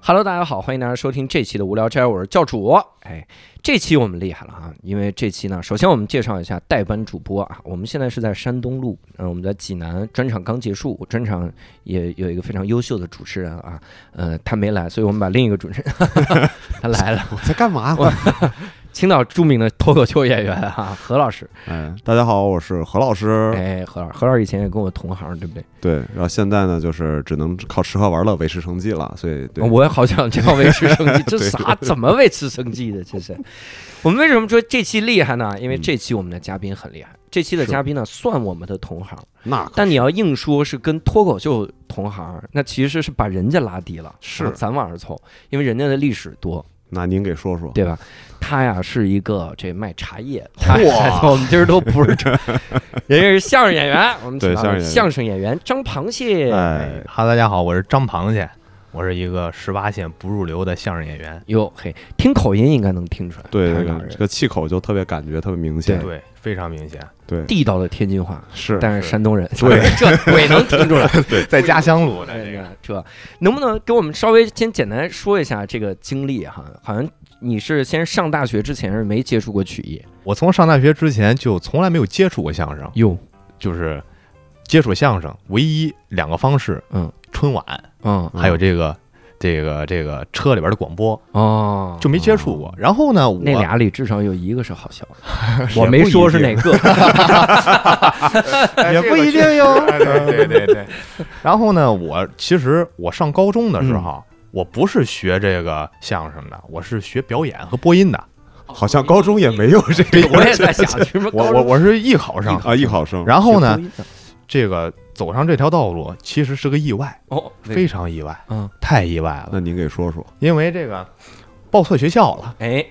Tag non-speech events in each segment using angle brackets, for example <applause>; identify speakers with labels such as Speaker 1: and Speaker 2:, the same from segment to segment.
Speaker 1: Hello，大家好，欢迎大家收听这期的无聊斋，我是教主。哎，这期我们厉害了啊，因为这期呢，首先我们介绍一下代班主播啊，我们现在是在山东路，嗯、我们在济南专场刚结束，专场也有一个非常优秀的主持人啊，呃，他没来，所以我们把另一个主持人 <laughs> 他来了，
Speaker 2: 我在干嘛？
Speaker 3: <laughs>
Speaker 1: 我青岛著名的脱口秀演员啊，何老师。
Speaker 2: 嗯，
Speaker 3: 哎大家好，我是何老师。
Speaker 1: 哎，何老师，何老师以前也跟我同行，对不对？
Speaker 3: 对，然后现在呢，就是只能靠吃喝玩乐维持生计了，所以对，
Speaker 1: 我也好想这样维持生
Speaker 3: <laughs>
Speaker 1: 计，这啥怎么维持生计的？这是我们为什么说这期厉害呢？
Speaker 3: 嗯
Speaker 1: 因为这期我们的嘉宾很厉害，这期的嘉宾呢算我们的同行，
Speaker 2: 那可
Speaker 1: 但你要硬说是跟脱口秀同行，那其实是把人家拉低了，
Speaker 2: 是
Speaker 1: 啊咱往上凑，因为人家的历史多，
Speaker 3: 那您给说说，
Speaker 1: 对吧？他呀是一个这卖茶叶，他 <laughs> 我们今儿都不是这，人家是相声演
Speaker 3: <laughs>
Speaker 1: 员，我们请
Speaker 3: 对
Speaker 1: 到了
Speaker 3: 相声演员
Speaker 1: 相声演员张螃蟹，
Speaker 3: 哎，
Speaker 4: 哈喽，大家好，我是张螃蟹，我是一个十八线不入流的相声演员，
Speaker 1: 哟嘿，听口音应该能听出来，
Speaker 3: 对，
Speaker 1: 他
Speaker 3: 这
Speaker 1: 是哪
Speaker 3: 个
Speaker 1: 人
Speaker 3: 这个气口就特别感觉特别明显，
Speaker 4: 对，非常明显，
Speaker 3: 对，
Speaker 1: 地道的天津话，
Speaker 3: 是 <laughs>
Speaker 1: 但是
Speaker 4: 是
Speaker 1: 山东人，
Speaker 3: 对，
Speaker 1: <laughs> 这鬼能听出
Speaker 4: <laughs>
Speaker 1: 来。
Speaker 4: 在家乡录的
Speaker 1: 哎
Speaker 4: 这个，
Speaker 1: 呀，这能不能给我们稍微先简单说一下这个经历哈？好像你是先上大学之前是没接触过曲艺，
Speaker 4: 我从上大学之前就从来没有接触过相声，
Speaker 1: 哟，
Speaker 4: 就是接触相声唯一两个方式，
Speaker 1: 嗯，
Speaker 4: 春晚
Speaker 1: 嗯，
Speaker 4: 还有这个这个这个车里边的广播
Speaker 1: 哦，
Speaker 4: 就没接触过。然后呢，我
Speaker 1: 那
Speaker 4: <laughs>
Speaker 1: 俩里至少有一个是好笑的，
Speaker 4: 也
Speaker 1: 我没
Speaker 4: 不一
Speaker 1: 说是哪
Speaker 4: 定
Speaker 1: 个，
Speaker 4: <laughs> 哎
Speaker 5: 也不一定哟。
Speaker 4: 对对对。 <laughs> 然后呢，我其实我上高中的时候，我不是学这个相声的，我是学表演和播音的。
Speaker 3: 好像高中也没有这个，
Speaker 1: 我也在
Speaker 4: <laughs>
Speaker 1: 想什么
Speaker 4: 我
Speaker 1: 高
Speaker 4: 我
Speaker 1: 中
Speaker 4: 我是艺考上，
Speaker 3: 啊，艺考生，
Speaker 4: 然后呢
Speaker 1: 学播音的，
Speaker 4: 这个走上这条道路其实是个意外，
Speaker 1: 哦，
Speaker 4: 非常意外，
Speaker 1: 嗯，
Speaker 4: 太意外了，
Speaker 3: 那您给说说，
Speaker 4: 因为这个报错学
Speaker 1: <laughs>
Speaker 4: 校了，
Speaker 1: 哎，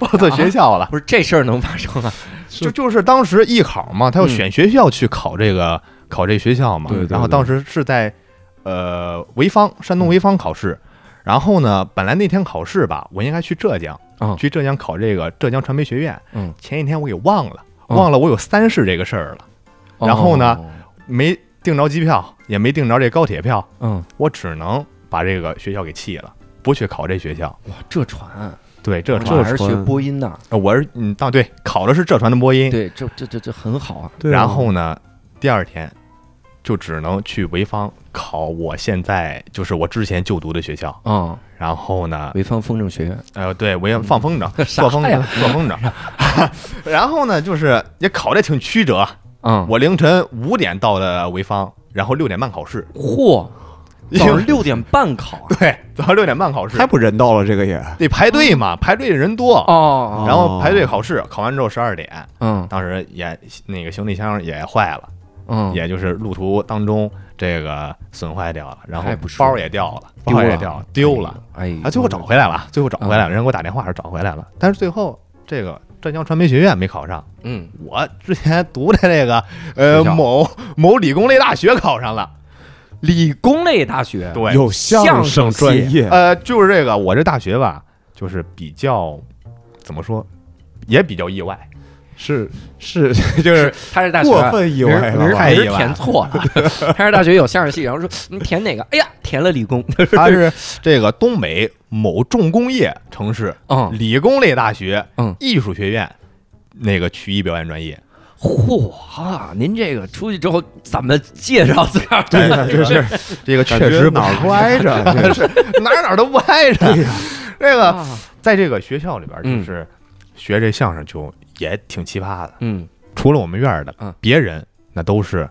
Speaker 4: 报错学校了，
Speaker 1: 不是这事儿能发生啊？
Speaker 4: <laughs> 就就是当时艺考嘛，他要
Speaker 1: 嗯
Speaker 4: 选学校去考这个考这学校嘛
Speaker 3: 对对，
Speaker 4: 然后
Speaker 3: 对
Speaker 4: 当时是在呃潍坊山东潍坊考试。然后呢，本来那天考试吧，我应该去浙江
Speaker 1: 嗯，
Speaker 4: 去浙江考这个浙江传媒学院。
Speaker 1: 嗯，
Speaker 4: 前一天我给忘了，
Speaker 1: 嗯
Speaker 4: 忘了我有三试这个事儿了，然后呢
Speaker 1: 哦，
Speaker 4: 没订着机票，也没订着这高铁票，
Speaker 1: 嗯，
Speaker 4: 我只能把这个学校给弃了，不去考这学校。
Speaker 1: 哇，浙传，
Speaker 4: 对，浙
Speaker 1: 啊我
Speaker 4: 传，
Speaker 1: 还是学播音的，
Speaker 4: 呃我是嗯，当对考的是浙传的播音。
Speaker 1: 对，这这这这很好啊，
Speaker 3: 对啊
Speaker 4: 然后呢，第二天就只能去潍坊考我现在就是我之前就读的学校。
Speaker 1: 嗯，
Speaker 4: 然后呢，
Speaker 1: 潍坊风筝学院，
Speaker 4: 呃，对，我也放风筝，
Speaker 1: <laughs> 啥
Speaker 4: 做风筝
Speaker 1: 呀，
Speaker 4: 做风筝。 <laughs> 然后呢，就是也考的挺曲折。啊
Speaker 1: 嗯，
Speaker 4: 我凌晨五点到的潍坊，然后六点半考试。
Speaker 1: 嚯，
Speaker 4: 因
Speaker 1: 早
Speaker 4: 为
Speaker 1: 上六点半考啊
Speaker 4: <laughs> 对，早上六点半考试
Speaker 3: 太，不人道了，这个也，
Speaker 4: 得排队嘛，排队的人多。
Speaker 1: 哦，
Speaker 4: 然后排队考试，考完之后十二点，
Speaker 1: 嗯
Speaker 4: 当时也那个行李箱也坏了，
Speaker 1: 嗯，
Speaker 4: 也就是路途当中这个损坏掉了，然后
Speaker 1: 太不舒服
Speaker 4: 包也掉了，
Speaker 1: 丢
Speaker 4: 包也
Speaker 1: 了嗯
Speaker 4: 掉了，丢了，，
Speaker 1: 哎呦，
Speaker 4: 啊，最后找回来了，最后找回来了，人给我打电话是找回来了，但是最后这个浙江传媒学院没考上，
Speaker 1: 嗯，
Speaker 4: 我之前读的这个呃
Speaker 1: 学校
Speaker 4: 某某理工类大学考上了，
Speaker 1: 理工类大学，
Speaker 4: 对，
Speaker 3: 有相
Speaker 1: 相声
Speaker 3: 声
Speaker 1: 系
Speaker 3: 专业，
Speaker 4: 呃，就是这个我这大学吧，就是比较怎么说，也比较意外，
Speaker 3: 是是，
Speaker 4: <laughs> 就是
Speaker 1: 他是大学
Speaker 3: 过
Speaker 1: 啊。
Speaker 3: 分意
Speaker 1: 名
Speaker 3: 外
Speaker 1: 儿名
Speaker 3: 了
Speaker 1: 儿
Speaker 3: 吧，
Speaker 4: 太
Speaker 1: 名
Speaker 4: 意
Speaker 1: 儿
Speaker 4: 外
Speaker 1: 填错
Speaker 4: <laughs>
Speaker 1: 了，他是大学有相声系，然后说你填哪个？哎呀，填了理工。
Speaker 4: 它是这个东北某重工业城市。
Speaker 1: 嗯，
Speaker 4: 理工类大学，
Speaker 1: 嗯
Speaker 4: 艺术学院那个曲艺表演专业，
Speaker 1: 嚯啊！您这个出去之后怎么介绍自个儿？
Speaker 4: 对，哎这是这个确实不
Speaker 3: 哪儿歪着，对
Speaker 4: <laughs> 是哪儿哪儿都不挨着。这个
Speaker 1: <laughs> 啊
Speaker 4: 在这个学校里边，
Speaker 1: 嗯
Speaker 4: 就是学这相声就也挺奇葩的，
Speaker 1: 嗯
Speaker 4: 除了我们院儿的
Speaker 1: 嗯，
Speaker 4: 别人那都是。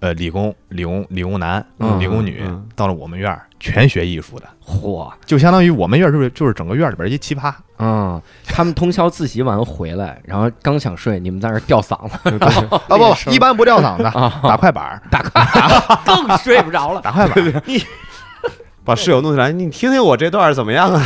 Speaker 4: 呃，理工、理工、理工男、
Speaker 1: 嗯
Speaker 4: 理工女，
Speaker 3: 嗯
Speaker 4: 到了我们院儿全学艺术的，
Speaker 1: 嚯
Speaker 4: 就相当于我们院儿就是就是整个院儿里边儿一奇葩。
Speaker 1: 嗯，他们通宵自习完回来，然后刚想睡，你们在那儿吊嗓子
Speaker 3: 对对
Speaker 4: 啊不不，一般不啊 <laughs> 吊嗓子，打快板儿，
Speaker 1: 打快，更睡不着了。
Speaker 4: 打快板儿，
Speaker 3: 把室友弄起来，你听听我这段儿怎么样啊？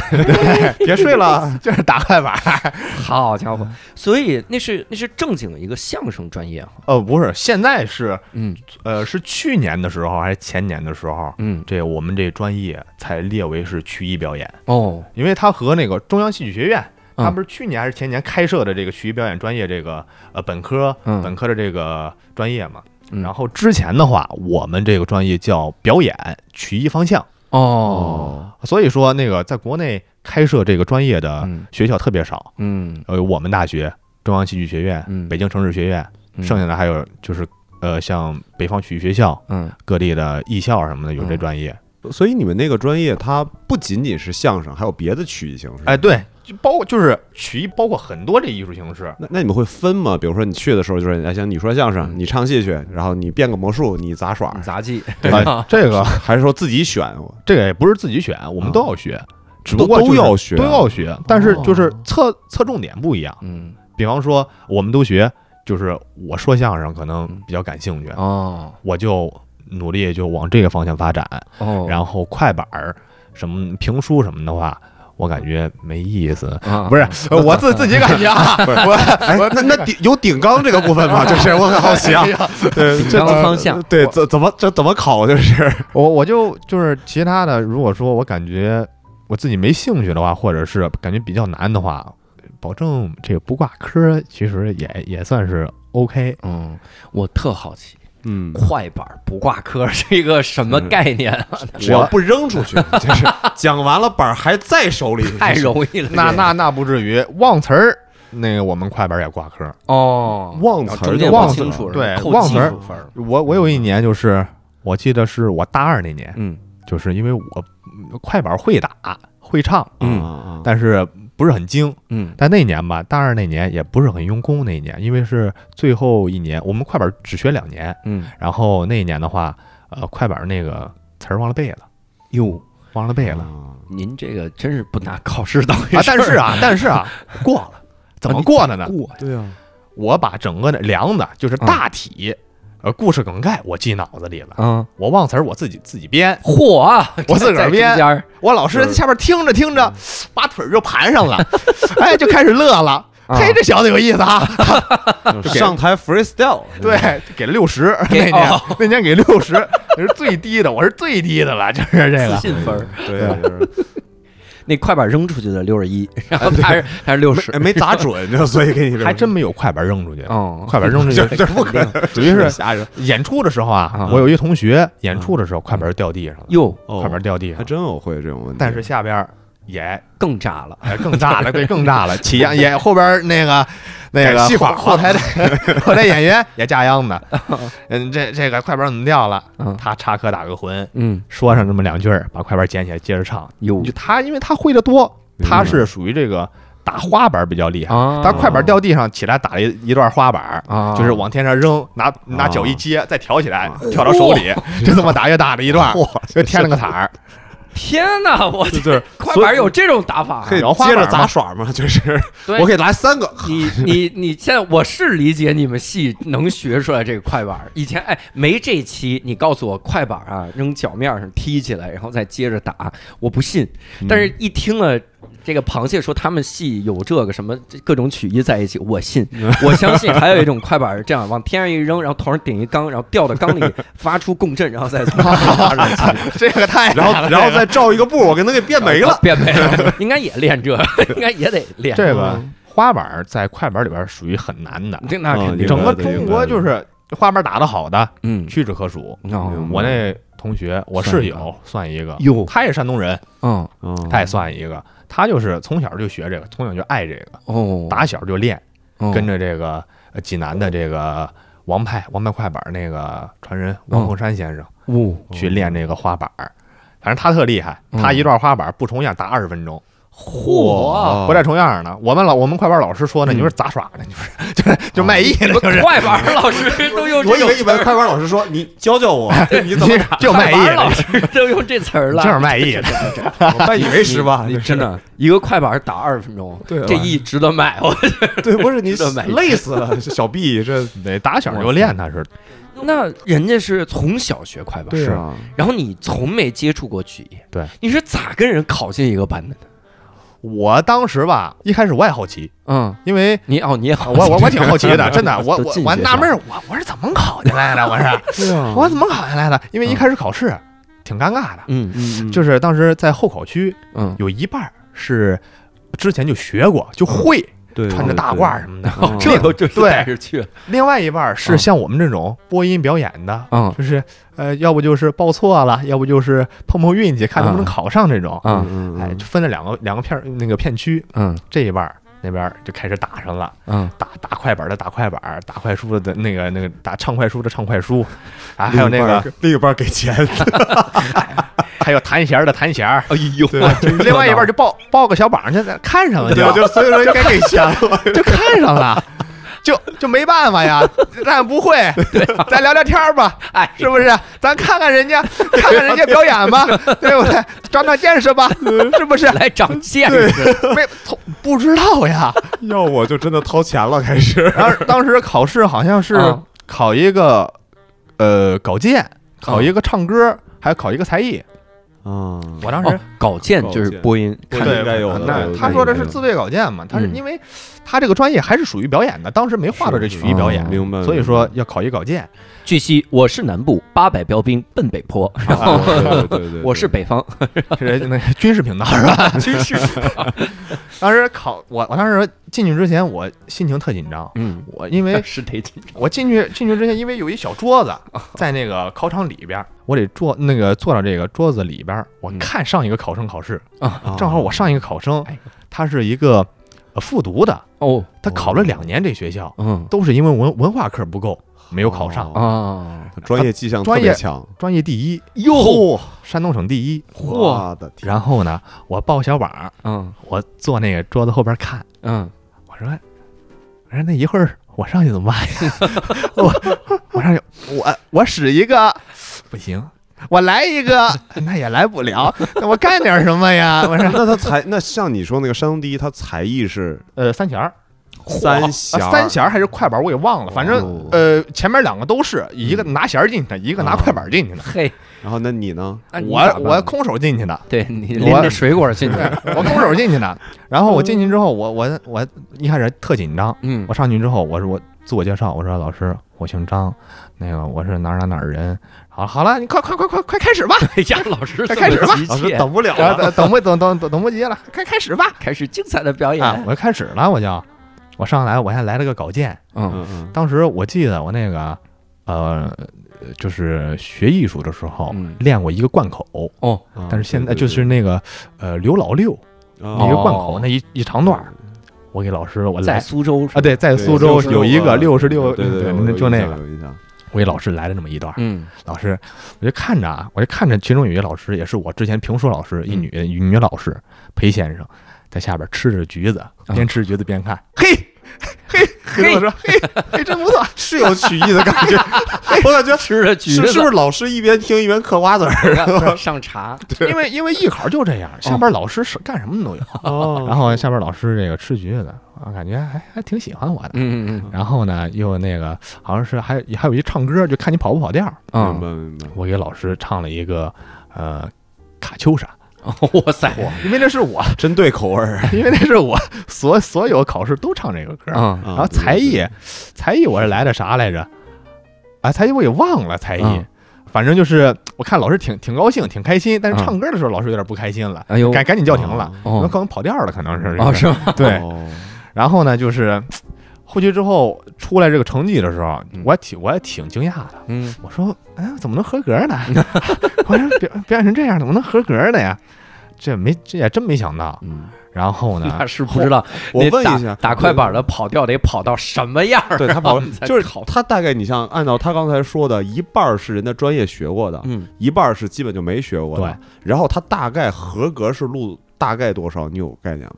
Speaker 4: 别睡了， <laughs> 就是打快板。 <laughs>
Speaker 1: 好家伙！所以那是那是正经的一个相声专业哈。
Speaker 4: 呃，不是，现在是
Speaker 1: 嗯
Speaker 4: 呃是去年的时候还是前年的时候，
Speaker 1: 嗯
Speaker 4: 这我们这专业才列为是曲艺表演，
Speaker 1: 哦
Speaker 4: 因为它和那个中央戏剧学院。
Speaker 1: 嗯
Speaker 4: 他不是去年还是前年开设的这个曲艺表演专业这个呃本科
Speaker 1: 嗯
Speaker 4: 本科的这个专业嘛，
Speaker 1: 嗯
Speaker 4: 然后之前的话，我们这个专业叫表演曲艺方向，
Speaker 1: 哦
Speaker 4: 所以说那个在国内开设这个专业的
Speaker 1: 嗯
Speaker 4: 学校特别少，
Speaker 1: 嗯
Speaker 4: 呃，我们大学、中央戏剧学院、
Speaker 1: 嗯
Speaker 4: 北京城市学院，
Speaker 1: 嗯
Speaker 4: 剩下的还有就是呃，像北方曲艺学校、
Speaker 1: 嗯
Speaker 4: 各地的艺校什么的有
Speaker 3: 嗯
Speaker 4: 这专业。
Speaker 3: 所以你们那个专业，它不仅仅是相声，还有别的曲艺形式。
Speaker 4: 哎，，对，就包括就是曲艺，包括很多这艺术形式。
Speaker 3: 那那你们会分吗？比如说你去的时候，就是哎，行，你说相声，你唱戏去，然后你变个魔术，你杂耍，
Speaker 1: 嗯杂技嗯
Speaker 4: 啊，这个
Speaker 3: 还是说自己选？我
Speaker 4: 这个也不是自己选，我们都要学，只不
Speaker 3: 都
Speaker 4: 过就是
Speaker 3: 都要学啊哦
Speaker 4: 都要学，但是就是侧侧重点不一样。
Speaker 1: 嗯
Speaker 4: 比方说，我们都学，就是我说相声可能
Speaker 3: 嗯
Speaker 4: 比较感兴趣，
Speaker 1: 哦
Speaker 4: 我就努力就往这个方向发展。
Speaker 1: 哦，
Speaker 4: 然后快板儿、什么评书什么的话，我感觉没意思。
Speaker 1: 啊
Speaker 4: 不是，呃我自自己感觉
Speaker 3: <laughs>
Speaker 4: 啊，我
Speaker 3: 哎，那那顶有顶缸这个部
Speaker 4: <laughs>
Speaker 3: 分吗？就是我很好奇
Speaker 4: 哎
Speaker 3: 啊。 <laughs> 对，
Speaker 1: 顶
Speaker 3: 这
Speaker 1: 缸的方向
Speaker 3: 对，怎怎么这怎么考？就是
Speaker 4: 我我就就是其他的，如果说我感觉我自己没兴趣的话，或者是感觉比较难的话，保证这个不挂科，其实也也算是 OK。
Speaker 1: 嗯，我特好奇，
Speaker 3: 嗯，
Speaker 1: 快板不挂科是一个什
Speaker 4: 嗯
Speaker 1: 么概念啊？
Speaker 3: 只要不扔出去，就是讲完了板儿还在手里，
Speaker 1: 太容易了，
Speaker 4: 那那那不至于，忘词儿。那个我们快板也挂科，
Speaker 1: 哦，
Speaker 3: 忘词儿
Speaker 1: 中
Speaker 3: 就
Speaker 1: 间
Speaker 4: 忘
Speaker 1: 不
Speaker 4: 词
Speaker 1: 清
Speaker 4: 了
Speaker 1: 楚，
Speaker 4: 对
Speaker 1: 扣
Speaker 4: 忘
Speaker 1: 技
Speaker 4: 词儿
Speaker 1: 术分儿，
Speaker 4: 我我有一年就是，我记得是我大二那年，
Speaker 1: 嗯
Speaker 4: 就是因为我嗯快板会打会唱，
Speaker 1: 嗯
Speaker 3: 嗯
Speaker 4: 但是不是很精。
Speaker 1: 嗯
Speaker 4: 但那年吧，大二那年也不是很用功，那一年因为是最后一年，我们快板只学两年，
Speaker 1: 嗯，
Speaker 4: 然后那一年的话，呃，快板那个词儿忘了背了，
Speaker 1: 哟，
Speaker 4: 忘了背了啊！
Speaker 3: 了，
Speaker 1: 您这个真是不拿考试当回事儿
Speaker 4: 但是啊，但是啊，过了，怎么过的呢？
Speaker 1: 过
Speaker 3: 对啊，
Speaker 4: 我把整个的量的，就是大体，呃，故事梗概我记脑子里了，
Speaker 1: 啊，
Speaker 4: 我忘词儿我自己自己编，
Speaker 1: 嚯啊，
Speaker 4: 我自个儿编
Speaker 1: 在中间儿
Speaker 4: 我老师在下边听着听着，把腿儿就盘上了， <laughs> 哎，就开始乐了，
Speaker 1: 啊
Speaker 4: 嘿，这小子有意思啊！
Speaker 3: 就上台 freestyle，
Speaker 4: 对，嗯给哦了六十，那
Speaker 1: 给
Speaker 4: 年、 <laughs> 那年给六十，那是最低的，我是最低的了，就是这
Speaker 1: 自
Speaker 4: 个。
Speaker 1: 信分儿，
Speaker 3: 对，就是
Speaker 1: 那快板扔出去的六十一，然后他是他是六 <laughs> 十
Speaker 3: 哎，没砸准，就所以给你这
Speaker 4: 还真没有快板扔出去，
Speaker 1: 哦，
Speaker 4: 快板扔出去
Speaker 3: 这
Speaker 4: <laughs>
Speaker 3: 这不可能，
Speaker 4: 属于 <laughs> 是
Speaker 3: 瞎人
Speaker 4: 演出的时候
Speaker 1: 啊
Speaker 4: 啊，我有一同学演出的时候快板掉地上了，
Speaker 1: 哟
Speaker 3: 哦
Speaker 4: 快板掉地上
Speaker 3: 还
Speaker 4: 了，
Speaker 3: 真有会这种问题，
Speaker 4: 但是下边儿也
Speaker 1: 更炸了，
Speaker 4: 哎更炸 <laughs> 了，对，更炸了，起秧也后边儿那个那
Speaker 3: 改
Speaker 4: 个
Speaker 3: 戏法
Speaker 4: 后后台的 <laughs> 后台演员也架秧 <laughs> 的，嗯，这这个快板怎么掉了
Speaker 1: 嗯？
Speaker 4: 他插科打诨浑，
Speaker 1: 嗯
Speaker 4: 说上这么两句儿，把快板捡起来接着唱，嗯
Speaker 1: 哟
Speaker 4: 就他，因为他会的多，
Speaker 3: 明白
Speaker 4: 他是属于这个打花板比较厉害。
Speaker 1: 啊
Speaker 4: 他快板掉地上起来打了一一段花板，
Speaker 1: 啊
Speaker 4: 就是往天上扔，拿拿脚一接，再挑起来
Speaker 3: 啊，
Speaker 4: 跳到手里， <laughs> 就这么打，又打了一段，又添了个彩儿。
Speaker 1: 天哪，我
Speaker 3: 就就是
Speaker 1: 快板有这种打法啊
Speaker 3: 可以
Speaker 4: 然后花
Speaker 3: 接着
Speaker 4: 板嘛
Speaker 3: 杂耍嘛， <laughs> 就是
Speaker 1: 对
Speaker 3: 我给来三
Speaker 4: <laughs>
Speaker 3: 个，
Speaker 1: 你你你现在我是理解你们系能学出来这个快板儿，以前哎没这期，你告诉我快板儿啊扔脚面上踢起来，然后再接着打，我不信。
Speaker 4: 嗯
Speaker 1: 但是一听了这个螃蟹说他们系有这个什么各种曲艺在一起，我
Speaker 4: <laughs>
Speaker 1: 信，我相信还有一种快板儿是这样往天上一扔，然后头上顶一缸，然后掉到缸
Speaker 4: <laughs>
Speaker 1: 里发出共振，然后再从
Speaker 4: <laughs> 这个太
Speaker 3: 然后然后再照一个布，我给它给变没了。
Speaker 1: 啊变没了，应该也练这， <laughs> 应该也得练
Speaker 4: 这个花板在快板里边属于很难的，
Speaker 1: 这那肯定
Speaker 3: 明白
Speaker 4: 哦整个
Speaker 3: 对明
Speaker 4: 中
Speaker 3: 白
Speaker 4: 国
Speaker 3: 对
Speaker 4: 就是花板打得好的
Speaker 1: 嗯，
Speaker 4: 屈指可数。
Speaker 1: 哦，
Speaker 4: 我那同学，我
Speaker 1: 算
Speaker 4: 室
Speaker 1: 一个
Speaker 4: 友算一个，
Speaker 1: 哟
Speaker 4: 他也山东人，
Speaker 1: 嗯
Speaker 4: 他也算一个。他就是从小就学这个，从小就爱这个，
Speaker 1: 哦，
Speaker 4: 打小就练，
Speaker 1: 哦
Speaker 4: 跟着这个呃济南的这个王派王派快板那个传人王凤山先生
Speaker 1: 哦
Speaker 4: 去练这个花板儿。反正他特厉害，他一段花板不重样打二十分钟，
Speaker 1: <laughs> 嚯！
Speaker 3: 哦
Speaker 4: 不带重样的。我们老我们快板老师说呢，
Speaker 1: 嗯哦
Speaker 4: 你说咋耍呢？你说 <laughs> 就就卖艺呢，就是
Speaker 1: 快板儿老师都用
Speaker 3: 我
Speaker 1: 这
Speaker 3: 以
Speaker 1: 种
Speaker 3: 为一
Speaker 1: 词
Speaker 3: 般
Speaker 1: 儿，
Speaker 3: 快板老师说你教教我，
Speaker 4: 哎
Speaker 3: 你 <laughs> 怎么打？
Speaker 4: 就
Speaker 1: 快
Speaker 4: 卖
Speaker 1: 板
Speaker 4: 艺
Speaker 1: 儿老
Speaker 4: 呢，
Speaker 1: 师都用这词儿了，
Speaker 4: 就是卖艺呢。
Speaker 1: <laughs>
Speaker 3: 我拜你为师吧，
Speaker 1: 你
Speaker 3: 就
Speaker 1: 你
Speaker 3: 是
Speaker 1: 真的一个快板儿打二十分钟，
Speaker 3: 对
Speaker 1: 这艺值得买。我
Speaker 3: 对，不是你
Speaker 1: 值得买
Speaker 4: <laughs>
Speaker 3: 累死了，这小毕这
Speaker 4: 得打小就练，他是
Speaker 1: <laughs> 那人家是从小学快板，
Speaker 4: 对
Speaker 3: 是
Speaker 4: 啊
Speaker 3: 啊，
Speaker 1: 然后你从没接触过曲艺，
Speaker 4: 对，
Speaker 1: 你是咋跟人考进一个班的呢？
Speaker 4: 我当时吧，一开始我也好奇，
Speaker 1: 嗯，
Speaker 4: 因为
Speaker 1: 你哦，你也
Speaker 4: 啊
Speaker 1: 好，
Speaker 4: 我我我挺好奇
Speaker 1: <laughs>
Speaker 4: 的，真的，我
Speaker 1: 都
Speaker 4: 我
Speaker 1: 进
Speaker 4: 我
Speaker 1: 学
Speaker 4: 纳
Speaker 1: 校
Speaker 4: 闷儿，我我是怎么考进来的？我是
Speaker 3: 对啊
Speaker 4: 我怎么考进来的？因为一
Speaker 1: 嗯
Speaker 4: 开始考试挺尴尬的，
Speaker 1: 嗯
Speaker 3: 嗯
Speaker 4: 就是是当时在候考区
Speaker 1: 嗯，
Speaker 4: 有一半儿是之前就学过就会
Speaker 3: 对
Speaker 4: 穿着大褂儿什么的，
Speaker 3: 哦
Speaker 1: 这
Speaker 4: 这
Speaker 1: 都就
Speaker 4: 嗯对
Speaker 1: 带着去了，
Speaker 4: 另外一半儿是
Speaker 1: 嗯
Speaker 4: 像我们这种播音表演的，
Speaker 1: 嗯
Speaker 4: 就是呃，要不就是报错了，要不就是碰碰运气，看能不能
Speaker 1: 嗯
Speaker 4: 考上这种。
Speaker 1: 啊
Speaker 3: 嗯
Speaker 4: 哎，就分了两个两个片儿那个片区，
Speaker 1: 嗯
Speaker 4: 这一半儿那边儿就开始打上了。
Speaker 1: 嗯，
Speaker 4: 打打快板的打快板，打快书的那个那个打唱快书的唱快书，啊，还有那个
Speaker 3: 另一半给钱， <laughs>
Speaker 4: 还有弹弦儿的弹弦儿，
Speaker 1: 哎呦，
Speaker 3: <laughs>
Speaker 4: 另外一啊半就抱抱个小膀去，看上了就
Speaker 3: 对，就所以说应该给钱了。
Speaker 4: 就看上了，就就没办法呀，咱不会，
Speaker 3: 啊
Speaker 4: 咱聊聊天儿吧，
Speaker 1: 哎
Speaker 4: 是不是？咱看看人家，看看人家表演吧，对不对？长长见识
Speaker 3: <laughs>
Speaker 4: 吧，是不是？
Speaker 1: 来长见识，
Speaker 4: 没从不知道呀。
Speaker 3: <laughs> 要我就真的掏钱了，开始。
Speaker 4: 然后当时考试好像是
Speaker 1: 嗯
Speaker 4: 考一个呃稿件，
Speaker 3: 嗯
Speaker 4: 考一个唱歌，还考一个才艺。
Speaker 3: 啊，
Speaker 4: <laughs> 我当
Speaker 1: 哦
Speaker 4: 时，
Speaker 1: 稿件就是播音，
Speaker 3: 稿
Speaker 1: 看
Speaker 3: 见
Speaker 1: 着
Speaker 3: 应该
Speaker 4: 对
Speaker 3: 有的
Speaker 4: 啊那
Speaker 3: 对
Speaker 4: 他
Speaker 3: 对
Speaker 4: 说的
Speaker 3: 对
Speaker 4: 是自对稿件嘛，他是
Speaker 1: 嗯
Speaker 4: 因为他这个专业还是属于表演的，当时没划到这
Speaker 3: 是嗯
Speaker 4: 曲艺表演
Speaker 1: 哦，
Speaker 3: 明白。
Speaker 4: 所以说要考一稿件。
Speaker 1: 据悉，我是南部八百标兵奔北坡，
Speaker 3: 明白，对对对对
Speaker 4: <laughs>
Speaker 3: 对
Speaker 1: 我是北方，
Speaker 4: 啊是那个军事频道是吧？ <laughs>
Speaker 1: 真是，
Speaker 4: 当时考我，我当时进去之前我心情特紧张，
Speaker 1: <laughs> 嗯，
Speaker 4: 我因为
Speaker 1: 是得紧张，
Speaker 4: 我进去进去之前，因为有一小桌子在那个考场里边儿，我得坐那个坐到这个桌子里边儿，我
Speaker 1: 嗯
Speaker 4: 看上一个考生考试，
Speaker 3: 啊
Speaker 4: 正好我上一个考生
Speaker 1: 哎呦，
Speaker 4: 他是一个呃复读的，
Speaker 1: 哦，
Speaker 4: 他考了两年这学校，
Speaker 1: 嗯
Speaker 4: 都是因为文文化课不够没有考上，
Speaker 3: 哦
Speaker 1: 啊，
Speaker 3: 专业迹象特
Speaker 4: 专
Speaker 3: 别
Speaker 4: 业
Speaker 3: 强。
Speaker 4: 专业第一，
Speaker 1: 哟，
Speaker 4: 山东省第一。
Speaker 1: 嚯，
Speaker 3: 我的天！
Speaker 4: 然后呢，我抱小膀儿，
Speaker 1: 嗯
Speaker 4: 我坐那个桌子后边看，
Speaker 1: 嗯，
Speaker 4: 我说，哎我说那一会儿我上去怎么办 <laughs> 呀？我我上去，我我使一个不行，我来一个那也来不了，那我干点什么呀？我说
Speaker 3: 那他才那像你说那个山东第一，他才艺是
Speaker 4: 呃三弦儿，
Speaker 3: 三
Speaker 4: 啊
Speaker 3: 弦儿，
Speaker 4: 三弦儿还是快板儿我给忘了，反正
Speaker 1: 哦
Speaker 4: 呃前面两个都是一个拿弦儿进去的，一个拿快板儿进去的。
Speaker 1: 嘿，
Speaker 3: 然后那你呢？
Speaker 1: 那你咋
Speaker 4: 我
Speaker 1: 办
Speaker 4: 我空手进去的，
Speaker 1: 对你
Speaker 4: 我
Speaker 1: 拎着水果进去，
Speaker 4: 对我空手进去的。然后我进去之后，我我我一开始特紧张，
Speaker 1: 嗯
Speaker 4: 我上去之后，我说我自我介绍，我说老师，我姓张，那个我是哪儿哪儿哪儿人。好，好了，你快快快快快开始吧，
Speaker 1: 哎呀，老师这
Speaker 4: 开始
Speaker 1: 么
Speaker 4: 吧
Speaker 1: 急
Speaker 3: 老师
Speaker 1: 切，
Speaker 3: 等不了
Speaker 4: 然后
Speaker 3: 了，
Speaker 4: <laughs> 等等不等等等等不及了，快开始吧。
Speaker 1: 开始精彩的表演，
Speaker 4: 啊，我就开始了，我就我上来我还来了个稿件，
Speaker 1: 嗯
Speaker 3: 嗯嗯，
Speaker 4: 当时我记得我那个呃。就是学艺术的时候
Speaker 1: 嗯
Speaker 4: 练过一个贯口，
Speaker 1: 哦，
Speaker 3: 啊
Speaker 4: 但是现在
Speaker 3: 对对
Speaker 4: 就是
Speaker 3: 对
Speaker 4: 那个呃刘老六
Speaker 3: 哦
Speaker 4: 一个贯口
Speaker 1: 哦
Speaker 4: 那一一长段儿，我给老师我
Speaker 1: 在
Speaker 4: 来
Speaker 1: 苏州是
Speaker 4: 啊，
Speaker 1: 吧，
Speaker 4: 对，在
Speaker 3: 对
Speaker 4: 苏州啊有一个六
Speaker 3: 66
Speaker 4: 十六，
Speaker 3: 对对，
Speaker 4: 那就那个
Speaker 3: 个，有印象
Speaker 4: 我给老师来了这么一段儿，
Speaker 1: 嗯
Speaker 4: 老师，我就看着啊，我就看着其中有一个老师，也是我之前评书老师，一女一女老师裴先生，在下边吃着橘子，边吃橘子边看，啊嘿， <laughs> 嘿，
Speaker 1: 嘿
Speaker 4: 嘿，我说 <laughs> 嘿，嘿，真不错，
Speaker 3: 是有曲艺的感 <laughs> 觉，我感觉
Speaker 1: 吃着橘
Speaker 3: 是是不
Speaker 1: 子
Speaker 3: 是老师一边听一边嗑瓜子儿？
Speaker 1: <laughs>
Speaker 3: 啊
Speaker 1: 上茶，
Speaker 4: 因为因为艺考就这样，下边老师是干什么都有，
Speaker 3: 哦
Speaker 4: 然后下边老师这个吃橘子，我感觉还还挺喜欢我的。
Speaker 1: 嗯嗯
Speaker 4: 然后呢，又那个好像是还有还有一唱歌，就看你跑不跑调儿。
Speaker 1: 嗯
Speaker 3: <laughs> 明白明白，
Speaker 4: 我给老师唱了一个呃卡秋莎，
Speaker 1: 嗯，哇
Speaker 4: <laughs>
Speaker 1: 塞，
Speaker 4: 因为那是我
Speaker 3: 真对口味儿
Speaker 4: 因为那是我所所有考试都唱这个歌。
Speaker 1: 啊
Speaker 3: 啊
Speaker 4: 然后
Speaker 3: 对对
Speaker 4: 才艺
Speaker 3: 对，
Speaker 4: 才艺我是来的啥来着？啊，才艺我也忘了，才艺
Speaker 1: 嗯，
Speaker 4: 反正就是我看老师挺挺高兴，挺开心，但
Speaker 1: 嗯
Speaker 4: 是唱歌的时候老师有点不开心了，
Speaker 1: 哎呦
Speaker 4: 赶赶紧叫停了，
Speaker 1: 哦
Speaker 4: 那可能跑调了，可能是
Speaker 1: 哦是吗？
Speaker 4: 对。
Speaker 3: 哦
Speaker 4: 然后呢，就是后去之后出来这个成绩的时候
Speaker 1: 嗯，
Speaker 4: 我也挺我也挺惊讶的，
Speaker 1: 嗯
Speaker 4: 我说，哎，怎么能合格呢？ <laughs> 我说表表演成这样，怎么能合格的呀？这没这也真没想到。
Speaker 1: 嗯，
Speaker 4: 然后呢
Speaker 3: <laughs>
Speaker 1: 那，是不知道。
Speaker 3: 我
Speaker 1: 那
Speaker 3: 问
Speaker 1: 打
Speaker 3: 一下，
Speaker 1: 打快板的跑调得跑到什么样儿？
Speaker 3: 对他跑
Speaker 1: 才
Speaker 3: 就是
Speaker 1: 考
Speaker 3: 他大概你像按照他刚才说的，一半儿是人家专业学过的，
Speaker 1: 嗯，
Speaker 3: 一半儿是基本就没学过
Speaker 4: 对
Speaker 3: 的。然后他大概合格是录大概多少？你有概念吗？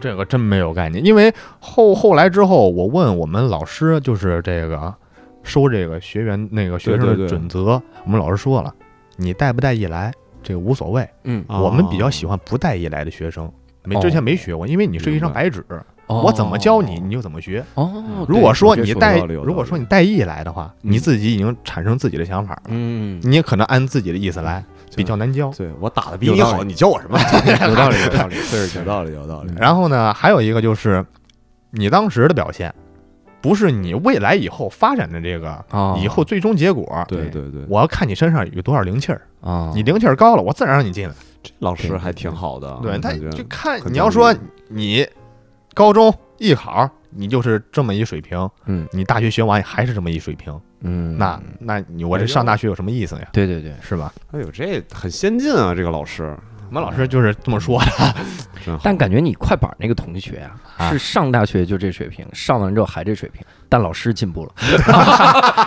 Speaker 4: 这个真没有概念，因为后后来之后，我问我们老师，就是这个收这个学员那个学生
Speaker 3: 对对对
Speaker 4: 的准则，我们老师说了，你带不带艺来这个无所谓，
Speaker 1: 嗯
Speaker 3: 啊哦
Speaker 4: 我们比较喜欢不带艺来的学生，没之前没学过，因为你是一张白纸，我怎么教你，你就怎么学。
Speaker 1: 哦，
Speaker 4: 如果说你
Speaker 3: 有
Speaker 4: 带，
Speaker 3: 道理有道理
Speaker 4: 如果说你带意来的话，
Speaker 3: 嗯
Speaker 4: 你自己已经产生自己的想法了，
Speaker 1: 嗯，
Speaker 4: 你也可能按自己的意思来，
Speaker 3: 嗯
Speaker 4: 比较难教。
Speaker 3: 对我打的比
Speaker 4: 有
Speaker 3: 你
Speaker 4: 道理
Speaker 3: 好，你教我什么？
Speaker 1: 有
Speaker 3: <laughs>
Speaker 1: 道理，有道理。
Speaker 3: 是是有道理，有道理。
Speaker 4: 然后呢，还有一个就是你当时的表现，不是你未来以后发展的这个
Speaker 1: 哦，
Speaker 4: 以后最终结果。
Speaker 3: 对对对，
Speaker 4: 我要看你身上有多少灵气儿，
Speaker 1: 啊，
Speaker 4: 你灵气儿高了，我自然让你进来。
Speaker 3: 这老师还挺好的啊，
Speaker 4: 对，他
Speaker 3: 感觉
Speaker 4: 就看
Speaker 3: 很
Speaker 4: 你要
Speaker 3: 独立
Speaker 4: 说你高中艺考，你就是这么一水平，
Speaker 1: 嗯，
Speaker 4: 你大学学完还是这么一水平，
Speaker 1: 嗯，
Speaker 4: 那那你我这
Speaker 3: 没用
Speaker 4: 上大学有什么意思呀？
Speaker 1: 对对对，
Speaker 4: 是吧？
Speaker 3: 哎呦，这很先进啊，这个老师
Speaker 4: 我们老师就是这么说的。
Speaker 3: 真好。
Speaker 1: 但感觉你快板那个同学啊，
Speaker 4: 啊
Speaker 1: 是上大学就这水平，上完之后还这水平，但老师进步了。 <laughs>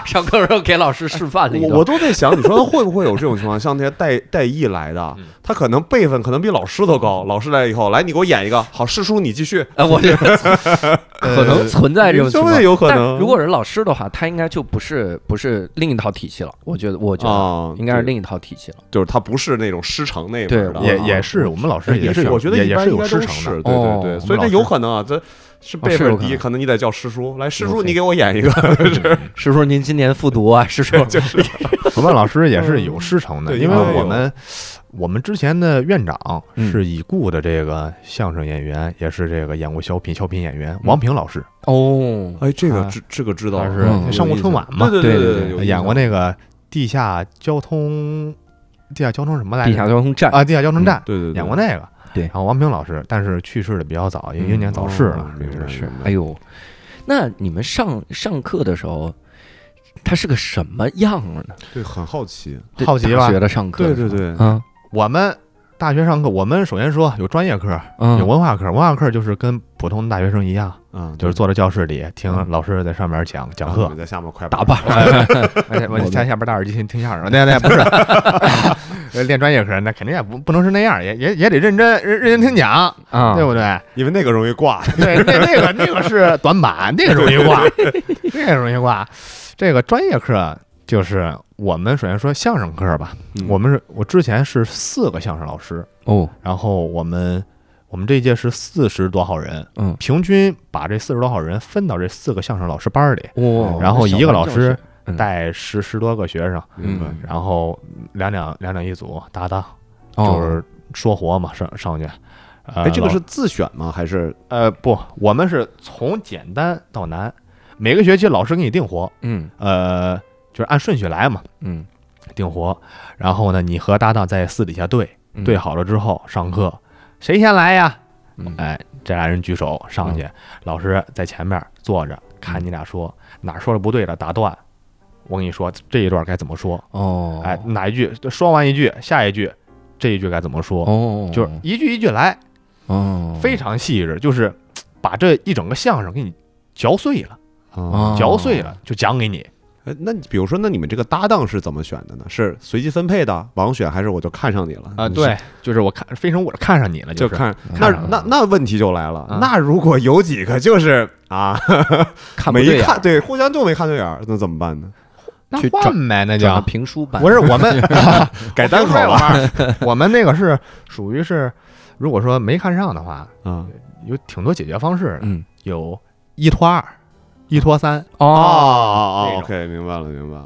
Speaker 1: 上课时候给老师示范了一
Speaker 3: 我
Speaker 1: 段
Speaker 3: 我都在想，你说他会不会有这种情况？像那些带带艺来的
Speaker 4: 嗯，
Speaker 3: 他可能辈分可能比老师都高。老师来以后，来你给我演一个，好，师叔你继续。
Speaker 1: 哎，我这可能存在这种情
Speaker 3: 说不
Speaker 1: 况，
Speaker 3: 呃定有可
Speaker 1: 但
Speaker 3: 能
Speaker 1: 如果是老师的话，他应该就不是不是另一套体系了。我觉得，我觉得
Speaker 3: 啊，
Speaker 1: 应该是
Speaker 3: 对
Speaker 1: 另一套体系了。
Speaker 3: 就是他不是那种师承那一
Speaker 1: 对
Speaker 3: 门的啊，
Speaker 4: 也也是，我们老师
Speaker 3: 也
Speaker 4: 是有，
Speaker 3: 我觉得
Speaker 4: 也
Speaker 3: 一
Speaker 4: 也
Speaker 3: 般
Speaker 4: 是
Speaker 3: 应
Speaker 4: 有
Speaker 3: 该
Speaker 4: 师
Speaker 3: 都
Speaker 4: 承
Speaker 3: 是，
Speaker 4: 的。
Speaker 3: 对对
Speaker 1: 哦
Speaker 3: 对，所以
Speaker 4: 我们
Speaker 3: 这
Speaker 4: 老师
Speaker 3: 有可能啊，这是辈
Speaker 1: 是有
Speaker 3: 分
Speaker 1: 可能
Speaker 3: 低，可能你得叫师叔。来，师叔
Speaker 1: OK
Speaker 3: 你给我演一个，
Speaker 1: 师叔，您今年复读
Speaker 4: <laughs>
Speaker 1: 啊？师叔，
Speaker 3: 就是
Speaker 4: 我们老师也是
Speaker 1: 嗯
Speaker 4: 有师承的，
Speaker 3: 对
Speaker 4: 因为
Speaker 1: 应该
Speaker 4: 我
Speaker 3: 有
Speaker 4: 们我们之前的院长
Speaker 1: 嗯
Speaker 4: 是已故的这个相声演员，也是这个演过小品小品演
Speaker 1: 嗯
Speaker 4: 员王平老师，
Speaker 1: 哦，
Speaker 3: 哎，这
Speaker 4: 个
Speaker 3: 个
Speaker 4: 知
Speaker 3: 知这个知道
Speaker 4: 他
Speaker 1: 嗯有
Speaker 4: 是上过春晚嘛，
Speaker 3: 对
Speaker 1: 对对
Speaker 3: 对
Speaker 1: 对
Speaker 3: 对，
Speaker 4: 演过那个地下交通地下交通什么来
Speaker 1: 地
Speaker 4: 着
Speaker 1: 下？交通站，嗯
Speaker 4: 啊，地下交通站
Speaker 3: 对对
Speaker 4: 演过那个。
Speaker 1: 对
Speaker 4: 然后王平老师，但是去世的比较早，也
Speaker 1: 嗯
Speaker 4: 英年早逝了
Speaker 3: 哦。明白
Speaker 1: 是
Speaker 3: 明，白
Speaker 1: 哎呦，那你们上上课的时候，他是个什么样儿呢？
Speaker 3: 对，很好奇。
Speaker 1: 对
Speaker 4: 好奇
Speaker 1: 大
Speaker 4: 吧
Speaker 1: 学？的上课的时候，
Speaker 3: 对
Speaker 1: 啊，
Speaker 4: 我们大学上课，我们首先说有专业课，
Speaker 1: 嗯，
Speaker 4: 有文化课。文化课就是跟普通大学生一样，
Speaker 3: 嗯，
Speaker 4: 就是坐在教室里听
Speaker 1: 嗯
Speaker 4: 老师在上面讲讲
Speaker 3: 然后
Speaker 4: 课
Speaker 3: 你，在下面快
Speaker 1: 打板，
Speaker 4: <laughs> 而哎且我
Speaker 1: 哎我的
Speaker 4: 在下边戴耳机听听相声，那那不是呃练专业课，那肯定也不不能是那样，也也也得认真认认真听讲，
Speaker 1: 啊，
Speaker 4: 对不对？
Speaker 3: 因为那个容易挂。
Speaker 4: 对，那那个那个是短板，那个容易挂，那个容易挂。这个专业课就是我们首先说相声课吧，
Speaker 1: 嗯
Speaker 4: 我们是我之前是四个相声老师，
Speaker 1: 哦，
Speaker 4: 然后我们我们这一届是四十多号人，
Speaker 1: 嗯
Speaker 4: 平均把这四十多号人分到这四个相声老师班里，
Speaker 1: 哇，
Speaker 4: 哦嗯然后
Speaker 1: 哦那小
Speaker 4: 一个
Speaker 1: 班
Speaker 4: 老
Speaker 1: 教
Speaker 4: 师
Speaker 1: 学嗯
Speaker 4: 带十十多个学生，
Speaker 3: 明白
Speaker 1: 嗯
Speaker 4: 然后两两两两一组搭档，就
Speaker 1: 哦，
Speaker 4: 是说活嘛，上上去。
Speaker 3: 哎，
Speaker 4: 哎
Speaker 3: 这个是自选吗？还是
Speaker 4: 呃不，我们是从简单到难，每个学期老师给你定活，
Speaker 1: 嗯
Speaker 4: 呃，就是按顺序来嘛，
Speaker 1: 嗯，
Speaker 4: 定活。然后呢，你和搭档在私底下对，
Speaker 1: 嗯
Speaker 4: 对，啊好了之后上课，谁先来呀？
Speaker 1: 嗯
Speaker 4: 哎，这俩人举手上去，老师在前面坐着看你俩说，
Speaker 1: 嗯
Speaker 4: 哪儿说的不对了打断。我跟你说这一段该怎么说，
Speaker 1: 哦，
Speaker 4: 哎，哪一句说完一句，下一句这一句该怎么说，
Speaker 1: 哦，
Speaker 4: 就是一句一句来，
Speaker 1: 哦，
Speaker 4: 非常细致，就是把这一整个相声给你嚼碎了，
Speaker 1: 哦
Speaker 4: 嚼碎了就讲给你。
Speaker 3: 哎，那你比如说，那你们这个搭档是怎么选的呢？是随机分配的网选，还是我就看上你了
Speaker 4: 啊，，对，就是我看非诚勿扰看上你了，
Speaker 3: 你是就是看。那
Speaker 1: 看上了
Speaker 3: 那那问题就来了，
Speaker 4: 啊
Speaker 3: 那如果有几个就是啊，
Speaker 1: 看啊不
Speaker 3: 没
Speaker 4: 啊
Speaker 1: 对呀
Speaker 3: 看对，互相就没看对眼儿，那怎么办呢？
Speaker 4: 那
Speaker 1: 去
Speaker 4: 换呗，那
Speaker 1: 转个
Speaker 4: 就
Speaker 1: 评书版，
Speaker 4: 不是我们 <laughs>
Speaker 3: 改单口
Speaker 4: 我
Speaker 3: 了
Speaker 4: 们我们那个是属于是，如果说没看上的话，
Speaker 3: 啊
Speaker 4: 有挺多解决方式的，
Speaker 1: 嗯，
Speaker 4: 有一拖二，一拖三。
Speaker 3: 哦
Speaker 4: 啊
Speaker 1: 哦，
Speaker 3: 哦
Speaker 4: 这种
Speaker 3: ，OK，明白了，明白了，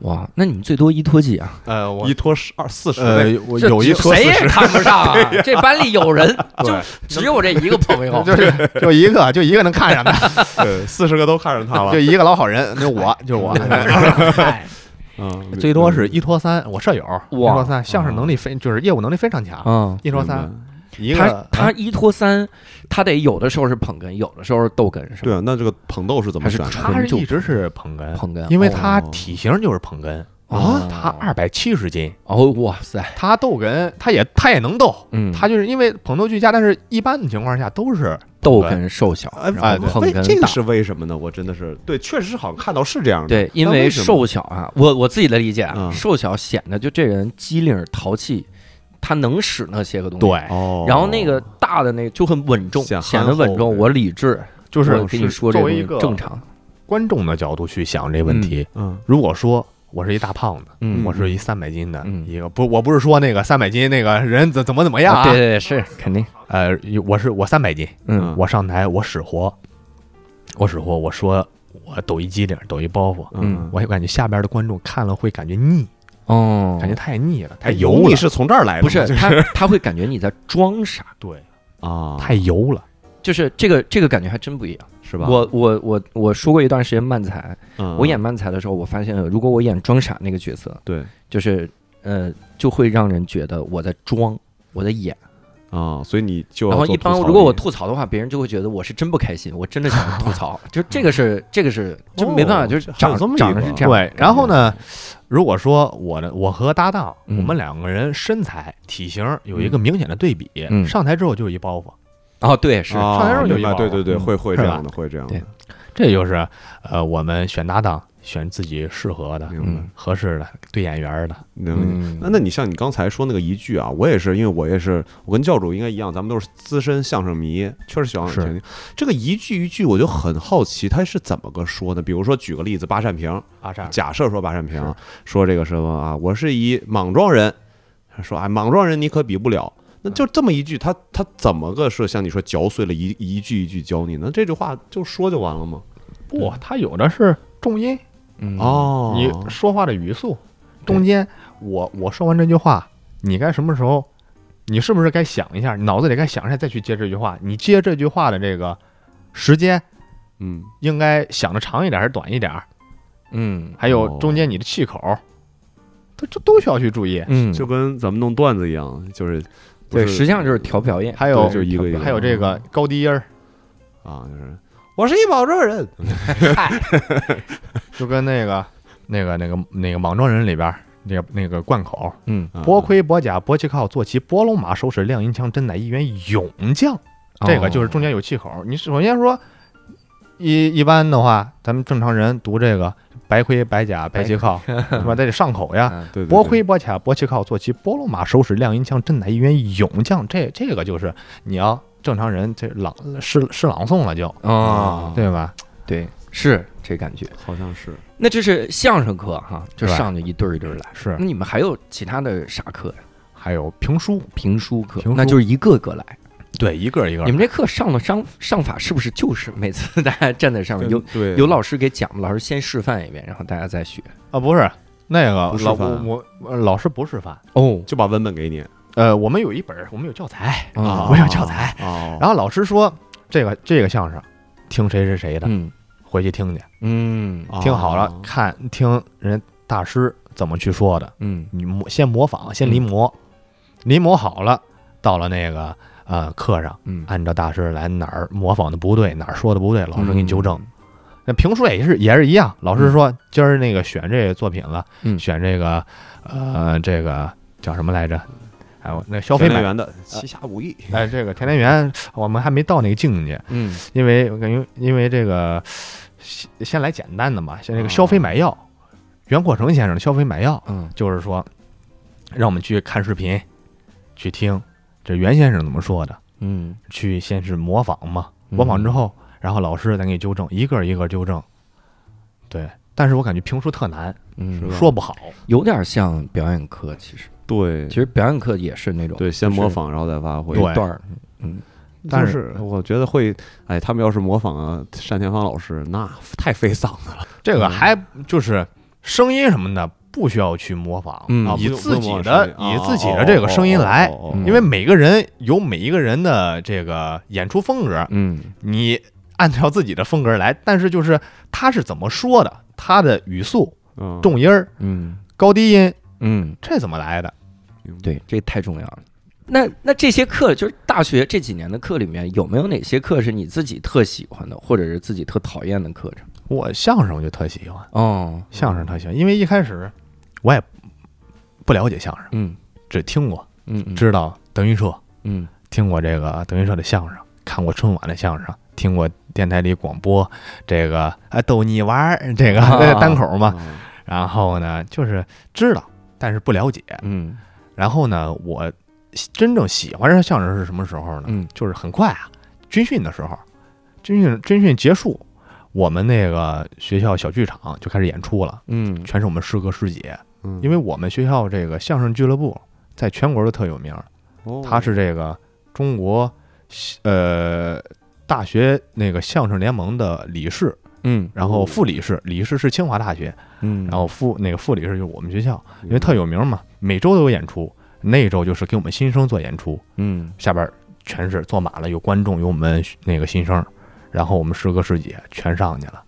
Speaker 1: 哇，那你们最多一拖几啊？
Speaker 4: 呃，我
Speaker 3: 一拖十二四十
Speaker 4: 呃
Speaker 3: 呗，，
Speaker 4: 我有一拖
Speaker 1: 谁
Speaker 4: 四
Speaker 1: 也
Speaker 4: 十，
Speaker 1: 看不上
Speaker 4: <laughs>
Speaker 1: 啊，这班里有人，就
Speaker 4: 对
Speaker 1: 只有我这一个朋友，
Speaker 4: <laughs> 就是就一个就一个能看上的，
Speaker 1: 呃
Speaker 3: 对 <laughs> 四十个都看上他了
Speaker 4: 就，一个老好人，就我就是我。 <laughs>
Speaker 5: <laughs>
Speaker 1: <laughs> 嗨
Speaker 3: 嗯，
Speaker 4: 最多是一拖三，我舍友一拖三，相声能力非就是业务能力非常强，
Speaker 1: 嗯，
Speaker 4: 一拖三
Speaker 3: 明，白
Speaker 4: 一
Speaker 1: 他
Speaker 4: 个啊
Speaker 1: 他一拖三，他得有的时候是捧哏，有的时候是逗哏，是吧？
Speaker 3: 对啊，那这个捧逗是怎么
Speaker 1: 还是
Speaker 3: 选的？
Speaker 4: 他
Speaker 1: 纯
Speaker 4: 是
Speaker 1: 就
Speaker 4: 一直是捧哏，
Speaker 1: 捧哏，
Speaker 4: 因为
Speaker 1: 哦
Speaker 4: 他体型就是捧哏啊
Speaker 1: 哦
Speaker 4: 他二百七十斤，
Speaker 1: 哦，哇塞，
Speaker 4: 他逗哏，他也他也能逗。
Speaker 1: 嗯，
Speaker 4: 他就是因为捧逗俱佳，但是一般的情况下都是
Speaker 1: 逗哏瘦小，
Speaker 3: 哎
Speaker 1: 然后
Speaker 4: 对
Speaker 1: 捧
Speaker 3: 为
Speaker 1: 哏
Speaker 3: 这个
Speaker 1: 大
Speaker 3: 是为什么呢？我真的是对，确实好像看到是这样的。
Speaker 1: 对，因
Speaker 3: 那
Speaker 1: 为
Speaker 3: 为什么
Speaker 1: 瘦小啊，我我自己的理解啊，
Speaker 3: 嗯
Speaker 1: 瘦小显得就这人机灵淘气，他能使那些个东西。，
Speaker 4: 对，
Speaker 3: 哦，
Speaker 1: 然后那个大的那个就很稳重，
Speaker 3: 显
Speaker 1: 显得
Speaker 3: 憨
Speaker 1: 稳
Speaker 3: 厚
Speaker 1: 重，
Speaker 3: 对
Speaker 1: 我理智。
Speaker 4: 就
Speaker 1: 我
Speaker 4: 是
Speaker 1: 跟你说这个
Speaker 4: 作
Speaker 1: 东
Speaker 4: 为一
Speaker 1: 西
Speaker 4: 个
Speaker 1: 正常。
Speaker 4: 观众的角度去想这问题。
Speaker 3: 嗯，
Speaker 4: 如果说我是一大胖子，
Speaker 1: 嗯
Speaker 4: 我是一三百斤的
Speaker 1: 嗯
Speaker 4: 一个不，我不是说那个三百斤那个人怎怎么怎么样
Speaker 1: 啊
Speaker 4: 啊，
Speaker 1: 对对对，是肯定。
Speaker 4: 呃，我是我三百斤，
Speaker 1: 嗯
Speaker 4: 我上台我使活，我使活，我说我抖一机灵，抖一包袱，
Speaker 1: 嗯
Speaker 4: 我感觉下边的观众看了会感觉腻，
Speaker 1: 哦
Speaker 4: 感觉太腻了，太
Speaker 3: 哎油
Speaker 4: 油
Speaker 3: 腻
Speaker 4: 了，
Speaker 3: 是从这儿来的吗，
Speaker 1: 不是
Speaker 3: 就
Speaker 1: 他他会感觉你在装傻，
Speaker 4: 对，
Speaker 3: 啊，
Speaker 4: 太油了，
Speaker 1: 就是这个这个感觉还真不一样。
Speaker 3: 是吧？
Speaker 1: 我我我我说过一段时间漫才，
Speaker 3: 嗯
Speaker 1: 我演漫才的时候，我发现如果我演装傻那个角色，
Speaker 3: 对
Speaker 1: 就是呃就会让人觉得我在装。我在演，
Speaker 3: 啊，所以你就
Speaker 1: 然
Speaker 3: 要
Speaker 1: 后
Speaker 3: 做
Speaker 1: 一般
Speaker 3: 吐槽
Speaker 1: 如果
Speaker 3: 你
Speaker 1: 我吐槽的话，别人就会觉得我是真不开心，我真的想吐槽，就这个是这个是就没办法，
Speaker 3: 哦
Speaker 1: 就是
Speaker 3: 还有
Speaker 1: 长
Speaker 3: 这么一
Speaker 1: 长
Speaker 3: 个
Speaker 1: 得是这样。
Speaker 4: 对。然后呢，如果说我呢，我和搭档，我们两个人身材体型有一个明显的对比，
Speaker 1: 嗯
Speaker 4: 上台之后就是一包袱，
Speaker 1: 哦，对，是，
Speaker 3: 啊
Speaker 4: 上台时候有
Speaker 3: 明白
Speaker 4: 一包
Speaker 3: 对对对，
Speaker 4: 嗯
Speaker 3: 会会
Speaker 4: 是
Speaker 3: 这
Speaker 4: 吧
Speaker 3: 样的，会这样的，
Speaker 4: 这就是呃，我们选搭档，选自己适合的、
Speaker 3: 明白
Speaker 1: 嗯
Speaker 4: 合适的对眼缘的，
Speaker 3: 能。
Speaker 1: 嗯
Speaker 3: 那那你像你刚才说那个一句啊，我也是，因为我也是，我跟教主应该一样，咱们都是资深相声迷，确实喜欢
Speaker 4: 是
Speaker 3: 听这个一句一句，我就很好奇他是怎么个说的。比如说举个例子，八扇屏，
Speaker 4: 阿
Speaker 1: 哎
Speaker 4: 善
Speaker 3: 假设说八扇屏
Speaker 4: 是
Speaker 3: 说这个什么啊，我是一莽撞人，他说啊，莽撞人你可比不了。那就这么一句，他他怎么个是像你说嚼碎了一一句一句教你呢？这句话就说就完了吗？
Speaker 4: 不，他有的是重音，
Speaker 1: 嗯，
Speaker 3: 哦，
Speaker 4: 你说话的语速，中间我我说完这句话，你该什么时候，你是不是该想一下，脑子里该想一下再去接这句话？你接这句话的这个时间
Speaker 3: 嗯，
Speaker 4: 应该想的长一点还是短一点儿？
Speaker 1: 嗯
Speaker 4: 还有中间你的气口，都这都需要去注意。
Speaker 1: 嗯，
Speaker 3: 就跟咱们弄段子一样，就是不
Speaker 1: 对，实际上就是调表演。
Speaker 4: 还有
Speaker 3: 对就一个一个
Speaker 4: 还有这个高低音儿，
Speaker 3: 啊，就是我是一莽撞人，
Speaker 4: 就跟那个那个那个那个莽撞人里边儿那个那个贯口，
Speaker 1: 嗯，
Speaker 3: 啊
Speaker 4: 薄盔薄甲薄旗靠，坐骑伯龙马，手使亮银枪，真乃一员勇将。
Speaker 1: 哦
Speaker 4: 这个就是中间有气口。你首先说，一一般的话，咱们正常人读这个白盔白甲白旗靠，是吧？得得上口呀。
Speaker 1: 啊
Speaker 3: 对对
Speaker 4: 薄盔薄甲薄旗靠，坐骑波罗马，手使亮银枪，真乃一员勇将。这这个就是你要正常人这朗诗诗朗诵了就，
Speaker 1: 哦，
Speaker 4: 啊对吧？
Speaker 1: 对，是这感觉。
Speaker 3: 啊好像是
Speaker 1: 那这是相声课哈，就是
Speaker 4: 吧
Speaker 1: 上去一对儿一对儿来。
Speaker 4: 是
Speaker 1: 那，你们还有其他的啥课呀？
Speaker 4: 还有评书，
Speaker 1: 评书课
Speaker 4: 评，书
Speaker 1: 那就是一个个来。
Speaker 4: 对，一个一个
Speaker 1: 你们这课上了上上法是不是就是每次大家站在上面有
Speaker 3: 对
Speaker 1: 有老师给讲，老师先示范一遍，然后大家再学。
Speaker 4: 啊，不是那个
Speaker 3: 不示
Speaker 4: 老
Speaker 3: 范
Speaker 4: 我我我老师不示范，
Speaker 1: 哦
Speaker 3: 就把文本给你
Speaker 4: 呃，我们有一本儿，我们有教材，
Speaker 1: 啊
Speaker 4: 我有教材，
Speaker 3: 哦，
Speaker 4: 然后老师说这个这个相声，听谁谁谁的，
Speaker 1: 嗯
Speaker 4: 回去听去，
Speaker 1: 嗯
Speaker 3: 后
Speaker 4: 听好了、看听人家大师怎么去说的，
Speaker 1: 嗯
Speaker 4: 你模先模仿，先临摹，临摹好了，到了那个呃课上，
Speaker 1: 嗯，
Speaker 4: 按照大师来哪儿模仿的不对，哪儿说的不对，老师给你纠正。
Speaker 1: 嗯
Speaker 4: 那评书也是也是一样，老师说今儿那个选这作品了，
Speaker 1: 嗯
Speaker 4: 选这个呃这个叫什么来着？哎，我那消费
Speaker 3: 田连
Speaker 4: 买
Speaker 3: 元的《七侠五义》
Speaker 4: 哎，这个田连元，我们还没到那个境界，
Speaker 1: 嗯
Speaker 4: 因为我感觉，因为这个先先来简单的嘛，像这个消费
Speaker 3: 哦
Speaker 4: 买药，袁阔成先生的消费买药，
Speaker 1: 嗯
Speaker 4: 就是说让我们去看视频，去听这袁先生怎么说的，
Speaker 1: 嗯，
Speaker 4: 去先是模仿嘛，模仿之
Speaker 3: 嗯
Speaker 4: 后，然后老师再给你纠正，一个一个纠正。对，但是我感觉评书特难，
Speaker 1: 嗯
Speaker 3: 是吧
Speaker 4: 说不好。
Speaker 1: 有点像表演课，其实
Speaker 3: 对
Speaker 1: 其实表演课也是那种
Speaker 3: 对，先
Speaker 1: 就是
Speaker 3: 模仿然后再发挥。
Speaker 4: 对
Speaker 1: 一段儿，嗯，
Speaker 3: 但
Speaker 4: 但
Speaker 3: 是
Speaker 4: 是
Speaker 3: 我觉得会，哎，他们要是模仿啊单田芳老师，那太费嗓子了。
Speaker 4: 这
Speaker 3: 嗯
Speaker 4: 个还就是声音什么的，不需要去模仿，
Speaker 1: 嗯
Speaker 3: 啊
Speaker 4: 以
Speaker 3: 不
Speaker 4: 自
Speaker 3: 不
Speaker 4: 己
Speaker 3: 模仿
Speaker 4: 的
Speaker 3: 声音
Speaker 4: 以
Speaker 3: 哦
Speaker 4: 自己
Speaker 3: 哦
Speaker 4: 的这个声音
Speaker 3: 哦哦
Speaker 4: 来
Speaker 3: 哦哦
Speaker 1: 嗯
Speaker 4: 因为每个人有每一个人的这个演出风格，
Speaker 1: 嗯
Speaker 4: 你按照自己的风格来，但是就是他是怎么说的，他的语速、
Speaker 3: 嗯
Speaker 4: 重音儿、
Speaker 1: 嗯
Speaker 4: 高低音，
Speaker 1: 嗯，
Speaker 4: 这怎么来的？
Speaker 1: 对，这太重要了。那那这些课就是大学这几年的课里面，有没有哪些课是你自己特喜欢的，或者是自己特讨厌的课程？
Speaker 4: 我相声我就特喜欢，
Speaker 1: 哦，
Speaker 4: 相声特喜欢，因为一开始我也不了解相声，
Speaker 1: 嗯
Speaker 4: 只听过，
Speaker 1: 嗯嗯
Speaker 4: 知道德云社，
Speaker 1: 嗯
Speaker 4: 听过这个德云社的相声，看过春晚的相声，听过电台里广播这个啊逗你玩儿这个、
Speaker 1: 啊
Speaker 4: <laughs> 单口嘛，
Speaker 3: 啊
Speaker 4: 然后呢就是知道，但是不了解，
Speaker 1: 嗯
Speaker 4: 然后呢，我真正喜欢上相声是什么时候呢？
Speaker 1: 嗯
Speaker 4: 就是很快啊，军训的时候，军训军训结束，我们那个学校小剧场就开始演出了，
Speaker 1: 嗯
Speaker 4: 全是我们师哥师姐，
Speaker 3: 嗯
Speaker 4: 因为我们学校这个相声俱乐部在全国都特有名儿，
Speaker 3: 哦
Speaker 4: 它是这个中国呃大学那个相声联盟的理事，
Speaker 1: 嗯
Speaker 4: 然后副理事，理事是清华大学，
Speaker 1: 嗯
Speaker 4: 然后副那个副理事就是我们学校，因为特有名嘛，每周都有演出。那周就是给我们新生做演出，
Speaker 1: 嗯
Speaker 4: 下边全是坐满了，有观众，有我们那个新生，然后我们师哥师姐全上去了，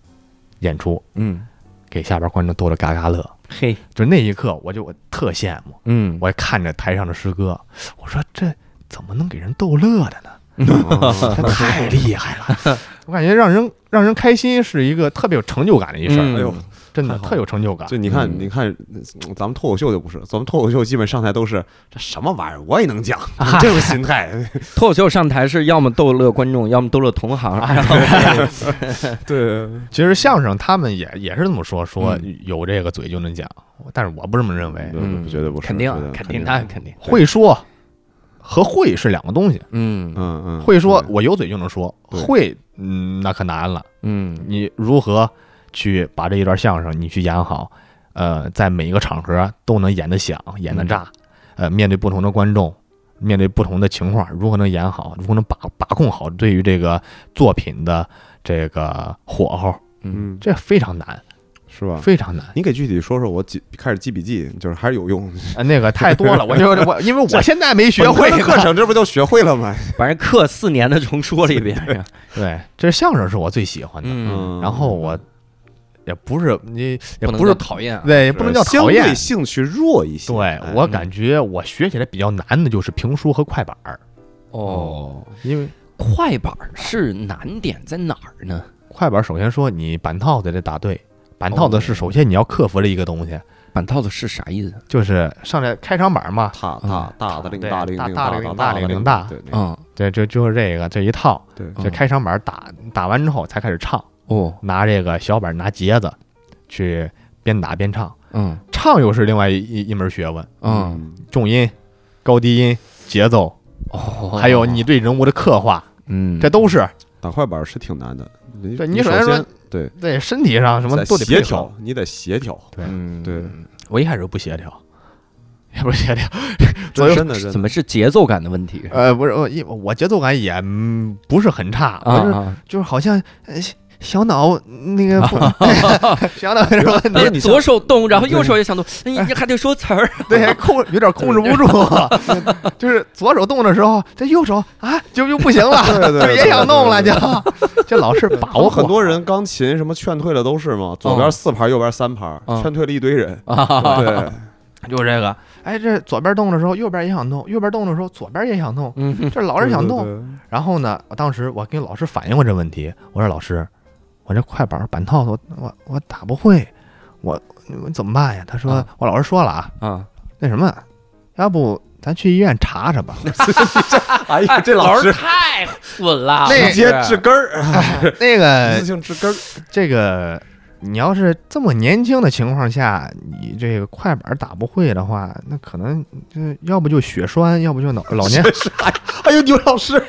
Speaker 4: 演出
Speaker 1: 嗯，
Speaker 4: 给下边观众逗得嘎嘎乐。
Speaker 1: 嘿，
Speaker 4: 就那一刻，我就我特羡慕，
Speaker 1: 嗯
Speaker 4: 我看着台上的师哥，我说这怎么能给人逗乐的呢？
Speaker 3: 哦 <laughs>
Speaker 4: 他太厉害了，嗯 <laughs> 我感觉让人让人开心是一个特别有成就感的一事儿。
Speaker 1: 嗯
Speaker 4: 哎呦，真的
Speaker 3: 太好了
Speaker 4: 特有成就感
Speaker 3: 就。你看，
Speaker 1: 嗯
Speaker 3: 你看，咱们脱口秀就不是，咱们脱口秀基本上台都是这什么玩意儿，我也能
Speaker 4: <laughs>
Speaker 3: 讲，这种心态。 <laughs>
Speaker 1: 脱口秀上台是要么逗乐观众，要么逗乐同行，然后
Speaker 3: 对，
Speaker 4: 其实相声他们也也是这么说，说
Speaker 1: 嗯
Speaker 4: 有这个嘴就能讲，但是我不这么认
Speaker 3: 哎
Speaker 4: 为。
Speaker 1: 嗯
Speaker 3: 绝对不是，
Speaker 1: 肯定
Speaker 4: 啊
Speaker 3: 绝对
Speaker 1: 肯定嗯那肯定，
Speaker 4: 会说和会是两个东西。
Speaker 1: 嗯
Speaker 3: 嗯嗯，
Speaker 4: 会说
Speaker 3: 对，
Speaker 4: 我有嘴就能说，
Speaker 3: 对
Speaker 4: 会嗯那可难了。
Speaker 1: 嗯
Speaker 4: 你如何去把这一段相声你去演好？呃，在每一个场合都能演得响，演得炸。呃，面对不同的观众，面对不同的情况，如何能演好？如何能把把控好对于这个作品的这个火候？
Speaker 1: 嗯
Speaker 3: 嗯，
Speaker 4: 这非常难，
Speaker 3: 是吧？
Speaker 4: 非常难。
Speaker 3: 你给具体说说，我记开始记笔记，就是还是有用。
Speaker 4: 呃， <laughs> 那个太多了，我就我因为我 <laughs> 现在没学会
Speaker 3: 本科 <laughs> 的课程，这不就学会了吗？
Speaker 1: 把人课四年的重说了一遍，
Speaker 4: <laughs> 对，这相声是我最喜欢的。
Speaker 1: 嗯，
Speaker 4: 然后我也不是你，也
Speaker 1: 能
Speaker 4: 不
Speaker 1: 叫
Speaker 4: 是
Speaker 1: 讨厌啊，
Speaker 4: 对，也不能叫
Speaker 3: 相
Speaker 4: 讨厌
Speaker 3: 对。兴趣弱一些。
Speaker 4: 对
Speaker 3: 哎
Speaker 4: 我感觉我学起来比较难的就是评书和快板儿，
Speaker 1: 哦，
Speaker 4: 因为
Speaker 1: 快板儿是难点在哪儿呢？
Speaker 4: 快板儿首先说你板套子得答对，板套子是
Speaker 1: 哦
Speaker 4: 首先你要克服的一个东西，
Speaker 1: 板套子是啥意思？
Speaker 4: 就是上来开场板儿嘛，
Speaker 3: 大大大的零
Speaker 4: 嗯对
Speaker 3: 大零
Speaker 4: 大
Speaker 3: 零
Speaker 4: 大
Speaker 3: 大
Speaker 4: 零
Speaker 3: 大
Speaker 4: 大
Speaker 3: 零
Speaker 4: 零
Speaker 3: 零
Speaker 4: 大
Speaker 3: 对那个
Speaker 1: 啊
Speaker 4: 对，就就是这个这一套，
Speaker 3: 对
Speaker 1: 嗯
Speaker 4: 这开场板儿打打完之后才开始唱，
Speaker 1: 哦
Speaker 4: 拿这个小板儿拿节子去边打边唱，
Speaker 1: 嗯
Speaker 4: 唱又是另外一一一门学问，
Speaker 1: 嗯
Speaker 4: 重音、高低音、节奏，
Speaker 1: 哦，
Speaker 4: 还有你对人物的刻画，
Speaker 1: 嗯
Speaker 4: 这都是
Speaker 3: 打快板是挺难的。你
Speaker 4: 对
Speaker 3: 你
Speaker 4: 你首先说
Speaker 3: 对
Speaker 4: 对身体上什么
Speaker 3: 在
Speaker 4: 都得
Speaker 3: 协
Speaker 4: 配合
Speaker 3: 调，你得协调。
Speaker 1: 嗯
Speaker 3: 对，
Speaker 4: 我一开始不协调，也不是协调，左右
Speaker 3: 真的真
Speaker 1: 怎
Speaker 3: 的
Speaker 1: 么是节奏感的问题？
Speaker 4: 呃，不是我一我节奏感也嗯不是很差，
Speaker 1: 啊
Speaker 4: 我就是
Speaker 1: 啊，
Speaker 4: 就是好像呃小小脑那个不小脑有点问
Speaker 1: 你
Speaker 4: 题，
Speaker 1: 哎左手动，然后右手也想动，哎你
Speaker 4: <laughs>
Speaker 1: 你还得说词儿，
Speaker 4: 对控有点控制不住，就是左手动的时候，这右手啊就又不行了，
Speaker 3: 对对
Speaker 4: 就
Speaker 3: 对
Speaker 4: 也想弄了，
Speaker 3: 对
Speaker 4: 就
Speaker 3: 对
Speaker 4: 这老是把
Speaker 3: 他们
Speaker 4: 握
Speaker 3: 很多人钢琴什么劝退了都是嘛，左
Speaker 4: 嗯
Speaker 3: 边四盘，右边三盘，
Speaker 1: 嗯
Speaker 3: 劝退了一堆人。
Speaker 4: 啊
Speaker 3: 对，
Speaker 4: 就这个，哎，这左边动的时候，右边也想动；右边动的时候，左边也想动。
Speaker 1: 嗯
Speaker 4: 这 <laughs> 老是想动，
Speaker 3: 对，对对
Speaker 4: 然后呢，我当时我跟老师反映过这问题，我说老师，我这快板板套我我我打不会，我我怎么办呀？他说、
Speaker 1: 啊
Speaker 4: 我老师说了啊，
Speaker 1: 啊，
Speaker 4: 那什么，要不咱去医院查查
Speaker 3: <laughs>
Speaker 4: 吧？
Speaker 3: 哎呀，这
Speaker 1: 老
Speaker 3: 老师
Speaker 1: 太损了，
Speaker 4: 那
Speaker 3: 直接治根儿，
Speaker 4: 那
Speaker 3: 一次
Speaker 4: 个
Speaker 3: 性治根儿。
Speaker 4: 这个，你要是这么年轻的情况下，你这个快板打不会的话，那可能就要不就血栓，要不就
Speaker 3: <laughs>
Speaker 4: 脑老年，
Speaker 3: 哎呦，牛老师，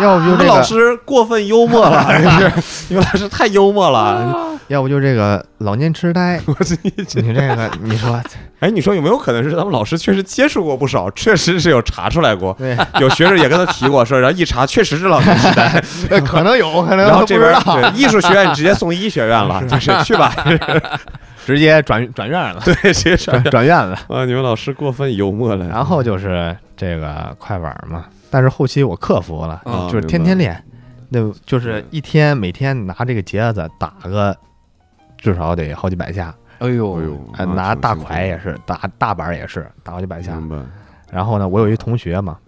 Speaker 4: 要不就
Speaker 3: 牛
Speaker 4: 这
Speaker 3: 老
Speaker 4: 个，
Speaker 3: 师过分幽默
Speaker 4: <laughs>
Speaker 3: 了，牛老师太幽默了。
Speaker 4: 要不就这个老年痴呆。
Speaker 3: 我这一这
Speaker 4: 你这个，你说
Speaker 3: 哎，你说有没有可能是咱们老师确实接触过不少，确实是有查出来过，
Speaker 4: 对，
Speaker 3: 有学生也跟他提过，说然后一查确实是老师痴呆，
Speaker 4: 那可能有，可能
Speaker 3: 然后
Speaker 4: 不
Speaker 3: 这
Speaker 4: 知
Speaker 3: 边
Speaker 4: 道 <laughs>
Speaker 3: 对艺术学院直接送医学院了，就是去吧， <laughs>
Speaker 4: 直接转转院了，
Speaker 3: 对，直接上
Speaker 4: 转转院了。
Speaker 3: 啊，你们老师过分幽默了。
Speaker 4: <laughs> 然后就是这个快板儿嘛，但是后期我克服了，
Speaker 3: 啊
Speaker 4: 就是天天练，那就是一天每天拿这个节子打个至少得好几百下，
Speaker 1: 哎呦
Speaker 3: 哎呦，
Speaker 4: 呃，
Speaker 3: 那
Speaker 4: 拿
Speaker 3: 挺
Speaker 4: 大
Speaker 3: 辛苦嗯
Speaker 4: 块也是，打大板儿也是打好几百下。
Speaker 3: 明白，
Speaker 4: 然后呢，我有一同学嘛，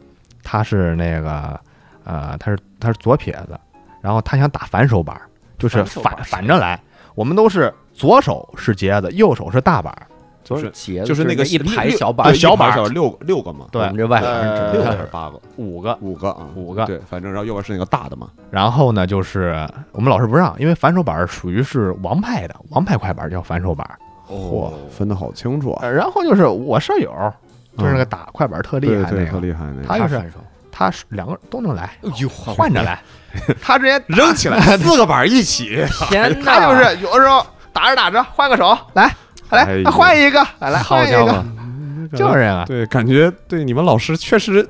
Speaker 4: 他是那个呃，他是他是左撇子，然后他想打反手板儿，就是
Speaker 1: 反手板
Speaker 4: 反
Speaker 1: 儿是
Speaker 4: 反着来，我们都是左手是节子，右手是大板儿，
Speaker 1: 就是节奏，
Speaker 3: 就是那个
Speaker 1: 一排
Speaker 3: 六
Speaker 1: 小
Speaker 3: 对
Speaker 1: 板
Speaker 3: 一
Speaker 1: 儿，哎
Speaker 4: 小
Speaker 3: 排
Speaker 4: 板儿
Speaker 3: 小六六个嘛，
Speaker 4: 对
Speaker 1: 我们哦这外行人
Speaker 4: 呃
Speaker 1: 真
Speaker 3: 六个
Speaker 1: 的
Speaker 3: 还是八个？
Speaker 4: 五个。
Speaker 3: 五个啊，
Speaker 4: 五个
Speaker 3: 对，反正然后右边是那个大的嘛，
Speaker 4: 然后呢，就是我们老师不让，因为反手板儿属于是王牌的，王牌快板儿叫反手板儿。
Speaker 3: 哇，分得好清楚啊，嗯
Speaker 4: 呃然后就是我舍友，就是那个打快板儿特厉害
Speaker 3: 对
Speaker 4: 那
Speaker 3: 对，特
Speaker 4: 个，
Speaker 3: 厉害那
Speaker 4: 他
Speaker 1: <laughs>
Speaker 3: 个，
Speaker 4: 就是
Speaker 1: 反手，
Speaker 4: 他是两个都能来，
Speaker 1: 哎呦，
Speaker 4: 换着，来。 <laughs> 他之前
Speaker 3: 扔起来， <laughs> 四个板儿一起，
Speaker 1: 天哪，
Speaker 4: 他就是有的时候打着打着换个手来，来
Speaker 3: 哎呦
Speaker 4: 换一个，来来
Speaker 1: 好
Speaker 4: 换一
Speaker 1: 家
Speaker 4: 个
Speaker 1: 伙，
Speaker 3: 感觉
Speaker 4: 就是
Speaker 3: <laughs>
Speaker 4: 啊，
Speaker 3: 对，感觉对你们老师确实，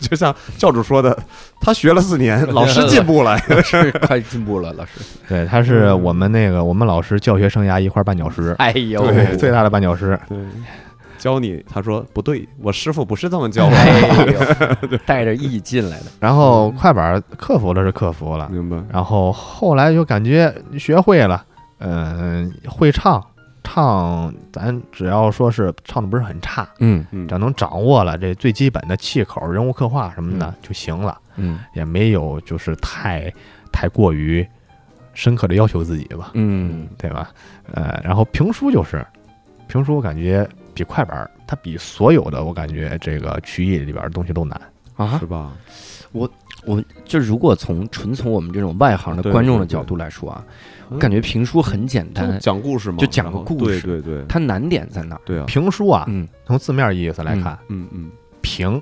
Speaker 3: 就像教主说的，他学了四年，老师进步了。
Speaker 1: 老师快进步了，老师。
Speaker 4: <laughs> 对，他是我们那个我们老师教学生涯一块绊脚石，
Speaker 1: 哎呦，
Speaker 4: 对，最大的绊脚石。
Speaker 3: 对，教你，他说不对，我师傅不是这么教我的。
Speaker 1: 哎呦， <laughs> 带着意进来的，
Speaker 4: 然后快板克服了是克服了，
Speaker 3: 明白？
Speaker 4: 然后后来就感觉学会了，嗯、会唱，唱咱只要说是唱的不是很差，
Speaker 1: 嗯
Speaker 3: 嗯
Speaker 4: 只要能掌握了这最基本的气口、人物刻画什么的就行了，
Speaker 1: 嗯
Speaker 4: 也没有就是太太过于深刻的要求自己吧，
Speaker 1: 嗯
Speaker 4: 对吧？呃，然后评书就是，评书我感觉比快板儿，它比所有的我感觉这个曲艺里边的东西都难。
Speaker 1: 啊
Speaker 3: 是，吧？
Speaker 1: 就如果从纯从我们这种外行的
Speaker 3: 对
Speaker 1: 观众的
Speaker 3: 对对
Speaker 1: 角度来说啊，
Speaker 3: 嗯
Speaker 1: 我感觉评书很简
Speaker 3: 就
Speaker 1: 单，
Speaker 3: 讲故事嘛，
Speaker 1: 就讲个
Speaker 3: 然后
Speaker 1: 故事
Speaker 3: 对对对，
Speaker 1: 它难点在哪儿？
Speaker 3: 对啊，
Speaker 4: 评书啊，
Speaker 1: 嗯
Speaker 4: 从字面意思来看，
Speaker 3: 嗯嗯，
Speaker 4: 评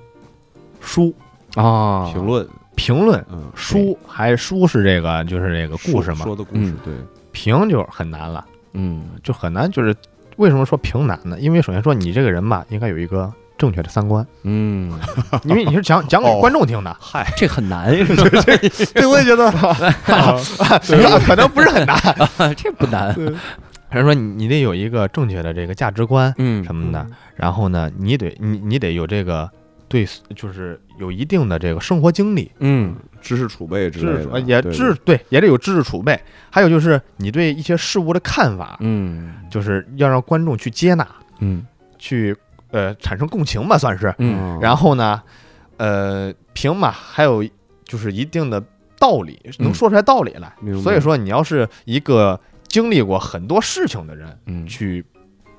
Speaker 4: 书
Speaker 1: 啊，
Speaker 3: 评论，
Speaker 4: 评论。
Speaker 3: 嗯，
Speaker 4: 书还书是这个，就是这个故事
Speaker 3: 说
Speaker 4: 嘛。
Speaker 3: 说的故事
Speaker 1: 嗯，
Speaker 3: 对，
Speaker 4: 评就很难了，
Speaker 1: 嗯
Speaker 4: 就很难。就是为什么说评难呢？因为首先说你这个人吧，应该有一个正确的
Speaker 3: <laughs>
Speaker 4: 三观，
Speaker 1: 嗯，
Speaker 4: 因为你是讲讲给观众听的，
Speaker 3: 哦
Speaker 4: <laughs>
Speaker 3: 嗨，
Speaker 1: <laughs> 这很难， <laughs>
Speaker 3: 对，我也觉得， <laughs>
Speaker 4: 可能不是很难。
Speaker 1: 这不难，
Speaker 5: 嗯
Speaker 4: 还是说你你得有一个正确的这个价值观
Speaker 1: 嗯
Speaker 4: 什么的，然后呢，你得你你得有这个对，就是有一定的这个生活经历，
Speaker 1: 嗯
Speaker 3: 知识储备之
Speaker 4: 知
Speaker 3: 类
Speaker 4: 识
Speaker 3: 的，
Speaker 4: 也
Speaker 3: 啊对
Speaker 4: 知，对也得有知识储备，还有就是你对一些事物的看法，
Speaker 1: 嗯
Speaker 4: 就是要让观众去接纳，
Speaker 1: 嗯
Speaker 4: 去呃产生共情吧，算是。
Speaker 1: 嗯
Speaker 3: 啊
Speaker 4: 然后呢，呃，评嘛，还有就是一定的道理，能
Speaker 1: 嗯
Speaker 4: 说出来道理来。
Speaker 3: 明白
Speaker 4: 所以说，你要是一个经历过很多事情的人
Speaker 1: 嗯，
Speaker 4: 去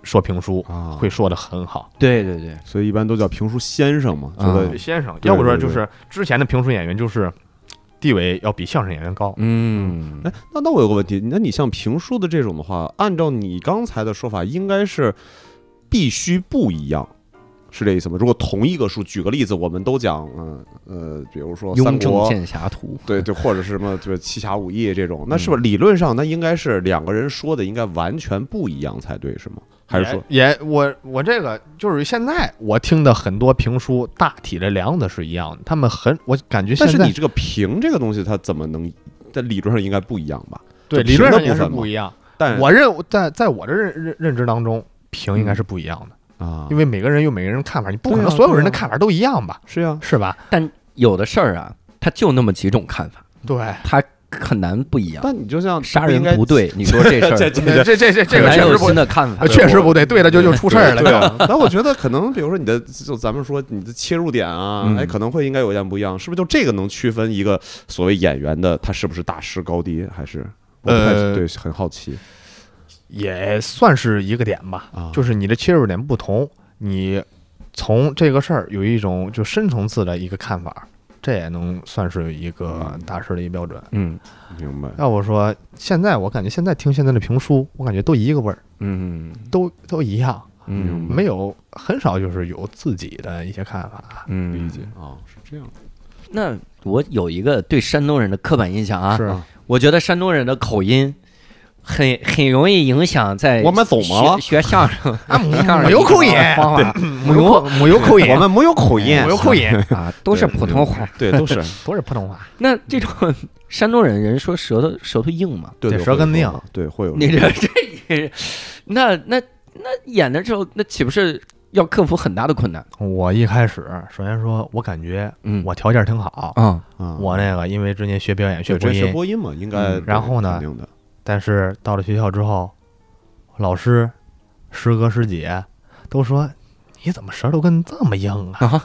Speaker 4: 说评书，
Speaker 3: 啊，
Speaker 4: 会，说的很好。
Speaker 1: 对对对，
Speaker 3: 所以一般都叫评书先生嘛，觉
Speaker 1: 啊
Speaker 3: 得哎
Speaker 4: 先生，
Speaker 3: 对
Speaker 4: 要不说
Speaker 3: 对
Speaker 4: 就
Speaker 3: 对
Speaker 4: 是之前的评书演员就是地位要比相声演员高。
Speaker 1: 嗯
Speaker 3: 哎，那那我有个问题，那你像评书的这种的话，按照你刚才的说法，应该是必须不一样，是这意思吗？如果同一个书，举个例子，我们都讲，嗯呃，比如说三
Speaker 1: 雍正
Speaker 3: 国，
Speaker 1: 剑侠图，
Speaker 3: 对对，或者是什么，就是七侠五义这种，那是不是理论上那应该是两个人说的应该完全不一样才对，是吗？还是说，
Speaker 4: 也也我我这个就是现在我听的很多评书，大体的梁子是一样的，他们很我感觉现
Speaker 3: 但
Speaker 4: 在
Speaker 3: 是你这个评这个东西，它怎么能在理论上应该不一样吧？
Speaker 4: 对
Speaker 3: 就
Speaker 4: 理论上
Speaker 3: 评
Speaker 4: 也
Speaker 3: 的部
Speaker 4: 是
Speaker 3: 分嘛
Speaker 4: 不一样。
Speaker 3: 但
Speaker 4: 我认在在我的认认认知当中，评应该是不一样的，
Speaker 3: 啊，
Speaker 4: 因为每个人有每个人的看法，你不可
Speaker 3: 对啊
Speaker 4: 能所有人的
Speaker 3: 对啊
Speaker 4: 看法都一样吧，
Speaker 3: 是呀，
Speaker 4: 是吧？
Speaker 1: 但有的事儿啊，它就那么几种看法，
Speaker 4: 对，
Speaker 1: 很难不一样。
Speaker 3: 但你就像
Speaker 1: 杀
Speaker 3: 应
Speaker 1: 人
Speaker 3: 该
Speaker 1: 不对，你说 <laughs> 这事
Speaker 4: <laughs>
Speaker 3: 这
Speaker 1: 儿
Speaker 3: 这
Speaker 4: 这这这这
Speaker 1: 很
Speaker 4: 个
Speaker 1: 难
Speaker 4: 确
Speaker 1: 有
Speaker 4: 实不
Speaker 1: 新，的看法
Speaker 4: 呃。确实不对，对了就就出事儿了。
Speaker 3: 对
Speaker 4: <laughs>
Speaker 3: 啊，但我觉得可能，比如说你的，就咱们说你的切入点啊，
Speaker 1: 嗯
Speaker 3: 哎，可能会应该有点不一样，是不是？就这个能区分一个所谓演员的他是不是大师高低，还是我不太
Speaker 4: 呃
Speaker 3: 对，很好奇
Speaker 4: 也算是一个点吧，
Speaker 3: 啊，
Speaker 4: 就是你的切入点不同，你从这个事儿有一种就深层次的一个看法，这也能算是一个
Speaker 3: 嗯
Speaker 4: 大师的一个标准。
Speaker 1: 嗯
Speaker 3: 明白，
Speaker 4: 要我说，现在我感觉现在听现在的评书，我感觉都一个味儿，
Speaker 1: 嗯
Speaker 4: 都都一样。
Speaker 1: 嗯
Speaker 4: 没有很少就是有自己的一些看法，
Speaker 1: 嗯
Speaker 3: 理解。啊，是这样，
Speaker 1: 那我有一个对山东人的刻板印象啊，
Speaker 4: 是
Speaker 3: 啊
Speaker 1: 我觉得山东人的口音很很容易影响在
Speaker 3: 我们怎么了
Speaker 1: 学学相声
Speaker 4: 啊，母
Speaker 1: 相声
Speaker 4: <laughs> 母有口音，
Speaker 1: 方法嗯
Speaker 4: 母有母有口音，
Speaker 3: 我们没有口音
Speaker 4: 母，有口音，
Speaker 1: <laughs> 啊，都是普通话。
Speaker 3: 对，
Speaker 4: <laughs>
Speaker 3: 都是
Speaker 4: 都是普通话。
Speaker 1: 那这种山东人人说舌头舌头硬嘛，
Speaker 3: 对
Speaker 4: 对
Speaker 3: 对
Speaker 4: 舌根
Speaker 3: 会有
Speaker 4: 硬
Speaker 3: 对，会有
Speaker 1: 你这这也是那那那演的时候，那岂不是要克服很大的困难？
Speaker 4: 我一开始首先说，我感觉
Speaker 1: 嗯
Speaker 4: 我条件挺好，
Speaker 1: 啊，
Speaker 3: 啊，
Speaker 4: 我那个因为之前学表演学
Speaker 3: 对
Speaker 4: 播
Speaker 3: 这学
Speaker 4: 音，
Speaker 3: 播音嘛，应该
Speaker 1: 嗯
Speaker 4: 然后呢
Speaker 3: 肯定的，
Speaker 4: 但是到了学校之后，老师、师哥师姐都说。你怎么舌头根这么硬啊？啊，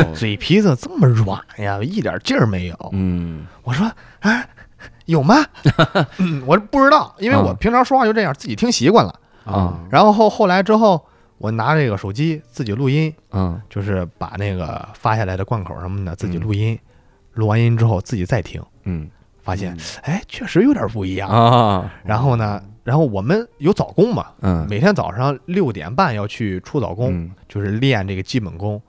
Speaker 3: 哦
Speaker 4: 嘴皮子这么软呀，一点劲儿没有。
Speaker 1: 嗯
Speaker 4: 我说啊，有吗？嗯我不知道，因为我
Speaker 1: 嗯
Speaker 4: 平常说话就这样，自己听习惯了。
Speaker 1: 啊
Speaker 4: 然后后后来之后，我拿这个手机自己录音，
Speaker 1: 啊
Speaker 4: 就是把那个发下来的贯口什么的自己录音，录完音之后自己再听，
Speaker 1: 嗯
Speaker 4: 发现哎，确实有点不一样。
Speaker 1: 啊
Speaker 4: 然后呢，然后我们有早功嘛，
Speaker 1: 嗯
Speaker 4: 每天早上六点半要去出早功，
Speaker 1: 嗯
Speaker 4: 就是练这个基本功。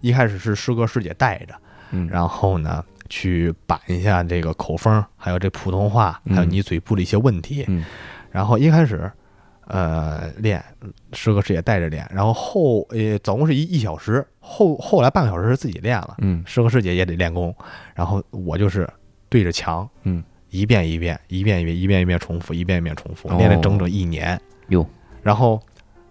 Speaker 4: 一开始是师哥师姐带着，
Speaker 1: 嗯
Speaker 4: 然后呢，去板一下这个口风，还有这普通话，
Speaker 1: 嗯
Speaker 4: 还有你嘴部的一些问题。
Speaker 1: 嗯
Speaker 4: 然后一开始，呃练，师哥师姐带着练，然后后呃总共是一一小时，后后来半个小时是自己练了，
Speaker 3: 嗯
Speaker 4: 师哥师姐也得练功，然后我就是对着墙，
Speaker 3: 嗯，
Speaker 4: 一遍一遍，一遍一遍，一遍一遍重复，一遍一遍重复
Speaker 3: 哦，
Speaker 4: 练了整整一年。
Speaker 1: 哟，。
Speaker 4: 然后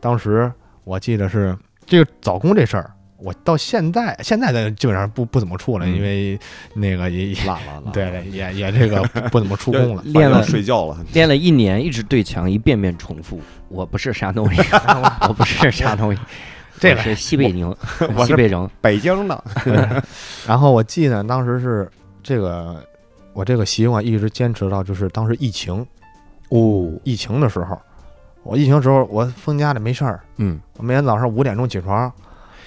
Speaker 4: 当时我记得是这个早功这事儿，我到现在现在咱基本上不不怎么处了，
Speaker 3: 嗯
Speaker 4: 因为那个也也
Speaker 3: 辣了辣，
Speaker 4: 对了，也也这个不不怎么出
Speaker 3: 要
Speaker 4: 功
Speaker 3: <laughs>
Speaker 4: 了
Speaker 1: 练了
Speaker 3: 要睡觉了，
Speaker 1: 练了一年，一直对墙一遍遍重复。我不是山东人， <laughs> 我不是山东人，
Speaker 4: <laughs> 这
Speaker 1: 我
Speaker 4: 个
Speaker 1: 是西北宁，
Speaker 3: 我
Speaker 1: 西
Speaker 3: 是
Speaker 1: 北人。
Speaker 3: 北京的，
Speaker 4: <laughs> 然后我记得当时是这个，我这个习惯一直坚持到就是当时疫情
Speaker 1: 哦，
Speaker 4: 疫情的时候，我疫情的时候我封家里没事儿，
Speaker 3: 嗯，
Speaker 4: 我每天早上五点钟起床，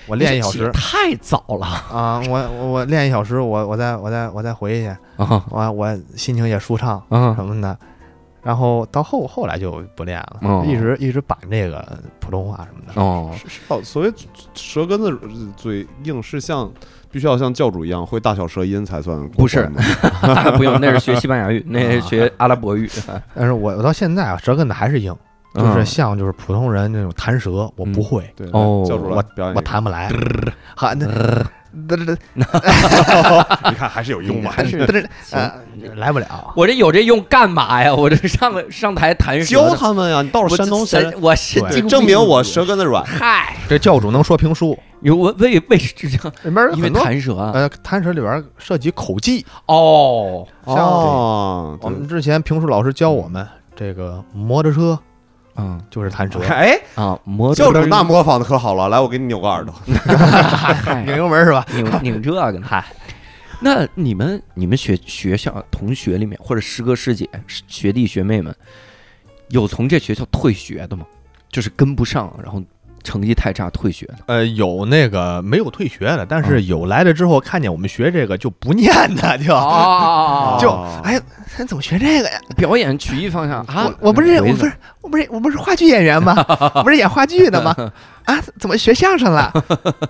Speaker 4: 我练一小时
Speaker 1: 太早
Speaker 4: <laughs>
Speaker 1: 了
Speaker 4: 啊、我我我练一小时，我我再我再我再回去，
Speaker 1: 啊
Speaker 4: 我我心情也舒畅
Speaker 1: 啊！
Speaker 4: 什么的。然后到后后来就不练了，
Speaker 1: 哦
Speaker 4: 一直一直板这个普通话什么的。 <laughs>
Speaker 1: 哦，
Speaker 3: 是是要所谓舌根子呃嘴硬是像必须要像教主一样会大小舌音才算过
Speaker 1: 不是
Speaker 3: 关吗
Speaker 1: 不用，那是学西班牙语，那是
Speaker 4: 啊
Speaker 1: 学阿拉伯
Speaker 4: <laughs>
Speaker 1: 语。啊嗯
Speaker 4: 但是我我到现在啊，舌根子还是硬，就是像就是普通人那种弹舌，我不会，
Speaker 3: 对
Speaker 1: 哦
Speaker 3: 来教主来
Speaker 4: 我
Speaker 3: 表演一个，
Speaker 4: 我弹不来。好，那嘚嘚 <laughs>
Speaker 3: 你看还是有用吧？
Speaker 1: 还是
Speaker 4: 嘚
Speaker 1: 行
Speaker 4: 嘚，呃来不了。
Speaker 1: 我这有这用干嘛呀？我这上个上台弹舌
Speaker 3: 教
Speaker 1: 的，
Speaker 3: 他们呀！你到了
Speaker 1: 我
Speaker 3: 山东
Speaker 1: 神
Speaker 3: 神，
Speaker 1: 我神
Speaker 4: 对
Speaker 1: 经病
Speaker 3: 证明我舌根子软。
Speaker 1: 嗨，
Speaker 4: 这教主能说评书，
Speaker 1: 有我为为这样，
Speaker 4: 里面有
Speaker 1: 因为
Speaker 4: 很多
Speaker 1: 弹舌啊
Speaker 4: 呃弹舌里边涉及口技，
Speaker 3: 呃
Speaker 1: 哦，
Speaker 4: 像
Speaker 3: 哦，
Speaker 4: 我们之前评书老师教我们这个摩托车
Speaker 1: 嗯
Speaker 4: 就是弹舌 <laughs>
Speaker 3: 对，哎，
Speaker 1: 啊，摩
Speaker 3: 教主
Speaker 1: 托
Speaker 3: 那模仿的可好了，来，我给你扭个耳朵。
Speaker 1: 嗨
Speaker 4: 拧油门是吧？
Speaker 1: <laughs> 拧拧这个呢？嗨，那你们你们学学校同学里面，或者师哥师姐、师学弟学妹们，有从这学校退学的吗？就是跟不上，然后成绩太差退学的？
Speaker 4: 呃，有那个没有退学的，但是有来了之后看见我们学这个就不念的，就
Speaker 1: 哦 <laughs>
Speaker 4: 就
Speaker 3: 哦
Speaker 4: 哎，咱怎么学这个呀？
Speaker 1: 表演曲艺方向啊
Speaker 4: 我，我不是
Speaker 1: 回呢
Speaker 4: 我不是我不是我不是话剧演员 <laughs> 吗？我不是演话剧的 <laughs> 吗？啊，怎么学相声了？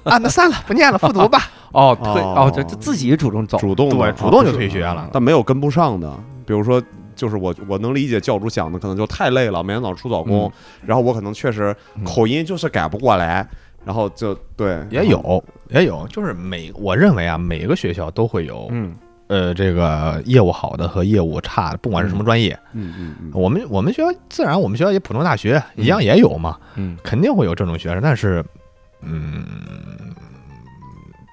Speaker 4: 啊，那算了，不念了，复读吧。
Speaker 1: 哦退哦
Speaker 3: 哦
Speaker 1: 就就自己主动走
Speaker 3: 主动的
Speaker 4: <laughs> 对
Speaker 3: 啊
Speaker 4: 主动就退学了
Speaker 3: 但没有跟不上的，比如说。就是我，我能理解教主想的，可能就太累了，每天早上出早功，然后我可能确实
Speaker 1: 嗯
Speaker 3: 口音就是改不过来，然后就对
Speaker 4: <laughs> 也，有也有，就是每我认为啊，每个学校都会有、
Speaker 3: 嗯
Speaker 4: 呃这个业务好的和业务差的，不管是什么专业，
Speaker 3: 嗯嗯嗯，
Speaker 4: 我们我们学校自然我们学校也普通大学一样也有嘛，
Speaker 1: 嗯
Speaker 4: 肯定会有这种学生，但是嗯，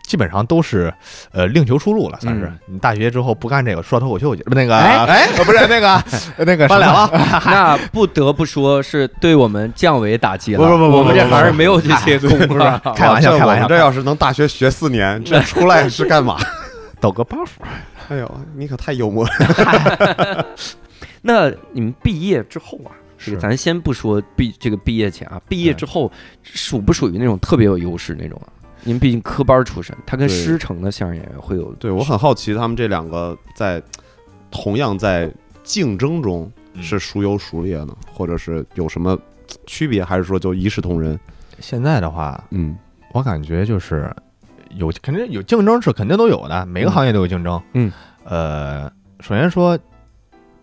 Speaker 4: 基本上都是呃另求出路了，算是
Speaker 1: 嗯
Speaker 4: 你大学之后不干这个，说脱口秀去，不那个
Speaker 3: 啊
Speaker 1: 哎
Speaker 4: 哎，不是那
Speaker 3: <laughs>
Speaker 4: 个那个
Speaker 1: 办
Speaker 4: 什么
Speaker 1: <laughs> 那不得不说是对我们降维打击了。
Speaker 4: 不不不不
Speaker 1: 我们
Speaker 4: 不
Speaker 1: 这
Speaker 4: 不
Speaker 1: 行是没有这些功夫啊的。
Speaker 4: 开玩笑
Speaker 3: 这
Speaker 4: 开玩
Speaker 3: 我们
Speaker 4: 笑
Speaker 3: 这要是能大学学四年，这出来是干嘛？ <laughs>
Speaker 4: 抖个包袱，
Speaker 3: 哎呦，你可太幽默了。
Speaker 1: 那你们毕业之后啊，
Speaker 4: 是
Speaker 1: 咱先不说毕这个毕业前啊，毕业之后
Speaker 3: 嗯
Speaker 1: 属不属于那种特别有优势那种啊？您毕竟科班出身，他跟
Speaker 3: 对
Speaker 1: 师承的相声演员会有
Speaker 3: 对我很好奇，他们这两个在同样在竞争中
Speaker 4: 嗯
Speaker 3: 是孰优孰劣呢，或者是有什么区别，还是说就一视同仁？
Speaker 4: 现在的话，
Speaker 3: 嗯
Speaker 4: 我感觉就是有肯定有竞争是肯定都有的，每个行业都有竞争。
Speaker 1: 嗯，
Speaker 4: 呃，首先说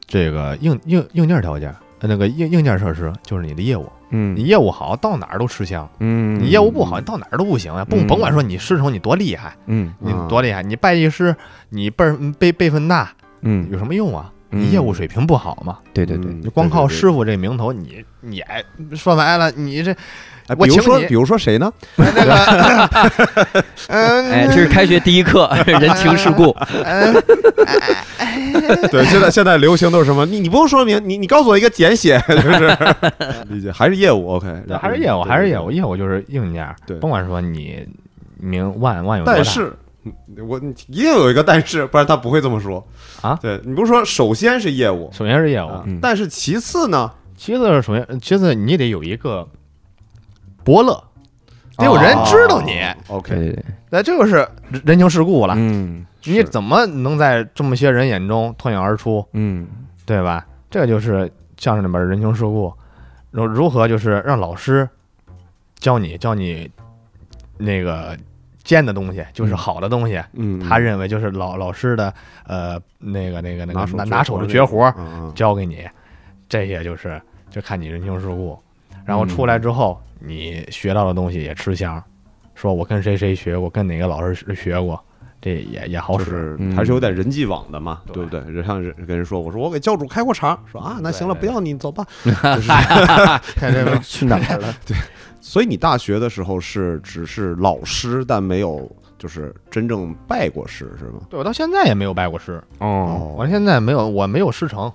Speaker 4: 这个硬硬硬件条件，呃那个硬硬件设施就是你的业务，
Speaker 1: 嗯
Speaker 4: 你业务好到哪儿都吃香，
Speaker 1: 嗯
Speaker 4: 你业务不好到哪儿都不行啊！不
Speaker 1: 嗯
Speaker 4: 甭管说你师承你多厉害，
Speaker 1: 嗯
Speaker 4: 你多厉害，你拜一师你辈儿辈辈分大
Speaker 1: 嗯
Speaker 4: 有什么用
Speaker 1: 嗯
Speaker 4: 啊？你业务水平不好嘛，
Speaker 1: 对对对，
Speaker 3: 嗯
Speaker 4: 你光靠
Speaker 3: 对对对
Speaker 4: 师傅这名头，你你哎说白了，你这
Speaker 3: 哎，
Speaker 4: 我
Speaker 3: 比如
Speaker 4: 请
Speaker 3: 说，
Speaker 4: 你
Speaker 3: 比如说谁呢？
Speaker 4: 那个，嗯，
Speaker 1: 哎，这是开学第一
Speaker 3: <laughs>
Speaker 1: 课，人情世故，
Speaker 3: <laughs> 对，现在现在流行都是什么？你你不用说明，你你告诉我一个简写， <laughs> 就是理解还是业务 OK，
Speaker 4: 对还是业务，还是业务，。
Speaker 3: 对对对
Speaker 4: 业务就是硬件儿，
Speaker 3: 对
Speaker 4: 甭管说你名万万有多大，
Speaker 3: 但是我你一定有一个但是，不然他不会这么说
Speaker 4: 啊
Speaker 3: 对你不是说首先是业务，
Speaker 4: 首先是业务，
Speaker 3: 啊
Speaker 1: 嗯
Speaker 3: 但是其次呢，
Speaker 4: 其次是首先，其次你得有一个伯乐，得有人
Speaker 1: 哦
Speaker 4: 知道你，
Speaker 1: 对
Speaker 3: 啊 OK，
Speaker 1: 对对，
Speaker 4: 那这就是人人情世故
Speaker 3: 啊
Speaker 4: 了。
Speaker 1: 嗯
Speaker 4: 你怎么能在这么些人眼中脱颖而出，
Speaker 1: 嗯
Speaker 4: 对吧？这个就是相声里边的人情世故，如如何就是让老师教你教你那个尖的东西，就是好的东西，
Speaker 3: 嗯，
Speaker 4: 他认为就是老老师的呃那个那个那个
Speaker 3: 拿手
Speaker 4: 拿
Speaker 3: 绝
Speaker 4: 拿
Speaker 3: 活
Speaker 4: 手
Speaker 3: 那
Speaker 4: 的
Speaker 3: 个
Speaker 4: 绝活儿
Speaker 3: 嗯嗯
Speaker 4: 交给你，这些就是就看你人情世故。然后
Speaker 3: 嗯
Speaker 4: 出来之后，你学到的东西也吃香，说我跟谁谁学，我跟哪个老师学过，这也也好
Speaker 3: 就
Speaker 4: 使。
Speaker 3: 是
Speaker 1: 嗯
Speaker 3: 还是有点人际网的嘛，
Speaker 4: 对
Speaker 3: 对不对？人像人跟人说，我说我给教主开过场，说啊，那行了，
Speaker 4: 对
Speaker 3: 不
Speaker 4: 对
Speaker 3: 要你走吧。
Speaker 4: <laughs>
Speaker 3: <laughs>
Speaker 1: 去哪儿了？
Speaker 3: 所以你大学的时候是只是老师，但没有就是真正拜过师，是吗？
Speaker 4: 对我到现在也没有拜过师，
Speaker 1: 哦，
Speaker 4: 我现在没有，我没有师承。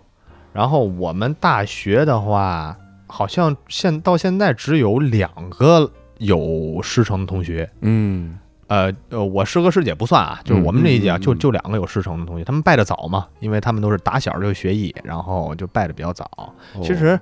Speaker 4: 然后我们大学的话，好像现到现在只有两个有师承的同学。
Speaker 1: 嗯，
Speaker 4: 呃呃，我师哥师姐不算啊，就是我们这一届
Speaker 3: 嗯
Speaker 4: 啊，
Speaker 3: 嗯嗯
Speaker 4: 就
Speaker 3: 嗯
Speaker 4: 就两个有师承的同学，他们拜的早嘛，因为他们都是打小就学艺，然后就拜的比较早。
Speaker 3: 哦
Speaker 4: 其实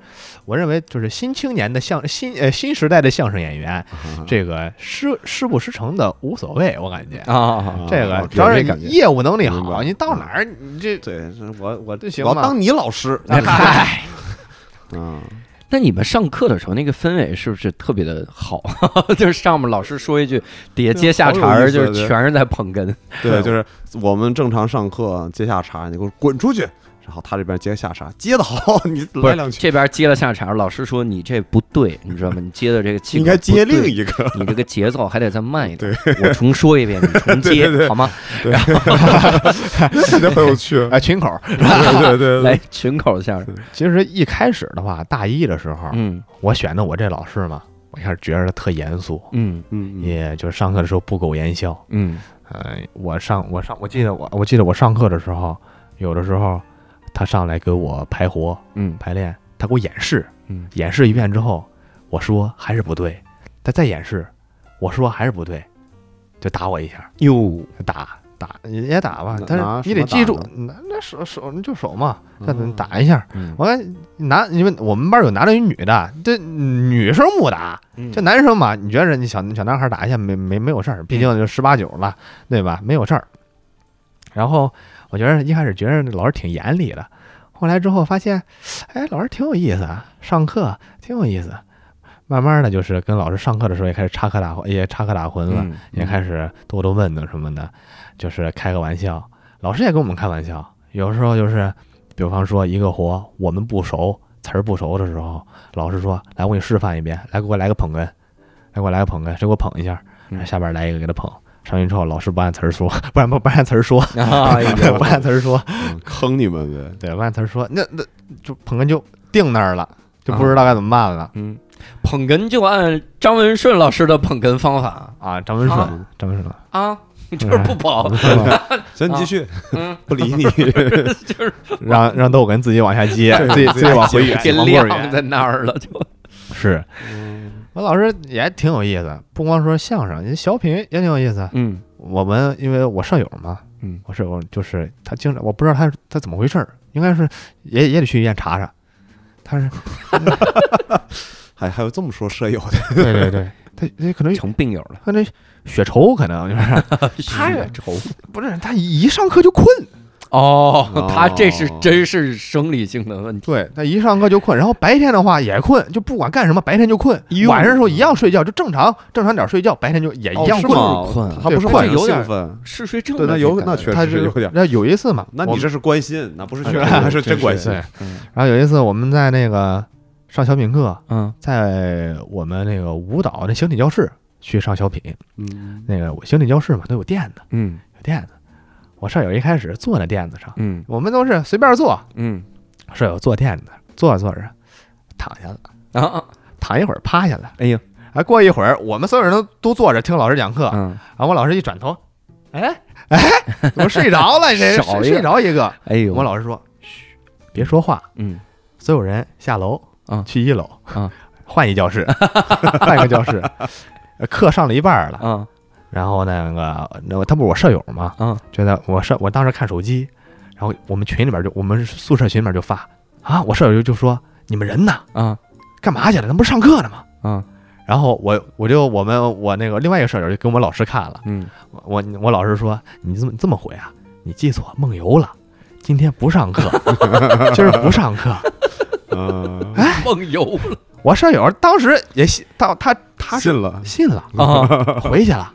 Speaker 4: 我认为，就是新青年的相 <laughs> 新呃新时代的相声演员，
Speaker 3: 嗯啊
Speaker 4: 这个师师不师承的无所谓，我感觉
Speaker 1: 啊，
Speaker 4: 这个
Speaker 3: 啊
Speaker 4: 只要
Speaker 3: 有
Speaker 4: 是
Speaker 3: 这感觉
Speaker 4: 业务能力
Speaker 3: 明
Speaker 4: 好，
Speaker 3: 白
Speaker 4: 你到哪儿
Speaker 3: <laughs>
Speaker 4: 你这
Speaker 3: 对，是我我
Speaker 4: 就行啊
Speaker 3: 我要
Speaker 4: 嘛
Speaker 3: 当你老师，
Speaker 4: 嗨，
Speaker 3: <laughs> 嗯，
Speaker 1: 那你们上课的时候那个氛围是不是特别的好？ <laughs> 就是上面老师说一句，底下接下茬
Speaker 3: 好有
Speaker 1: 儿，
Speaker 3: 意思
Speaker 1: 就
Speaker 3: 啊
Speaker 1: 是全是在捧哏。
Speaker 3: 对，就是我们正常上课接下茬，你给我滚出去，然后他这边接下茬，接的好， <laughs> 你
Speaker 1: 不
Speaker 3: 来两
Speaker 1: 是
Speaker 3: 句，
Speaker 1: 这边接了下茬儿，老师说你这不对，你知道吗？你接的这个气
Speaker 3: 应
Speaker 1: 口
Speaker 3: 该接
Speaker 1: 不对
Speaker 3: 另
Speaker 1: <laughs>
Speaker 3: 一个，
Speaker 1: 你这个节奏还得再慢一点。我重说一遍，你重接
Speaker 3: 对对对
Speaker 1: 好吗？
Speaker 3: 真的很有趣，
Speaker 4: 哎，群
Speaker 3: <laughs>
Speaker 4: 口。
Speaker 3: 对对对
Speaker 4: <laughs>
Speaker 1: 来群口下边，
Speaker 4: 哎其实一开始的话，大一的时候，
Speaker 1: 嗯
Speaker 4: 我选的我这老师嘛，我一开始觉着他特严肃，
Speaker 1: 嗯
Speaker 3: 嗯，嗯
Speaker 4: 也就是上课的时候不苟言笑。
Speaker 1: 嗯，
Speaker 4: 呃，我上我上我记得我我记得我上课的时候，有的时候他上来给我排活，
Speaker 1: 嗯
Speaker 4: 排练，他给我演示，
Speaker 1: 嗯，
Speaker 4: 演示一遍之后，我说还是不对，他再演示，我说还是不对，就打我一下，
Speaker 1: 哟，
Speaker 4: 打打也打吧
Speaker 3: 拿，
Speaker 4: 但
Speaker 3: 拿
Speaker 4: 是你
Speaker 3: 什
Speaker 4: 得
Speaker 3: 么
Speaker 4: 记
Speaker 3: 打
Speaker 4: 住
Speaker 3: 呢，
Speaker 4: 那那手手你就手嘛，那
Speaker 3: 嗯
Speaker 4: 打一下。
Speaker 1: 嗯
Speaker 4: 我看男，因为我们班有男的有女的，这女生不打，
Speaker 1: 嗯
Speaker 4: 这男生嘛，你觉着你小小男孩打一下没没没有事儿，毕竟就十八九了，对吧？没有事儿。然后我觉得一开始觉得老师挺严厉的，后来之后发现，哎，老师挺有意思啊，上课挺有意思。慢慢的就是跟老师上课的时候也开始插科打诨，也插科打诨了，
Speaker 1: 嗯
Speaker 4: 也开始多多问呢什么的，就是开个玩笑。老师也跟我们开玩笑，有时候就是，比方说一个活我们不熟，词儿不熟的时候，老师说：“来，我给你示范一遍，来给我来个捧哏，来给我来个捧哏，谁给我捧一下？”
Speaker 1: 嗯
Speaker 4: 下边来一个给他捧。上去之后，老师不按词儿说，不然不不按词儿说，
Speaker 1: 哎呀
Speaker 4: 不按词儿说，
Speaker 3: 嗯坑你们呗，
Speaker 4: 对，不按词儿说，那那就捧哏就定那儿了，就不知道该怎么办了
Speaker 1: 嗯，捧哏就按张文顺老师的捧哏方法
Speaker 4: 啊！张文
Speaker 1: 啊
Speaker 4: 顺，张文顺，
Speaker 1: 啊，就是不跑，
Speaker 3: 行，你继续，
Speaker 1: 嗯，
Speaker 3: <laughs> 不理你，
Speaker 1: 就是
Speaker 4: 让让窦哏自己往下接，自己自己往回远，
Speaker 1: 给
Speaker 4: 往过远。
Speaker 1: 晾在那儿了，就是
Speaker 4: 我嗯老师也挺有意思，不光说相声，小品也挺有意思。
Speaker 1: 嗯
Speaker 4: 我们因为我舍友嘛，
Speaker 1: 嗯，
Speaker 4: 我舍友就是他经常，我不知道他是他怎么回事儿，应该是也也得去医院查查。他是
Speaker 3: 还还有这么说舍友的，
Speaker 4: 对对对， <laughs> 他他可能
Speaker 1: 成病友了，
Speaker 4: 他那血仇可
Speaker 3: <laughs>
Speaker 4: 能就是他是
Speaker 1: 愁
Speaker 4: 不是他一上课就困，
Speaker 1: 哦
Speaker 3: 哦，
Speaker 1: 他这是真是生理性的问题，
Speaker 4: 对他一上课就困，然后白天的话也困，就不管干什么白天就困，
Speaker 1: 哟
Speaker 4: 晚上的时候一样睡觉，就正常正常点儿睡觉，白天就也一样
Speaker 3: 哦是
Speaker 4: 哦困。
Speaker 1: 就是困
Speaker 3: 吗他不是
Speaker 4: 对
Speaker 3: 晚上
Speaker 1: 有点
Speaker 3: 兴奋，
Speaker 1: 嗜睡症
Speaker 3: 对，
Speaker 1: 的
Speaker 3: 那
Speaker 1: 这
Speaker 3: 有
Speaker 1: 感
Speaker 3: 那
Speaker 1: 觉
Speaker 3: 确
Speaker 4: 他
Speaker 3: 实
Speaker 4: 是
Speaker 3: 有点，
Speaker 4: 那有一次嘛，
Speaker 3: 那
Speaker 4: 我
Speaker 3: 你
Speaker 4: 们
Speaker 3: 这是关心，那不是
Speaker 4: 哎
Speaker 3: 缺爱，还是
Speaker 4: 真
Speaker 3: 真关心
Speaker 4: 对，然后有一次我们在那个上小品课，
Speaker 1: 嗯
Speaker 4: 在我们那个舞蹈那形体教室去上小品，
Speaker 3: 嗯，
Speaker 4: 那个形体教室嘛都有垫子，
Speaker 1: 嗯
Speaker 4: 有垫子。我舍友一开始坐那垫子上，
Speaker 1: 嗯
Speaker 4: 我们都是随便坐，
Speaker 1: 嗯
Speaker 4: 舍友坐垫子，坐着坐着躺下了，
Speaker 1: 啊啊
Speaker 4: 躺一会儿趴下了，
Speaker 1: 哎呦，
Speaker 4: 哎，过一会儿我们所有人都都坐着听老师讲课，
Speaker 1: 嗯，
Speaker 4: 然后我老师一转头，哎哎，怎么睡着了？你这
Speaker 1: 少一个
Speaker 4: 睡睡着一个，
Speaker 1: 哎呦，
Speaker 4: 我老师说，嘘，别说话，
Speaker 1: 嗯
Speaker 4: 所有人下楼
Speaker 1: 啊
Speaker 4: 去一楼
Speaker 1: 啊，
Speaker 4: 换一
Speaker 1: <laughs>
Speaker 4: 教室，换一个教室，呃课上了一半儿了。
Speaker 1: 啊
Speaker 4: 然后那个，那他不是我舍友吗？
Speaker 1: 啊
Speaker 4: 觉得我舍我当时看手机，然后我们群里边就我们宿舍群里边就发啊，我舍友就就说你们人呢？
Speaker 1: 啊
Speaker 4: 干嘛去了？那不是上课呢吗？
Speaker 1: 啊
Speaker 4: 然后我我就我们我那个另外一个舍友就跟我老师看了，
Speaker 1: 嗯
Speaker 4: 我我我老师说你这么这么回啊？你记错梦游了，今天不上课，今儿不上课。哎
Speaker 3: 嗯，
Speaker 1: 梦游了
Speaker 4: 我舍友当时也信，到他 <laughs> 他是
Speaker 3: 信了，
Speaker 4: 信了，
Speaker 1: 啊
Speaker 4: 回去了，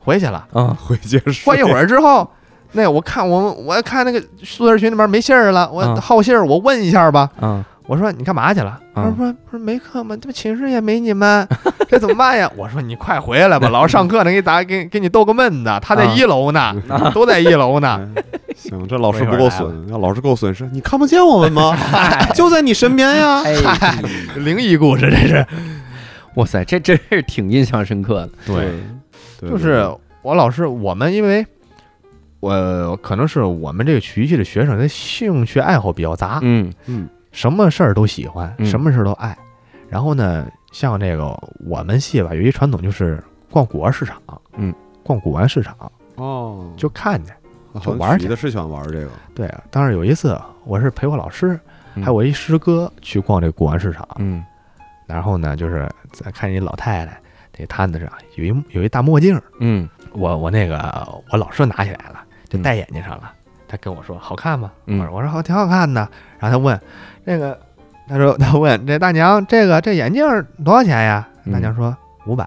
Speaker 4: 回去了。
Speaker 1: 啊
Speaker 3: 回结束，
Speaker 4: 过一
Speaker 3: <laughs>
Speaker 4: 会儿之后，那我看我们我看那个宿舍群里边没信儿了，我
Speaker 1: 嗯
Speaker 4: 好信儿，我问一下吧。
Speaker 1: 啊
Speaker 4: 我说你干嘛去了？他说
Speaker 1: 嗯
Speaker 4: 不是不是没课吗？这不寝室也没你们，这怎么办呀？ <laughs> 我说你快回来吧，老师上课呢，给大家给给你逗个闷子。他在
Speaker 1: 啊
Speaker 4: 一楼呢，都在一楼呢。
Speaker 3: 哎嗯行，这老师不够损，要老师够损是，你看不见我们吗？ <laughs> 就在你身边呀。
Speaker 1: 哎，
Speaker 4: 灵异故事这是，
Speaker 1: 哇塞，这真是挺印象深刻的。
Speaker 3: 对，对
Speaker 4: 就是我老师，我们因为我可能是我们这个曲艺系的学生，他兴趣爱好比较杂，
Speaker 1: 嗯
Speaker 3: 嗯
Speaker 4: 什么事儿都喜欢，
Speaker 1: 嗯
Speaker 4: 什么事儿都爱。然后呢，像这个我们系吧，有一传统就是逛古玩市场，
Speaker 1: 嗯，
Speaker 4: 逛古玩市场
Speaker 3: 哦，
Speaker 4: 就看见。
Speaker 3: 好像
Speaker 4: 玩儿
Speaker 3: 曲
Speaker 4: 去
Speaker 3: 的是喜欢玩儿这个，
Speaker 4: 对，当时有一次我是陪我老师，
Speaker 1: 嗯
Speaker 4: 还有我一师哥去逛这个古玩市场，
Speaker 1: 嗯
Speaker 4: 然后呢，就是在看一老太太，这摊子上有一有一大墨镜，
Speaker 1: 嗯
Speaker 4: 我我那个我老师拿起来了，就
Speaker 1: 嗯
Speaker 4: 戴眼睛上了。他跟我说好看吗？
Speaker 1: 嗯
Speaker 4: 我说我说好，挺好看的。然后他问那个，他说他问这大娘这个这眼镜儿多少钱呀？
Speaker 1: 嗯
Speaker 4: 大娘说五百。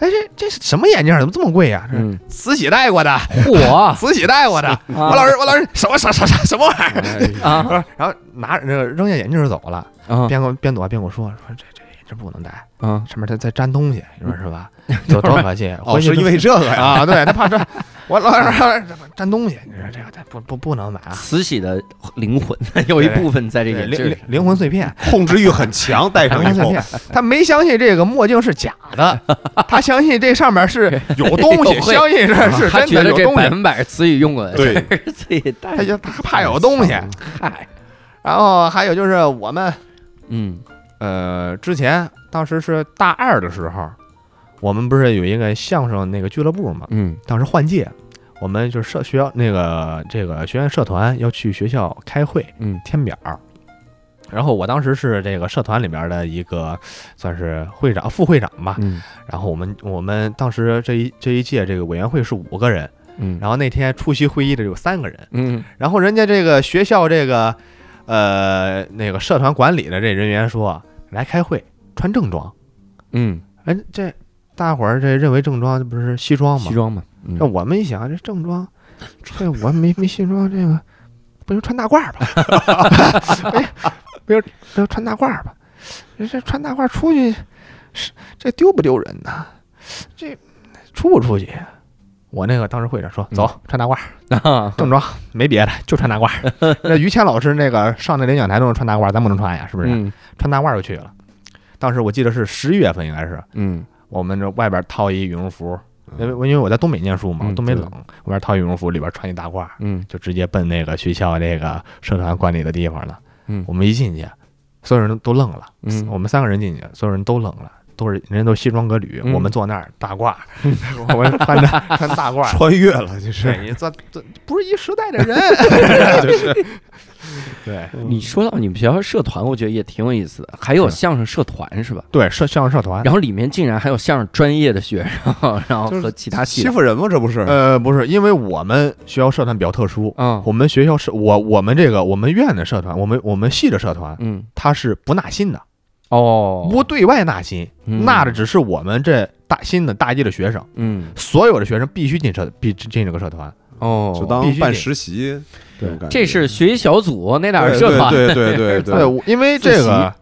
Speaker 4: 哎，这这是什么眼镜儿？怎么这么贵呀、这是
Speaker 1: 嗯，啊
Speaker 4: 慈禧戴
Speaker 1: <laughs>
Speaker 4: 过的，
Speaker 1: 嚯！
Speaker 4: 慈禧
Speaker 1: <laughs>
Speaker 4: 戴过的。我老师，我老师什么什么什么什么玩意儿？
Speaker 1: 啊
Speaker 4: 然后拿那个扔下眼镜儿走了，
Speaker 1: 啊
Speaker 4: 边跟我边走还边跟我说说这这眼镜儿不能戴，
Speaker 1: 啊！
Speaker 4: 上面它在粘东西，你说是吧？ <laughs> 多多可惜，
Speaker 3: 哦，
Speaker 4: 回去
Speaker 3: 是
Speaker 4: 就
Speaker 3: 因为这个呀？
Speaker 4: 啊，对他怕沾，我老是沾东西，你说这个这不不不能买啊，
Speaker 1: 慈禧的灵魂有一部分在这
Speaker 4: 对
Speaker 1: 眼
Speaker 4: 灵
Speaker 1: 镜
Speaker 4: 灵灵魂碎片，
Speaker 3: 控制欲很强，戴
Speaker 4: 灵
Speaker 3: 上以
Speaker 4: 魂碎
Speaker 3: 后
Speaker 4: 片，他没相信这个墨镜是假的，他相信这上面是有东西，
Speaker 1: 有会啊
Speaker 4: 相信是是
Speaker 1: 他觉得
Speaker 4: 真的有
Speaker 1: 这
Speaker 4: 东
Speaker 1: 百
Speaker 4: 西，
Speaker 1: 分百是慈禧用过的，
Speaker 3: 对，
Speaker 1: 自己带
Speaker 4: 他
Speaker 1: 的。
Speaker 4: 就他怕有东西。
Speaker 1: 嗨，
Speaker 4: 然后还有就是我们
Speaker 1: 嗯
Speaker 4: 呃，之前当时是大二的时候，我们不是有一个相声那个俱乐部嘛，
Speaker 1: 嗯
Speaker 4: 当时换届。我们就是社学校那个这个学院社团要去学校开会，
Speaker 1: 嗯
Speaker 4: 填表儿。然后我当时是这个社团里边的一个，算是会长、副会长吧。
Speaker 1: 嗯
Speaker 4: 然后我们我们当时这一这一届这个委员会是五个人，
Speaker 1: 嗯
Speaker 4: 然后那天出席会议的有三个人。
Speaker 1: 嗯
Speaker 4: 然后人家这个学校这个，呃，那个社团管理的这人员说来开会穿正装，
Speaker 1: 嗯，
Speaker 4: 哎，这大伙儿这认为正装这不是西装吗
Speaker 1: 西？装嘛，
Speaker 4: 那我们一想，这正装，这我没没西装，这个不如穿大褂儿吧？ <laughs> 不如不如穿大褂儿吧？这穿大褂儿出去，是这丢不丢人呢？这出不出去？我那个当时会长说：“
Speaker 1: 嗯
Speaker 4: 走，穿大褂儿，
Speaker 1: 啊，
Speaker 4: 正装，没别的，就穿大
Speaker 1: <laughs>
Speaker 4: 褂儿。”那于谦老师那个上那领奖台都是穿大褂儿，咱不能穿呀，是不是？
Speaker 1: 嗯
Speaker 4: 穿大褂儿就去了。当时我记得是十一月份，应该是
Speaker 1: 嗯
Speaker 4: 我们这外边套一羽绒服，因为
Speaker 3: 嗯
Speaker 4: <laughs> 我因为我在东北念书嘛，
Speaker 1: 嗯
Speaker 4: 东北
Speaker 1: 对
Speaker 4: 冷，我外边套羽绒服，里边穿一大褂，
Speaker 1: 嗯
Speaker 4: 就直接奔那个学校这个社团管理的地方了。
Speaker 1: 嗯
Speaker 4: 我们一进去，所有人都愣了。
Speaker 1: 嗯
Speaker 4: 我们三个人进去，所有人都愣了，都是人家都西装革履，
Speaker 1: 嗯
Speaker 4: 我们坐那儿大褂， <laughs> 我们穿着穿大褂。
Speaker 3: 穿越了，这是
Speaker 4: 对你这这不是一时代的
Speaker 1: <laughs>
Speaker 4: 人，就是 <laughs> 对
Speaker 1: 你说到你们学校社团，我觉得也挺有意思的，还有相声社团是吧？
Speaker 4: 对社相声社团。
Speaker 1: 然后里面竟然还有相声专业的学生， <laughs> 然后和其他系
Speaker 3: 欺
Speaker 1: 的，
Speaker 3: 负人吗？这不是？
Speaker 4: 呃，不是，因为我们学校社团比较特殊，
Speaker 1: 啊，
Speaker 4: 我们学校是我我们这个我们院的社团，我们我们系的社团，
Speaker 1: 嗯，
Speaker 4: 它是不纳新的，
Speaker 1: 哦，
Speaker 4: 不对外纳新，
Speaker 1: 嗯
Speaker 4: 纳的只是我们这大新的大一的学生，
Speaker 1: 嗯，
Speaker 4: 所有的学生必须进社必进这个社团。
Speaker 1: 哦
Speaker 3: 就当
Speaker 4: 必须
Speaker 3: 办
Speaker 4: 得
Speaker 3: 实习，
Speaker 4: 对
Speaker 3: 种感觉
Speaker 1: 这是学习小组那俩
Speaker 3: 对
Speaker 1: 是社团，
Speaker 3: 对对对对对，
Speaker 4: 我因为
Speaker 3: 自
Speaker 4: 这
Speaker 3: 习
Speaker 4: 个，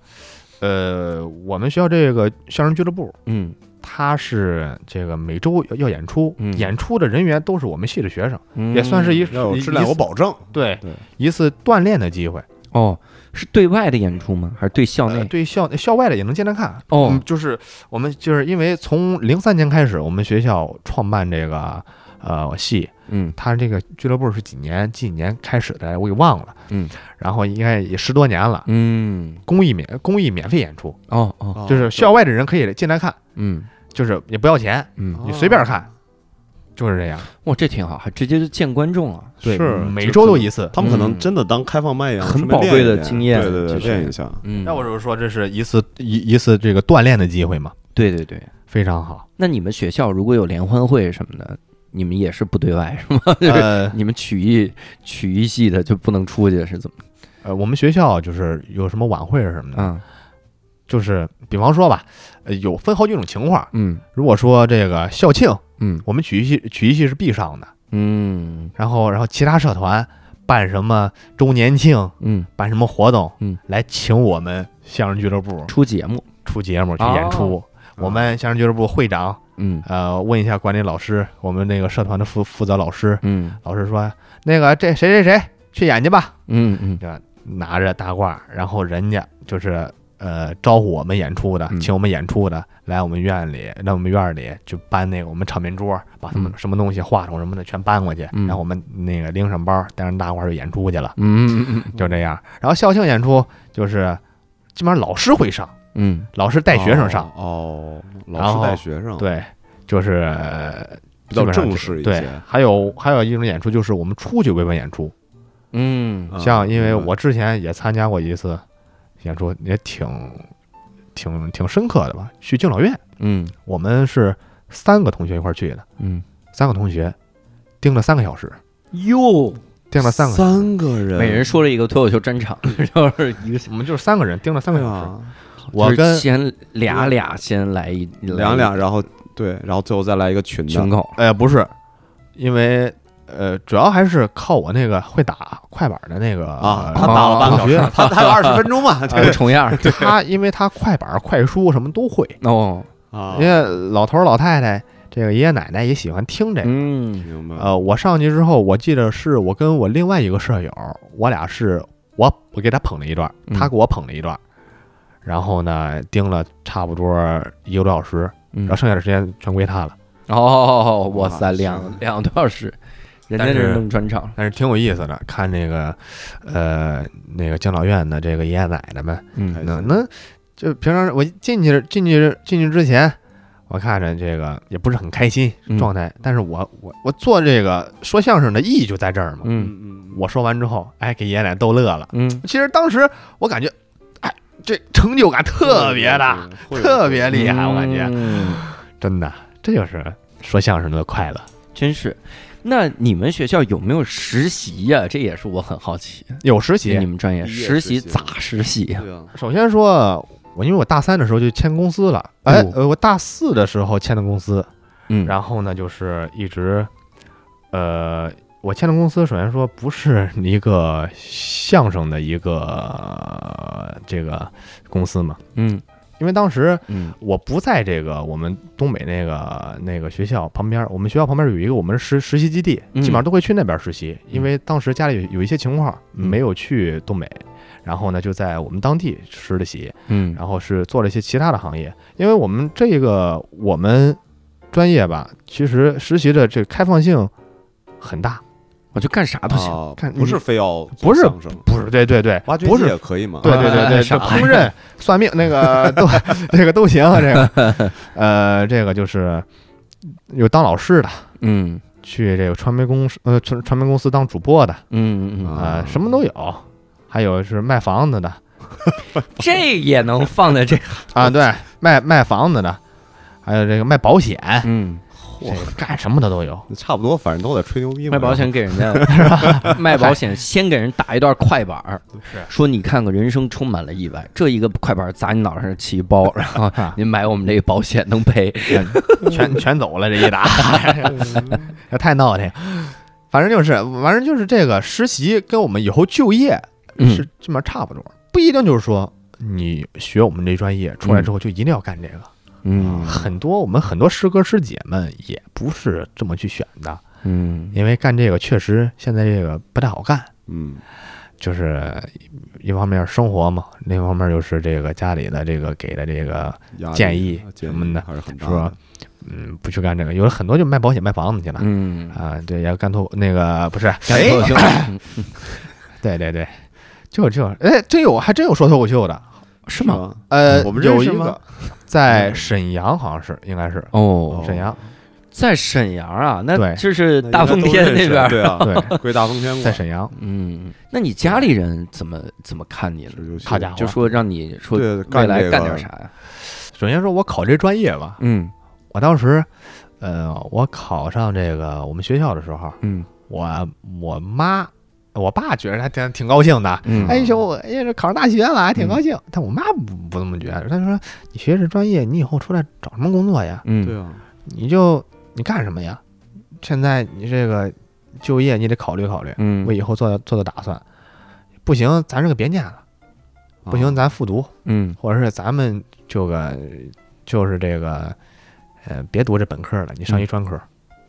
Speaker 4: 呃，我们学校这个相声俱乐部，
Speaker 1: 嗯
Speaker 4: 它是这个每周要要演出，
Speaker 1: 嗯
Speaker 4: 演出的人员都是我们系的学生，
Speaker 1: 嗯
Speaker 4: 也算是一
Speaker 3: 要有
Speaker 4: 一
Speaker 3: 质量
Speaker 4: 一
Speaker 3: 有
Speaker 4: 次
Speaker 3: 保证。
Speaker 4: 对
Speaker 3: 对
Speaker 4: 一次锻炼的机会。
Speaker 1: 哦，是对外的演出吗？还是对校
Speaker 4: 呃
Speaker 1: 内？
Speaker 4: 对校校外的也能经常看
Speaker 1: 哦
Speaker 4: 嗯就是我们就是因为从零三年开始，我们学校创办这个呃系，
Speaker 1: 嗯
Speaker 4: 他这个俱乐部是几年几几年开始的，我给忘了，
Speaker 1: 嗯，
Speaker 4: 然后应该也十多年了。
Speaker 1: 嗯，
Speaker 4: 公益免公益免费演出，
Speaker 1: 哦哦，
Speaker 3: 哦
Speaker 4: 啊就是校外的人可以进来看，
Speaker 1: 嗯
Speaker 4: 就是也不要钱，
Speaker 1: 嗯，
Speaker 4: 你随便看，就是这样。
Speaker 1: 哇，这挺好，还直接就见观众了。
Speaker 4: 对，
Speaker 3: 是
Speaker 4: 每
Speaker 3: 就
Speaker 4: 周
Speaker 3: 可
Speaker 4: 都
Speaker 3: 能
Speaker 4: 一次。
Speaker 3: 他们可能
Speaker 1: 嗯
Speaker 3: 真的当开放麦一样，
Speaker 1: 很
Speaker 3: 顺
Speaker 1: 宝
Speaker 3: 便
Speaker 1: 贵
Speaker 3: 练一
Speaker 1: 的
Speaker 3: 练
Speaker 1: 经验
Speaker 3: 对对对，
Speaker 1: 其实
Speaker 3: 练一下。
Speaker 1: 嗯，
Speaker 4: 那我就是说，这是一次一一次这个锻炼的机会嘛，
Speaker 1: 对对对，
Speaker 4: 非常好。
Speaker 1: 那你们学校如果有联欢会什么的，你们也是不对外是吗？就是
Speaker 4: 呃，
Speaker 1: 你们曲艺曲艺系的就不能出去是怎么？
Speaker 4: 呃，我们学校就是有什么晚会什么的，
Speaker 1: 啊
Speaker 4: 就是比方说吧，呃，有分好几种情况。
Speaker 1: 嗯
Speaker 4: 如果说这个校庆，
Speaker 1: 嗯
Speaker 4: 我们曲艺系曲艺系是必上的，
Speaker 1: 嗯
Speaker 4: 然后然后其他社团办什么周年庆，
Speaker 1: 嗯，
Speaker 4: 办什么活动，
Speaker 1: 嗯，
Speaker 4: 来请我们相声俱乐部
Speaker 1: 出节目，
Speaker 4: 出节目去演出。我们相声俱乐部会长，
Speaker 1: 嗯
Speaker 4: 呃，问一下管理老师，我们那个社团的负负责老师，
Speaker 1: 嗯
Speaker 4: 老师说那个这谁谁谁去演去吧，
Speaker 1: 嗯嗯
Speaker 4: 对吧？拿着大褂，然后人家就是呃招呼我们演出的，
Speaker 1: 嗯
Speaker 4: 请我们演出的，来我们院里，来我们院里去搬那个我们场面桌，把他们
Speaker 1: 嗯
Speaker 4: 什么东西、话筒什么的全搬过去，
Speaker 1: 嗯
Speaker 4: 然后我们那个拎上包，带上大褂就演出去了，
Speaker 1: 嗯嗯
Speaker 4: 就这样。然后校庆演出就是基本上老师会上，
Speaker 1: 嗯
Speaker 4: 老师带学生上，
Speaker 3: 哦，哦
Speaker 4: 然
Speaker 3: 老师
Speaker 4: 后
Speaker 3: 带学生，，
Speaker 4: 对，就是。呃
Speaker 3: 比较
Speaker 4: 基本上
Speaker 3: 正
Speaker 4: 就
Speaker 3: 式一
Speaker 4: 对
Speaker 3: 些，
Speaker 4: 还有还有一种演出就是我们出去为本演出，
Speaker 1: 嗯
Speaker 3: 啊
Speaker 1: 嗯，
Speaker 4: 像因为我之前也参加过一次演出，也挺挺挺深刻的吧。去敬老院，
Speaker 1: 嗯
Speaker 4: 我们是三个同学一块儿去的，
Speaker 1: 嗯，
Speaker 4: 三个同学盯了三个小时，
Speaker 1: 哟，
Speaker 4: 盯了三个小时，
Speaker 3: 三个人，
Speaker 1: 每人说了一个脱口秀专场， <laughs> 就是一个。
Speaker 4: 我们就是三个人盯了三
Speaker 3: 哎
Speaker 4: 个小时。
Speaker 3: 呀，
Speaker 4: 我
Speaker 1: 就是
Speaker 4: 跟
Speaker 1: 先俩俩先来一
Speaker 3: 两俩，然后对，然后最后再来一个群的，
Speaker 1: 群口，
Speaker 3: 哎
Speaker 4: 呃不是，因为呃主要还是靠我那个会打快板的那个
Speaker 3: 啊
Speaker 4: 呃
Speaker 3: 他打了半个小时
Speaker 4: 同学，
Speaker 3: 他他有二十分钟
Speaker 4: 啊
Speaker 3: 嘛，
Speaker 1: 不重样 <laughs> 儿
Speaker 4: 他因为他快板快书什么都会，
Speaker 1: 哦，
Speaker 3: 啊
Speaker 4: 因，为老头儿老太太这个爷爷奶奶也喜欢听这个。
Speaker 1: 嗯
Speaker 3: 明白，
Speaker 4: 呃，我上去之后，我记得是我跟我另外一个舍友，我俩是我我给他捧了一段，他
Speaker 1: 嗯
Speaker 4: 给我捧了一段，然后呢盯了差不多一个多小时，
Speaker 1: 嗯
Speaker 4: 然后剩下的时间全归他了。
Speaker 1: <laughs> 哦，哇塞，
Speaker 3: 哇
Speaker 1: 两
Speaker 3: 是
Speaker 1: 两个多小时，人家
Speaker 4: 但
Speaker 1: 这
Speaker 4: 是
Speaker 1: 弄专场，
Speaker 4: 但是挺有意思的，看这个呃那个敬老院的这个爷爷奶奶们，
Speaker 1: 嗯
Speaker 3: 还
Speaker 4: 那
Speaker 3: 行
Speaker 4: 那就平常我进去进去进去之前。我看着这个也不是很开心
Speaker 1: 嗯
Speaker 4: 状态，但是我我我做这个说相声的意义就在这儿嘛。
Speaker 1: 嗯
Speaker 3: 嗯嗯，
Speaker 4: 我说完之后，哎，给爷爷奶奶逗乐了。
Speaker 1: 嗯
Speaker 4: 其实当时我感觉，哎，这成就感特
Speaker 3: 嗯
Speaker 4: 别大，，特别厉害，我感觉
Speaker 1: 嗯
Speaker 4: 真的，这就是说相声的快乐。
Speaker 1: 真是。那你们学校有没有实习呀？这也是我很好奇。
Speaker 4: 有实
Speaker 1: 就你
Speaker 4: 习，
Speaker 1: 们专业
Speaker 3: 毕业
Speaker 1: 实
Speaker 3: 实
Speaker 1: 习
Speaker 3: 习
Speaker 1: 咋实习呀？
Speaker 3: 对啊，
Speaker 4: 首先说，我因为我大三的时候就签公司了，哎，呃，我大四的时候签的公司，
Speaker 1: 嗯，
Speaker 4: 然后呢，就是一直，呃。我签的公司，首先说不是一个相声的一个、呃这个公司嘛，
Speaker 1: 嗯
Speaker 4: 因为当时
Speaker 1: 嗯
Speaker 4: 我不在这个我们东北那个那个学校旁边儿，我们学校旁边儿有一个我们实实习基地，
Speaker 1: 嗯
Speaker 4: 基本上都会去那边儿实习，因为当时家里有有一些情况
Speaker 1: 嗯
Speaker 4: 没有去东北，然后呢就在我们当地实的习，
Speaker 1: 嗯
Speaker 4: 然后是做了一些其他的行业，因为我们这个我们专业吧，其实实习的这个开放性很大，
Speaker 1: 我就干啥都行。
Speaker 3: 啊
Speaker 4: 看
Speaker 3: 不是
Speaker 4: 你
Speaker 3: 非要
Speaker 4: 不是
Speaker 3: 相声，
Speaker 4: 不是对对对，
Speaker 3: 挖掘
Speaker 4: 不
Speaker 3: 机
Speaker 4: 是
Speaker 3: 也可以嘛，啊
Speaker 4: 对对对 <laughs> 对，
Speaker 1: 啥
Speaker 4: 这烹饪、算命那个 <laughs> 都这个都行，啊这个 <laughs> 呃，这个就是有当老师的，
Speaker 1: 嗯
Speaker 4: 去这个传媒公司呃传传媒公司当主播的，
Speaker 1: 嗯嗯嗯，
Speaker 4: 呃，
Speaker 3: 啊
Speaker 4: 什么都有，还有是卖房子的
Speaker 1: 这也能放在
Speaker 4: <laughs>
Speaker 1: 这个。
Speaker 4: 啊，对，卖卖房子的，还有这个卖保险，
Speaker 1: 嗯，
Speaker 4: 这个干什么的都有。
Speaker 3: 差不多，反正都在吹牛
Speaker 4: 嗯
Speaker 3: 逼嘛，
Speaker 1: 卖保险给人
Speaker 4: <laughs>
Speaker 1: 家，卖保险先给人打一段快板儿，说你看看人生充满了意外，这一个快板儿砸你脑袋上起一包，然后
Speaker 4: 啊
Speaker 1: 您买我们这个保险能赔。
Speaker 4: 全全走了这一打， <laughs>
Speaker 5: 嗯
Speaker 4: 这太闹挺。反正就是，反正就是这个实习跟我们以后就业
Speaker 1: 嗯
Speaker 4: 是基本上差不多，不一定就是说你学我们这专业出来之后就一定要干这个。
Speaker 1: 嗯
Speaker 4: 很多我们很多师哥师姐们也不是这么去选的，
Speaker 1: 嗯
Speaker 4: 因为干这个确实现在这个不太好干，
Speaker 3: 嗯，
Speaker 4: 就是一方面生活嘛，另一方面就是这个家里的这个给的这个
Speaker 3: 压力啊
Speaker 4: 建议
Speaker 3: 建
Speaker 4: 什么的
Speaker 3: 还是很
Speaker 4: 是
Speaker 3: 大
Speaker 4: 吧 <laughs>
Speaker 3: 的，？
Speaker 4: 嗯，不去干这个，有很多就卖保险卖房子去了。
Speaker 1: 嗯，
Speaker 4: 啊，对，要干脱那个不是，
Speaker 1: 干
Speaker 4: 哎
Speaker 1: 脱口秀
Speaker 4: 对对对，就就哎，真有还真有说脱口秀的，
Speaker 1: 是吗？
Speaker 3: <laughs> 吧？
Speaker 4: 呃，
Speaker 3: 嗯我们认
Speaker 4: 有一
Speaker 3: 识吗
Speaker 4: 个在沈阳，好像是应该是
Speaker 1: 哦，
Speaker 4: 沈阳，
Speaker 1: 在沈阳啊，那
Speaker 4: 对
Speaker 1: 就是
Speaker 3: 那
Speaker 1: 大
Speaker 3: 应该
Speaker 1: 风
Speaker 3: 都
Speaker 1: 天
Speaker 3: 认
Speaker 1: 那
Speaker 3: 识
Speaker 1: 边儿。
Speaker 3: 对啊，
Speaker 4: <laughs> 对，
Speaker 3: 归大风天
Speaker 4: 在
Speaker 3: 管
Speaker 4: 沈阳，
Speaker 1: 嗯，那你家里人怎么怎么看你呢？
Speaker 3: 是，尤其
Speaker 4: 好家伙，
Speaker 1: 就说让你说
Speaker 3: 对
Speaker 1: 未来
Speaker 3: 这
Speaker 1: 干
Speaker 3: 个
Speaker 1: 点啥呀？
Speaker 4: 首先说我考这专业吧，
Speaker 1: 嗯
Speaker 4: 我当时，呃，我考上这个我们学校的时候，
Speaker 1: 嗯
Speaker 4: 我我妈我爸觉得还挺挺高兴的，嗯
Speaker 1: 嗯，
Speaker 4: 哎呦，哎呀，这考上大学了，还挺高兴。但我妈不不这么觉得，她说你学这专业，你以后出来找什么工作呀？
Speaker 1: 嗯
Speaker 3: 对啊，
Speaker 4: 你就你干什么呀？现在你这个就业你得考虑考虑，
Speaker 1: 嗯
Speaker 4: 为以后做做做打算。不行，咱这个别念了，不行，
Speaker 3: 啊
Speaker 4: 咱复读，
Speaker 1: 嗯
Speaker 4: 或者是咱们就个就是这个，呃，别读这本科了，你上一专科、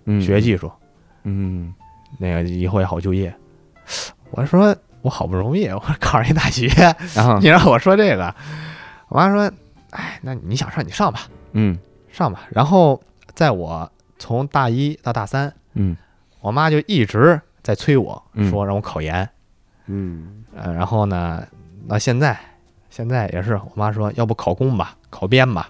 Speaker 1: 嗯
Speaker 4: 学技术，
Speaker 1: 嗯
Speaker 4: 那个以后也好就业。我说我好不容易我考上一大学，
Speaker 1: 然后
Speaker 4: 你让我说这个，我妈说，哎，那你想上你上吧，
Speaker 1: 嗯
Speaker 4: 上吧。然后在我从大一到大三，
Speaker 1: 嗯
Speaker 4: 我妈就一直在催我
Speaker 1: 嗯
Speaker 4: 说让我考研，
Speaker 3: 嗯
Speaker 4: 呃，然后呢，到现在，现在也是我妈说要不考公吧，考编吧。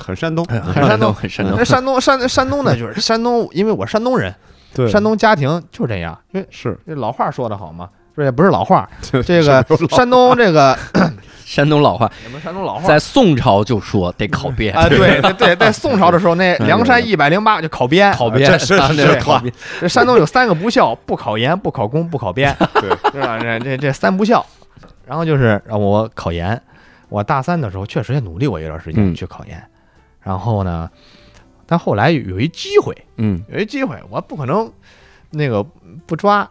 Speaker 3: 很山
Speaker 4: 哎
Speaker 3: 东，
Speaker 1: 很
Speaker 4: 山东
Speaker 1: 很山
Speaker 4: 那山东山山东呢，就是山东，因为我是山东人，
Speaker 3: 对
Speaker 4: 山东家庭就是这样，因为
Speaker 3: 是
Speaker 4: 这老话说的好嘛，这也不是老话， <laughs> 这
Speaker 3: 这
Speaker 4: 个山东这 <laughs> 个
Speaker 1: 山东老话，
Speaker 4: 也不是山
Speaker 3: 嗯
Speaker 4: 东老话。
Speaker 1: 在宋朝就说得考编
Speaker 4: 啊，对对对，在宋朝的时候，那梁山一百零八就考编，
Speaker 1: 考编
Speaker 3: 这是
Speaker 1: 啊
Speaker 3: 是
Speaker 1: 那
Speaker 3: 是
Speaker 1: 考编，
Speaker 4: 这山东有三个不孝：不考研、不考公、不考编，
Speaker 3: 对
Speaker 4: 是吧？这这这三不孝。然后就是让我考研，我大三的时候确实也努力过一段时间
Speaker 1: 嗯
Speaker 4: 去考研。然后呢，但后来有一机会，
Speaker 1: 嗯
Speaker 4: 有一机会，我不可能那个不抓，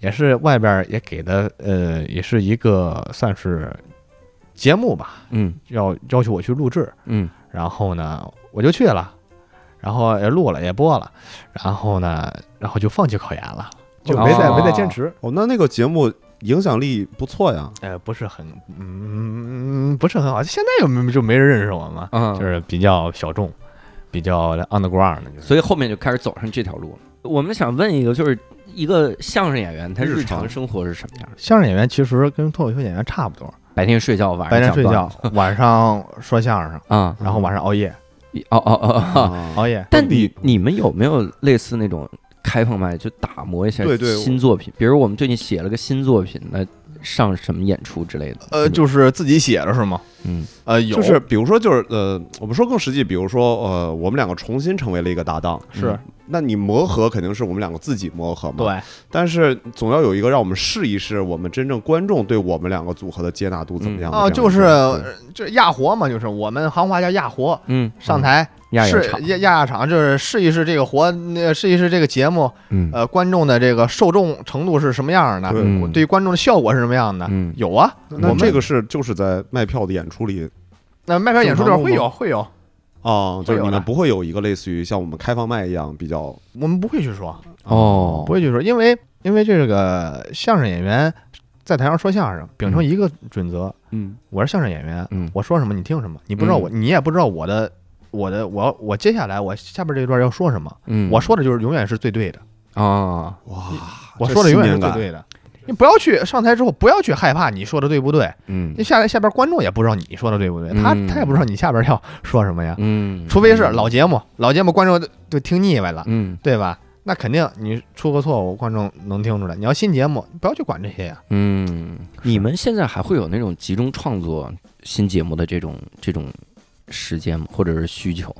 Speaker 4: 也是外边儿也给的，呃，也是一个算是节目吧，
Speaker 1: 嗯
Speaker 4: 要要求我去录制。
Speaker 1: 嗯
Speaker 4: 然后呢，我就去了，然后也录了，也播了，然后呢，然后就放弃考研了，就没再、
Speaker 1: 哦
Speaker 4: 没再坚持。
Speaker 3: 哦，那那个节目影响力不错
Speaker 4: <laughs>
Speaker 3: 呀，
Speaker 4: 呃，不是很，嗯，不是很好。现在有没就没人认识我嘛，
Speaker 1: 啊
Speaker 4: 就是比较小众，比较 underground 的，就是
Speaker 1: 所以后面就开始走上这条路了。我们想问一个，就是一个相声演员他日常生活是什么样的？
Speaker 4: 相声演员其实跟脱口秀演员差不多，
Speaker 1: 白天睡觉，晚
Speaker 4: 白
Speaker 1: 上
Speaker 4: 天睡
Speaker 1: 讲
Speaker 4: 觉，晚上说相声，
Speaker 1: 段啊，
Speaker 4: 然后晚上熬夜，
Speaker 1: 哦哦哦哦。
Speaker 3: 啊，
Speaker 4: 熬夜。
Speaker 1: <laughs> 但你你们有没有类似那种开放麦，就打磨一下
Speaker 3: 对对
Speaker 1: 新作品？比如我们最近写了个新作品，那上什么演出之类的？
Speaker 4: 是自己写的是吗？
Speaker 1: 嗯
Speaker 4: 呃，有
Speaker 3: 就是比如说就是呃，我们说更实际，比如说呃，我们两个重新成为了一个搭档，
Speaker 4: 是
Speaker 3: 那你磨合肯定是我们两个自己磨合嘛，
Speaker 4: 对，
Speaker 3: 但是总要有一个让我们试一试，我们真正观众对我们两个组合的接纳度怎么样的
Speaker 4: 哦，
Speaker 3: 这样
Speaker 4: 就
Speaker 3: 一
Speaker 4: 是
Speaker 3: 个对
Speaker 4: 就是压活嘛，就是我们行话叫压活，
Speaker 1: 嗯，
Speaker 4: 上台
Speaker 1: 亚
Speaker 4: 是
Speaker 1: 演场，
Speaker 4: 压压压场，就是试一试这个活，那试一试这个节目，
Speaker 1: 嗯
Speaker 4: 呃，观众的这个受众程度是什么样的，
Speaker 3: 对
Speaker 1: 嗯
Speaker 4: 对于观众的效果是什么样的，
Speaker 1: 嗯
Speaker 4: 有啊，
Speaker 3: 那
Speaker 4: 我们
Speaker 3: 这个是就是在卖票的演出里
Speaker 4: 那卖票演出里边会有会有，
Speaker 3: 啊，就是
Speaker 4: 会有
Speaker 3: 你
Speaker 4: 的
Speaker 3: 们不会有一个类似于像我们开放麦一样比较
Speaker 4: 我们不会去说，
Speaker 1: 哦
Speaker 4: 不，会去说，因为因为这个相声演员在台上说相声，秉承一个准则，
Speaker 1: 嗯
Speaker 4: 我是相声演员，
Speaker 1: 嗯
Speaker 4: 我说什么你听什么，你不知道我，你也不知道我的我的我我接下来我下边这一段要说什么，
Speaker 1: 嗯，
Speaker 4: 我说的就是永远是最对的。
Speaker 1: 啊，
Speaker 3: 哇，
Speaker 4: 我
Speaker 3: 这
Speaker 4: 说的
Speaker 3: 新
Speaker 4: 永
Speaker 3: 年
Speaker 4: 远是最
Speaker 3: 感
Speaker 4: 对的。你不要去上台之后，不要去害怕你说的对不对。
Speaker 1: 嗯
Speaker 4: 那下来下边观众也不知道你说的对不对，他
Speaker 1: 嗯
Speaker 4: 他也不知道你下边要说什么呀。
Speaker 1: 嗯，
Speaker 4: 除非是老节目，老节目观众都都听腻歪了，
Speaker 1: 嗯
Speaker 4: 对吧？那肯定你出个错误，观众能听出来。你要新节目，不要去管这些呀。
Speaker 1: 嗯，你们现在还会有那种集中创作新节目的这种这种时间吗？或者是需求？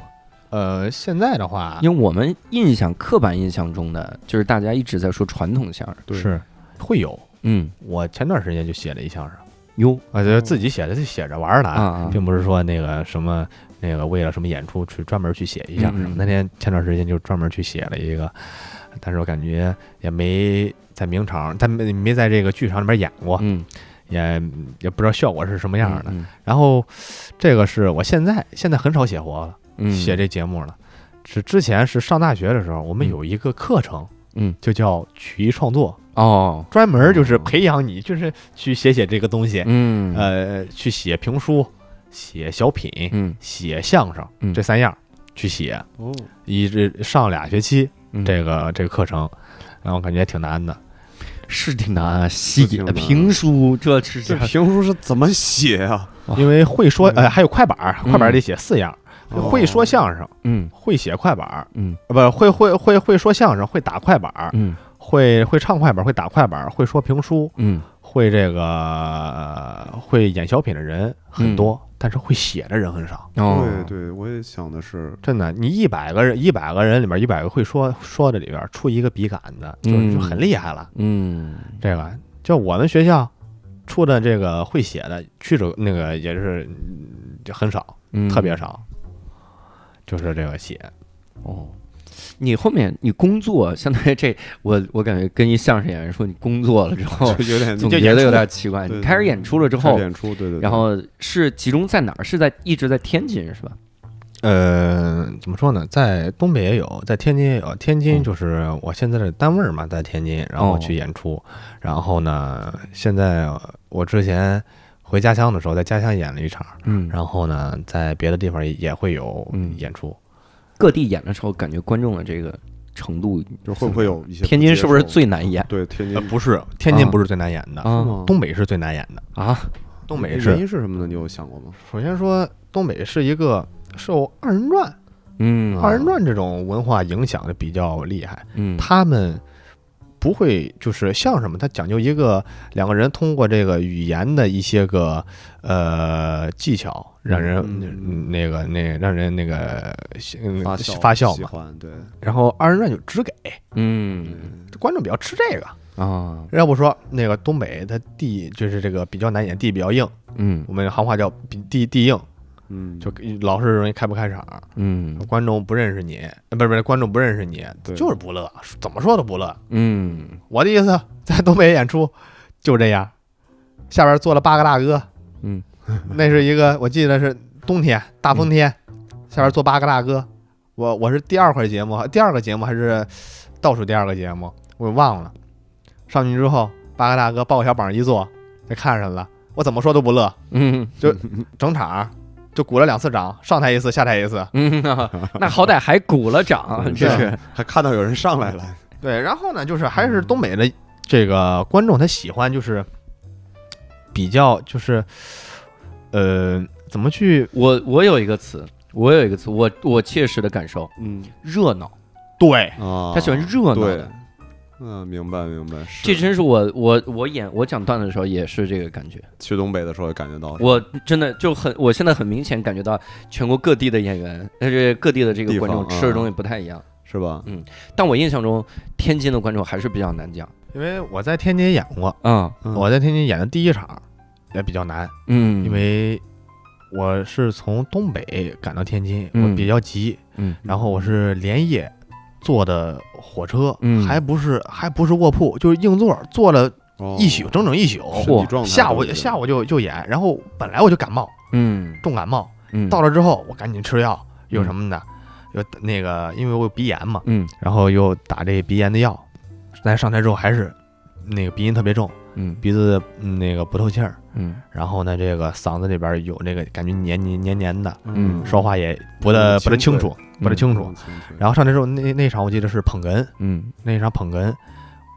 Speaker 4: 呃，现在的话
Speaker 1: 因为我们印象刻板印象中的就是大家一直在说传统相声，
Speaker 4: 是会有。
Speaker 1: 嗯，
Speaker 4: 我前段时间就写了一相声，
Speaker 1: 哟
Speaker 4: 啊，就是自己写的，自己写着玩儿的
Speaker 1: 啊，啊，
Speaker 4: 并不是说那个什么那个为了什么演出去专门去写一下。
Speaker 1: 嗯嗯
Speaker 4: 那天前段时间就专门去写了一个，但是我感觉也没在名场，他没没在这个剧场里边演过，
Speaker 1: 嗯
Speaker 4: 也也不知道效果是什么
Speaker 1: 这
Speaker 4: 样的。然后这个是我现在现在很少写活了，
Speaker 1: 嗯
Speaker 4: 写这节目了。是之前是上大学的时候，我们
Speaker 1: 嗯
Speaker 4: 有一个课程，
Speaker 1: 嗯，
Speaker 4: 就叫曲艺创作，
Speaker 1: 哦，
Speaker 4: 专门就是培养你，就是去写写这个东西，
Speaker 1: 嗯
Speaker 4: 呃，去写评书、写小品、
Speaker 1: 嗯
Speaker 4: 写相声、
Speaker 1: 嗯
Speaker 4: 这三样去写，
Speaker 3: 哦，
Speaker 4: 一直上俩学期
Speaker 1: 嗯
Speaker 4: 这个这个课程，然后感觉也挺难的。
Speaker 1: 是挺难啊，细
Speaker 3: 挺难
Speaker 1: 评书这是
Speaker 3: 这评书是怎么写啊？
Speaker 1: 哇
Speaker 4: 因为会说呃还有快板儿，
Speaker 1: 哦嗯
Speaker 4: 快板儿得写四样，
Speaker 3: 哦
Speaker 4: 会说相声，
Speaker 1: 嗯
Speaker 4: 会写快板儿，
Speaker 1: 嗯
Speaker 4: 呃不是会会会会说相声，会打快板儿，
Speaker 1: 嗯
Speaker 4: 会会唱快板儿，会打快板儿，会说评书，
Speaker 1: 嗯
Speaker 4: 会这个呃会演小品的人很多，但是会写的人很少。
Speaker 1: <laughs> 哦
Speaker 3: 对对，我也想的是，
Speaker 4: 真的，你一百个人，一百个人里面，一百个会说说的里边出一个笔杆子，就
Speaker 1: 嗯
Speaker 4: 就很厉害了。
Speaker 1: 嗯
Speaker 4: 这个就我们学校出的这个会写的曲子，那个也是嗯就很少，
Speaker 1: 嗯
Speaker 4: 特别少，就是这个写。
Speaker 1: 哦。你后面你工作，相当于这，我我感觉跟一相声演员说你工作了之后，
Speaker 3: 就有点
Speaker 1: 哦总
Speaker 5: 就
Speaker 1: 觉
Speaker 5: 演
Speaker 1: 得有
Speaker 5: 出
Speaker 1: 点奇怪。
Speaker 3: 对
Speaker 1: 你
Speaker 3: 对
Speaker 1: 开始演出了之
Speaker 3: 开始
Speaker 1: 后，
Speaker 3: 演出，对对对，
Speaker 1: 然后是集中在哪儿？是在一直在天津是吧？
Speaker 4: 呃，怎么说呢，在东北也有，在天津也有。天津
Speaker 1: 嗯
Speaker 4: 就是我现在的单位嘛，在天津，然后
Speaker 1: 哦
Speaker 4: 去演出。然后呢，现在我之前回家乡的时候，在家乡演了一场，
Speaker 1: 嗯然后
Speaker 4: 然后呢，在别的地方也会有
Speaker 1: 嗯
Speaker 4: 演出。
Speaker 1: 各地演的时候，感觉观众的这个程度，
Speaker 3: 就会不会有一些
Speaker 1: 天津是不是
Speaker 3: 接受
Speaker 1: 最难演
Speaker 3: 对天津
Speaker 4: 呃，不是，天津不是最难演的，
Speaker 1: 啊
Speaker 3: 吗
Speaker 4: 东北是最难演的。
Speaker 1: 啊？
Speaker 4: 东北
Speaker 3: 原
Speaker 4: 是，
Speaker 3: 因是什么呢？你有想过吗？
Speaker 4: 首先说东北是一个受二人转、
Speaker 1: 嗯
Speaker 4: 二人转这种文化影响的比较厉害。
Speaker 1: 嗯，
Speaker 4: 他们不会就是相声嘛，它讲究一个两个人通过这个语言的一些个呃技巧，让人、
Speaker 3: 嗯
Speaker 4: 那个那让人那个嗯
Speaker 3: 发酵
Speaker 4: 发酵
Speaker 3: 喜
Speaker 4: 嘛。
Speaker 3: 欢对，
Speaker 4: 然后二人转就只给
Speaker 1: 嗯
Speaker 4: 观众比较吃这个。
Speaker 1: 啊
Speaker 4: 要不说那个东北它地就是这个比较难演，地比较硬，
Speaker 1: 嗯
Speaker 4: 我们行话叫比地地硬，
Speaker 3: 嗯，
Speaker 4: 就老是容易开不开场，
Speaker 1: 嗯
Speaker 4: 观众不认识你，呃不是不是观众不认识你，
Speaker 3: 对
Speaker 4: 就是不乐，怎么说都不乐。
Speaker 1: 嗯
Speaker 4: 我的意思， <laughs> 在东北演出就这样，下边坐了八个大哥，
Speaker 1: 嗯，
Speaker 4: 那是一个我记得是冬天大风天，下边坐八个大哥，我我是第二回节目，第二个节目还是倒数第二个节目，我给忘了。上去之后，八个大哥抱个小膀一坐，就看上了，我怎么说都不乐，
Speaker 1: 嗯
Speaker 4: 整场就鼓了两次掌，上台一次，下台一次。
Speaker 1: 嗯，啊那好歹还鼓了 <laughs> 掌，啊这是
Speaker 3: 嗯还看到有人上来了，
Speaker 4: 对，然后呢，就是还是东北的这个观众，他喜欢就是比较就是呃，怎么去
Speaker 1: 我我有一个词，我有一个词，我我切实的感受，
Speaker 3: 嗯
Speaker 1: 热闹，
Speaker 4: 对
Speaker 3: 啊，
Speaker 1: 他喜欢热闹
Speaker 3: 对
Speaker 1: 的。，
Speaker 3: 嗯，明白明白，是
Speaker 1: 这真是我我我演我讲段子的时候也是这个感觉，
Speaker 3: 去东北的时候也感觉到
Speaker 1: 我真的就很，我现在很明显感觉到全国各地的演员，但是各地的嗯这个
Speaker 3: 地
Speaker 1: 观众
Speaker 3: 方
Speaker 1: 吃的
Speaker 3: 啊
Speaker 1: 东西不太一样。
Speaker 3: 是吧？
Speaker 1: 但我印象中，天津的观众还是比较难讲。
Speaker 4: 因为我在天津演过，
Speaker 1: 嗯
Speaker 3: 嗯
Speaker 4: 我在天津演的第一场也比较难，
Speaker 1: 嗯
Speaker 4: 因为我是从东北赶到天津，
Speaker 1: 嗯
Speaker 4: 我比较急，
Speaker 1: 嗯
Speaker 4: 然后我是连夜坐的火车，
Speaker 1: 嗯
Speaker 4: 还不是还不是卧铺，就是硬座，坐了
Speaker 3: 哦
Speaker 4: 一宿，整整一宿。
Speaker 3: 身体
Speaker 1: 嚯
Speaker 3: 状态
Speaker 4: 下午
Speaker 3: 都是
Speaker 4: 下午就就演，然后本来我就感冒，
Speaker 1: 嗯
Speaker 4: 重感冒，
Speaker 1: 嗯
Speaker 4: 到了之后我赶紧吃药，有
Speaker 1: 嗯
Speaker 4: 什么的，有那个因为我有鼻炎嘛，
Speaker 1: 嗯
Speaker 4: 然后又打这鼻炎的药，但是上台之后还是那个鼻音特别重，
Speaker 1: 嗯
Speaker 4: 鼻子嗯那个不透气儿，
Speaker 1: 嗯
Speaker 4: 然后呢这个嗓子里边有那个感觉黏黏黏黏的，
Speaker 1: 嗯
Speaker 4: 说话也不大不
Speaker 3: 清
Speaker 4: 大清楚
Speaker 3: 脆，
Speaker 4: 不大清楚。
Speaker 3: 嗯清楚
Speaker 4: 然后上台之后那那场我记得是捧哏，
Speaker 1: 嗯
Speaker 4: 那场捧哏，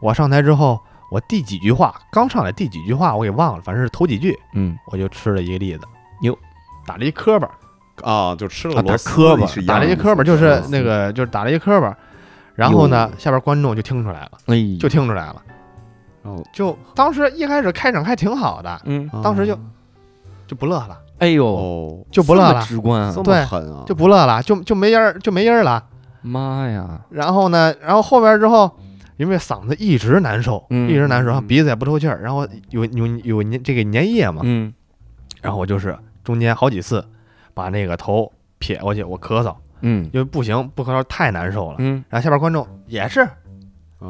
Speaker 4: 我上台之后我第几句话刚上来第几句话我给忘了，反正是头几句
Speaker 1: 嗯
Speaker 4: 我就吃了一个栗子，
Speaker 1: 哟，
Speaker 4: 打了一磕巴。
Speaker 3: 啊，就吃了
Speaker 4: 啊，打
Speaker 3: 螺丝
Speaker 4: 磕巴
Speaker 3: 是，一
Speaker 4: 打
Speaker 3: 样
Speaker 4: 了一
Speaker 3: 的啊
Speaker 4: 磕巴，就是
Speaker 3: 螺丝
Speaker 4: 那个就是打了一磕巴，然后呢，下边观众就听出来了，
Speaker 1: 哎
Speaker 4: 就听出来了，
Speaker 3: 哦
Speaker 4: 就当时一开始开场还挺好的，
Speaker 1: 嗯
Speaker 4: 当时就
Speaker 3: 啊
Speaker 4: 就不乐了，
Speaker 1: 哎呦
Speaker 3: 哦，
Speaker 4: 就不乐
Speaker 1: 这么
Speaker 4: 了，
Speaker 1: 直观啊
Speaker 3: 这
Speaker 4: 对
Speaker 3: 么狠啊，
Speaker 4: 就不乐了，就就没音儿，就没音儿了。
Speaker 1: 妈呀
Speaker 4: 然后呢，然后后边之后，因为嗓子一直难受，
Speaker 1: 嗯
Speaker 4: 一直难受，然后
Speaker 3: 嗯
Speaker 4: 鼻子也不透气儿，然后有有有粘这个粘液嘛，
Speaker 1: 嗯
Speaker 4: 然后我就是中间好几次把那个头撇过去，我咳嗽，
Speaker 1: 嗯
Speaker 4: 因为不行，不咳嗽太难受了。
Speaker 1: 嗯
Speaker 4: 然后下边观众也是
Speaker 3: 啊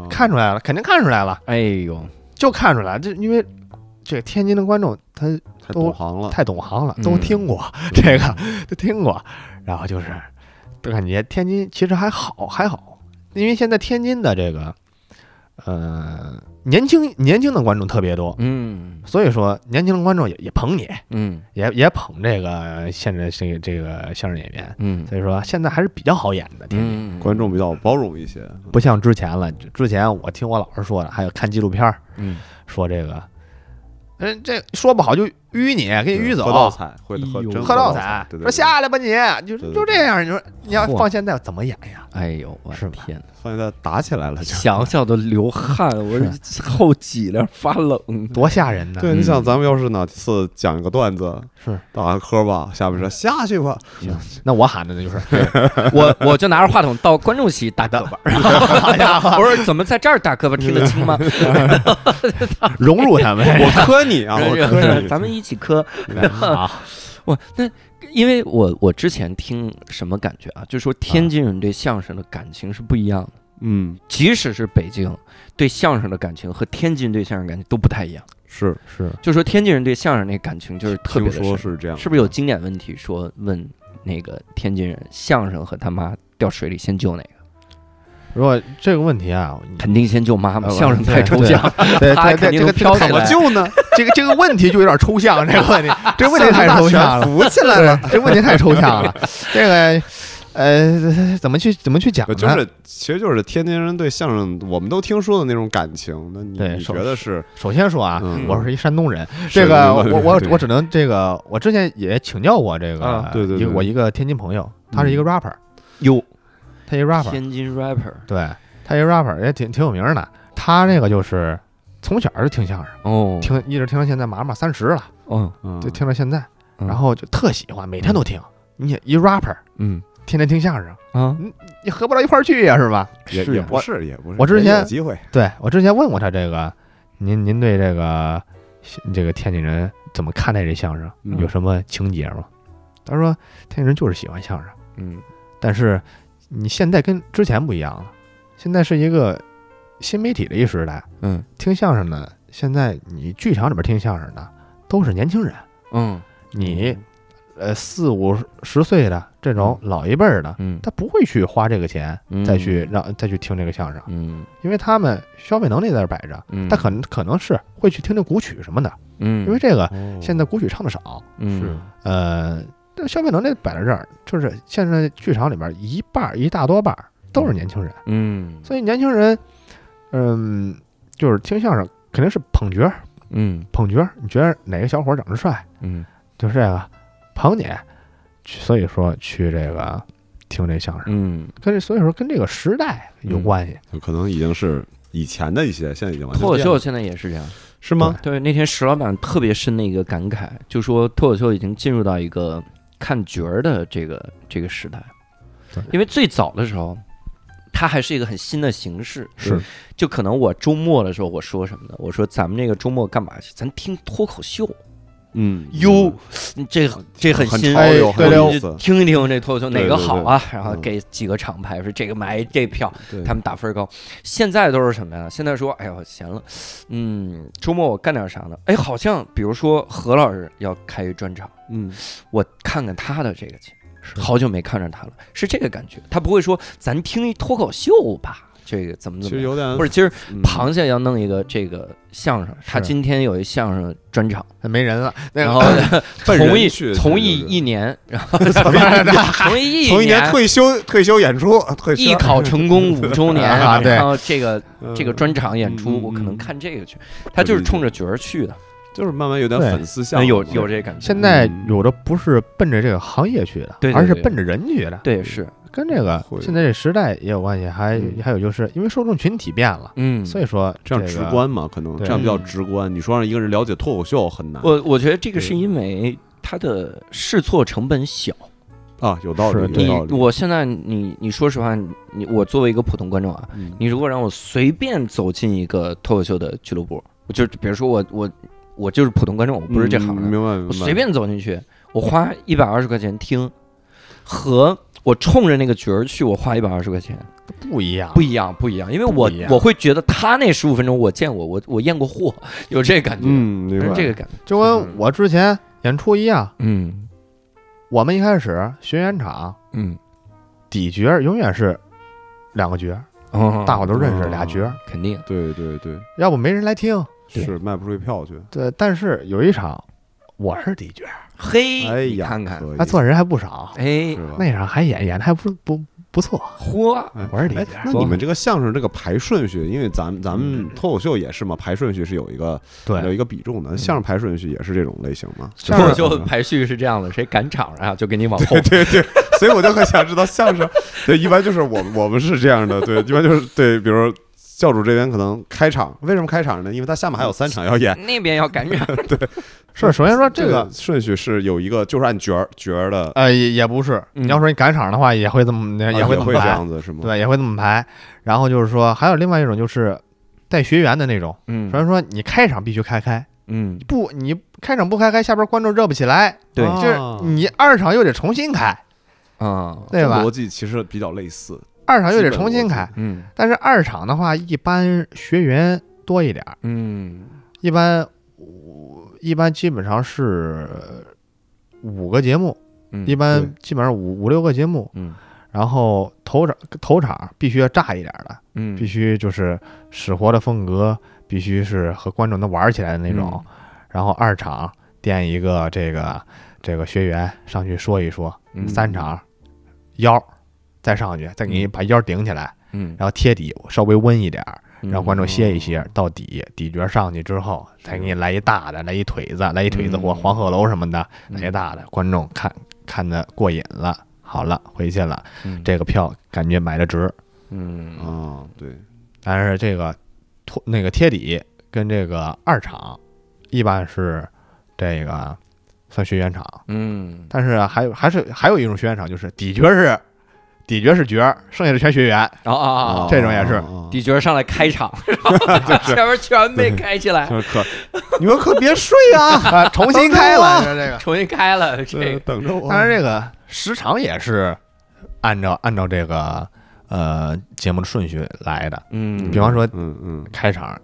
Speaker 4: 看出来了，肯定看出来了，
Speaker 1: 哎呦
Speaker 4: 就看出来，这因为这天津的观众他
Speaker 3: 太
Speaker 4: 都
Speaker 3: 懂行了，
Speaker 4: 太懂行了，
Speaker 1: 嗯
Speaker 4: 都听过、这个， <laughs> 都听过，然后就是都感觉天津其实还好，还好，因为现在天津的这个呃年轻年轻的观众特别多，
Speaker 1: 嗯
Speaker 4: 所以说年轻的观众也也捧你，
Speaker 1: 嗯
Speaker 4: 也也捧这个现在这个这个相声演员，
Speaker 1: 嗯
Speaker 4: 所以说现在还是比较好演的天津。
Speaker 1: 嗯
Speaker 3: 观众比较包容一些，
Speaker 4: 不像之前了，之前我听我老师说的，还有看纪录片儿
Speaker 1: 嗯
Speaker 4: 说这个，嗯，这说不好就淤你，给你
Speaker 3: 对
Speaker 4: 淤走，
Speaker 3: 喝倒彩，会喝
Speaker 1: 哎呦
Speaker 3: 真
Speaker 4: 喝
Speaker 3: 倒
Speaker 4: 倒
Speaker 3: 彩
Speaker 4: 彩，，
Speaker 3: 对对对
Speaker 4: 说下来吧你，就
Speaker 3: 对对
Speaker 4: 就这样，你说你要
Speaker 1: 嚯
Speaker 4: 放现在怎么演呀？
Speaker 1: 哎呦我的
Speaker 4: 是吧
Speaker 1: 天哪，
Speaker 3: 发现他打起来了，就
Speaker 1: 想想都流汗，我后脊梁发冷。
Speaker 4: 多吓人呢！
Speaker 3: 对，
Speaker 1: 嗯
Speaker 3: 你想咱们要是哪次讲一个段子，
Speaker 4: 是
Speaker 3: 打完磕吧，下面说下去吧，
Speaker 4: 那我喊的那就是，
Speaker 1: 我我就拿着话筒到观众席 <laughs> 打胳膊，我说怎么在这儿 <laughs> 打胳膊听得清吗？
Speaker 4: 融入他们
Speaker 3: 我磕你啊，我
Speaker 1: <laughs> 然后 <laughs>
Speaker 3: 磕你，
Speaker 4: <laughs>
Speaker 1: 咱们一起磕。
Speaker 4: 啊！
Speaker 1: 我那因为我我之前听什么感觉啊，就说天津人对相声的感情是不一样的，
Speaker 3: 嗯，
Speaker 1: 即使是北京对相声的感情和天津对相声感情都不太一样。
Speaker 3: 是是，
Speaker 1: 就说天津人对相声那感情就是特别
Speaker 3: 听
Speaker 1: 的
Speaker 3: 说
Speaker 1: 深，
Speaker 3: 是这样，
Speaker 1: 是不是有经典问题说问那个天津人相声和他妈掉水里先救哪个？
Speaker 4: 如果这个问题啊，
Speaker 1: 肯定先救妈妈，
Speaker 4: 呃
Speaker 1: 相声太抽象，
Speaker 4: 对
Speaker 1: 他
Speaker 4: 对
Speaker 1: 肯
Speaker 4: 对，
Speaker 1: 定
Speaker 4: 这个
Speaker 1: 飘
Speaker 4: 这
Speaker 1: 上
Speaker 4: 个
Speaker 1: 来
Speaker 4: 怎么救呢？这个这个问题就有点抽象，这个问题，这个问题太
Speaker 3: 上大
Speaker 4: 抽
Speaker 3: 全
Speaker 4: 象了，
Speaker 3: 浮起来了，
Speaker 4: 对，这问题太抽象了，这个。呃，怎么去怎么去讲
Speaker 3: <laughs>
Speaker 4: 呢？
Speaker 3: 就是其实就是天津人对相声，我们都听说的那种感情。那你
Speaker 4: 对
Speaker 3: 你
Speaker 4: 是
Speaker 3: 觉得是
Speaker 4: 首先说啊，
Speaker 3: 嗯
Speaker 4: 我是一山东人，
Speaker 3: 是
Speaker 4: 这个我
Speaker 3: 明白
Speaker 4: 我我
Speaker 3: 对
Speaker 4: 我只能这个，我之前也请教过这个，
Speaker 3: 啊对对对嗯
Speaker 4: 一个我一个天津朋友，他是一个 rapper，
Speaker 1: 哟，
Speaker 4: 他一个 rapper，
Speaker 1: 天津 rapper
Speaker 4: 对他一个 rapper 也挺挺有名的，他那个就是从小就听相声，
Speaker 1: 哦，
Speaker 4: 听一直听到现在，马上三十了，
Speaker 1: 哦，
Speaker 3: 嗯
Speaker 4: 就听到现在，
Speaker 1: 嗯
Speaker 4: 然后就特喜欢，每天都听，你也一 rapper
Speaker 1: 嗯
Speaker 4: 天天听相声，
Speaker 1: 啊，
Speaker 4: 你合不到一块儿去呀，是吧？
Speaker 3: 也
Speaker 1: 是
Speaker 3: 也
Speaker 1: 啊
Speaker 3: 不是也不是，
Speaker 4: 我之
Speaker 3: 也
Speaker 4: 前
Speaker 3: 有机会
Speaker 4: 对我之前问过他这个，您您对这个这个天津人怎么看待这相声？
Speaker 3: 嗯
Speaker 4: 有什么情节吗？他说天津人就是喜欢相声，
Speaker 1: 嗯
Speaker 4: 但是你现在跟之前不一样了，现在是一个新媒体的一时代，
Speaker 1: 嗯
Speaker 4: 听相声呢，现在你剧场里边听相声的都是年轻人，
Speaker 1: 嗯
Speaker 4: 你呃四五十岁的这种老一辈儿的，
Speaker 1: 嗯
Speaker 4: 他不会去花这个钱再去让再去听这个相声，
Speaker 1: 嗯
Speaker 4: 因为他们消费能力在这儿摆着。
Speaker 1: 嗯，
Speaker 4: 他可能可能是会去听听古曲什么的，
Speaker 1: 嗯，
Speaker 4: 因为这个
Speaker 3: 哦
Speaker 4: 现在古曲唱的少，
Speaker 1: 嗯
Speaker 3: 是
Speaker 4: 呃，这个消费能力摆在这儿，就是现在剧场里边一半儿一大多半儿都是年轻人，
Speaker 1: 嗯
Speaker 4: 所以年轻人，嗯、就是听相声肯定是捧角儿，
Speaker 1: 嗯
Speaker 4: 捧角儿，你觉得哪个小伙儿长得帅，
Speaker 1: 嗯
Speaker 4: 就是这个捧你，去所以说去这个听这相声，
Speaker 1: 嗯，
Speaker 4: 跟这所以说跟这个时代有
Speaker 1: 嗯
Speaker 4: 关系，
Speaker 3: 就可能已经是以前的一些，现在已经完全
Speaker 1: 脱口
Speaker 3: 变了
Speaker 1: 秀现在也是这样。
Speaker 3: 是吗？
Speaker 1: 对，那天石老板特别深的一个感慨，就说脱口秀已经进入到一个看角儿的这个这个时代
Speaker 4: 对，
Speaker 1: 因为最早的时候，它还是一个很新的形式，
Speaker 4: 是
Speaker 1: 就可能我周末的时候我说什么呢？我说咱们这个周末干嘛去？咱听脱口秀，
Speaker 3: 嗯，
Speaker 1: 哟，这这很
Speaker 3: 很
Speaker 1: 新
Speaker 3: 潮
Speaker 4: 哎
Speaker 3: 流，
Speaker 4: 对
Speaker 3: 很
Speaker 4: 了
Speaker 3: 有
Speaker 1: 就
Speaker 3: 意思。
Speaker 1: 听一听这脱口秀哪个好啊，然后
Speaker 3: 嗯
Speaker 1: 给几个厂牌说这个买这票，
Speaker 3: 对
Speaker 1: 他们打分高。现在都是什么呀？现在说，哎呦，闲了，嗯，周末我干点啥呢？哎，好像比如说何老师要开一专场，
Speaker 3: 嗯，
Speaker 1: 我看看他的这个去，
Speaker 4: 是
Speaker 1: 好久没看着他了，是这个感觉。他不会说咱听一脱口秀吧，这个怎么怎
Speaker 3: 其实
Speaker 1: 么样，
Speaker 3: 有点
Speaker 1: 或者今儿
Speaker 3: 嗯
Speaker 1: 螃蟹要弄一个这个相声，他
Speaker 4: 是
Speaker 1: 今天有一相声专场，
Speaker 4: 没人 <laughs> 了，那
Speaker 1: 然 <laughs>
Speaker 4: 个
Speaker 1: 后
Speaker 3: 奔人
Speaker 1: 从艺
Speaker 3: 去
Speaker 1: 从
Speaker 3: 这
Speaker 1: 艺
Speaker 3: 就是
Speaker 1: 一年，然后 <laughs> 从艺
Speaker 3: 从一年退休退休演出退休
Speaker 1: 艺考成功五周 <laughs> 年
Speaker 4: 啊对
Speaker 1: 然后这个这个专场演
Speaker 3: 嗯
Speaker 1: 出，
Speaker 3: 嗯
Speaker 1: 我可能
Speaker 3: 嗯
Speaker 1: 看这个去，他就是冲着角儿去的，
Speaker 3: 就是慢慢有点
Speaker 4: 对
Speaker 3: 粉丝向
Speaker 1: 那
Speaker 3: 了
Speaker 1: 哎有
Speaker 3: 嘛
Speaker 1: 有这感觉。
Speaker 4: 现在
Speaker 3: 嗯
Speaker 4: 有的不是奔着这个行业去的，
Speaker 1: 对对
Speaker 4: 而是
Speaker 1: 对
Speaker 4: 奔着人去的，
Speaker 1: 对，是，
Speaker 4: 跟这个
Speaker 3: 会
Speaker 4: 现在这时代也有关系，还、
Speaker 1: 嗯
Speaker 4: 还有就是因为受众群体变了，
Speaker 1: 嗯，
Speaker 4: 所以说
Speaker 3: 这样
Speaker 4: 个
Speaker 3: 直观嘛，可能
Speaker 4: 对
Speaker 3: 这样比较
Speaker 1: 嗯
Speaker 3: 直观。你说让一个人了解脱口秀很难
Speaker 1: 我我觉得这个
Speaker 3: 对
Speaker 1: 是因为它的试错成本小。
Speaker 3: 啊，有道理，
Speaker 4: 是
Speaker 1: 你
Speaker 3: 有道理。
Speaker 1: 我现在你你说实话，你我作为一个普通观众啊，
Speaker 3: 嗯
Speaker 1: 你如果让我随便走进一个脱口秀的俱乐部，我就比如说我我我就是普通观众，我不是这行
Speaker 3: 嗯
Speaker 1: 的，
Speaker 3: 明白明
Speaker 1: 我
Speaker 3: 白。
Speaker 1: 随便走进去，我花一百二十块钱听，和我冲着那个角儿去，我花一百二十块钱
Speaker 4: 不一样，
Speaker 1: 不一样，不一样，因为我
Speaker 4: 不一样
Speaker 1: 我会觉得他那十五分钟我见过，我我验过货，有这个感觉，
Speaker 3: 嗯，明
Speaker 1: 是
Speaker 3: 白
Speaker 1: 这个感觉，
Speaker 4: 就
Speaker 1: 嗯
Speaker 4: 跟我之前演出一样，
Speaker 1: 嗯
Speaker 4: 我们一开始学演场
Speaker 1: 嗯，
Speaker 4: 底角儿永远是两个角儿，
Speaker 1: 哦
Speaker 4: 大伙都认识俩角儿，
Speaker 1: 肯定，
Speaker 3: 对对对，
Speaker 4: 要不没人来听。
Speaker 1: 对
Speaker 3: 是卖不出去票去。
Speaker 4: 对，但是有一场我是底角儿，
Speaker 1: 嘿，
Speaker 3: 哎
Speaker 1: 你
Speaker 3: 呀，
Speaker 1: 看看，
Speaker 4: 那坐人还不少，
Speaker 1: 哎，
Speaker 3: 是吧？
Speaker 4: 那场还演演的还不不不错，
Speaker 1: 嚯，
Speaker 4: 我是底
Speaker 3: 哎
Speaker 4: 角，
Speaker 3: 那
Speaker 1: 多
Speaker 4: 儿，
Speaker 3: 你
Speaker 1: 好
Speaker 3: 们这个相声这个排顺序，因为咱咱们脱口秀也是嘛，排顺序是有一个有
Speaker 4: 对
Speaker 3: 一个比重
Speaker 1: 嗯
Speaker 3: 的，相声排顺序也是这种类型嘛。
Speaker 1: 脱 <laughs> 口秀排序是这样的，谁赶场啊，就给你往后
Speaker 3: 对 <laughs> 对对，所以我就很想知道相声。对，一般就是我们我们是这样的，对，一般就是对，比如教主这边可能开场，为什么开场呢？因为他下面还有三场要演。
Speaker 1: 那边要赶场，
Speaker 4: 是首先说
Speaker 3: 这
Speaker 4: 这个。
Speaker 3: 顺序是有一个，就是按角儿角儿的，
Speaker 4: 呃，也也不是，
Speaker 1: 嗯
Speaker 4: 你要说你赶场的话，也会这么，
Speaker 3: 啊
Speaker 4: 哎也
Speaker 3: 会
Speaker 4: 会这么
Speaker 3: 这
Speaker 4: 排，
Speaker 3: 样子是吗？
Speaker 4: 对，也会这么排。然后就是说，还有另外一种就是带学员的那种，
Speaker 1: 嗯
Speaker 4: 虽然说你开场必须开开，
Speaker 1: 嗯
Speaker 4: 不你开场不开开，下边观众热不起来，
Speaker 1: 对
Speaker 5: 哦
Speaker 3: 啊
Speaker 4: 就是你二场又得重新开，
Speaker 1: 啊，
Speaker 4: 对吧
Speaker 3: 逻？辑其实比较类似，
Speaker 4: 二场又得重新开，
Speaker 1: 嗯
Speaker 4: 但是二场的话，一般学员多一点儿，
Speaker 1: 嗯
Speaker 4: 一般一般基本上是五个节目，
Speaker 1: 嗯，
Speaker 4: 一
Speaker 1: 对
Speaker 4: 般基本上五五六个节目，
Speaker 1: 嗯
Speaker 4: 然后头场头场必须要炸一点儿的，
Speaker 1: 嗯
Speaker 4: 必须就是死活的风格，必须是和观众能玩起来的那种。
Speaker 1: 嗯
Speaker 4: 然后二场垫一个这个这个学员上去说一说，
Speaker 1: 嗯
Speaker 4: 三场腰再上去，再给你把腰顶起来，
Speaker 1: 嗯，
Speaker 4: 然后贴底稍微温一点儿，让观众歇一歇，
Speaker 1: 嗯
Speaker 4: 到底底角上去之后，再给你来一大的，来一腿子，来一腿子
Speaker 1: 嗯
Speaker 4: 或黄鹤楼什么的，
Speaker 1: 嗯
Speaker 4: 来一大的，观众看看的过瘾了，好了，回去了，
Speaker 1: 嗯
Speaker 4: 这个票感觉买的值。
Speaker 1: 嗯嗯
Speaker 3: 啊，对，
Speaker 4: 但是这个托那个贴底跟这个二场，一般是这个算学员场，
Speaker 1: 嗯
Speaker 4: 但是还有还是还有一种学员场，就是底角是底角是角儿，剩下的全学员， <laughs>
Speaker 1: 啊啊啊
Speaker 4: 这种也是
Speaker 3: 啊
Speaker 1: 底角上来开场，前面全没开起来，
Speaker 3: 啊可，你们可别睡啊，
Speaker 4: 啊， <laughs> 重新开
Speaker 1: <laughs>
Speaker 4: 了就是这个。
Speaker 1: 重新开了这个，
Speaker 3: 等着
Speaker 5: 哦
Speaker 3: 我
Speaker 4: 嗯当然，这个时长也是按照按照这个呃节目的顺序来的，
Speaker 1: 嗯
Speaker 4: 比方说
Speaker 3: 嗯嗯
Speaker 4: 开场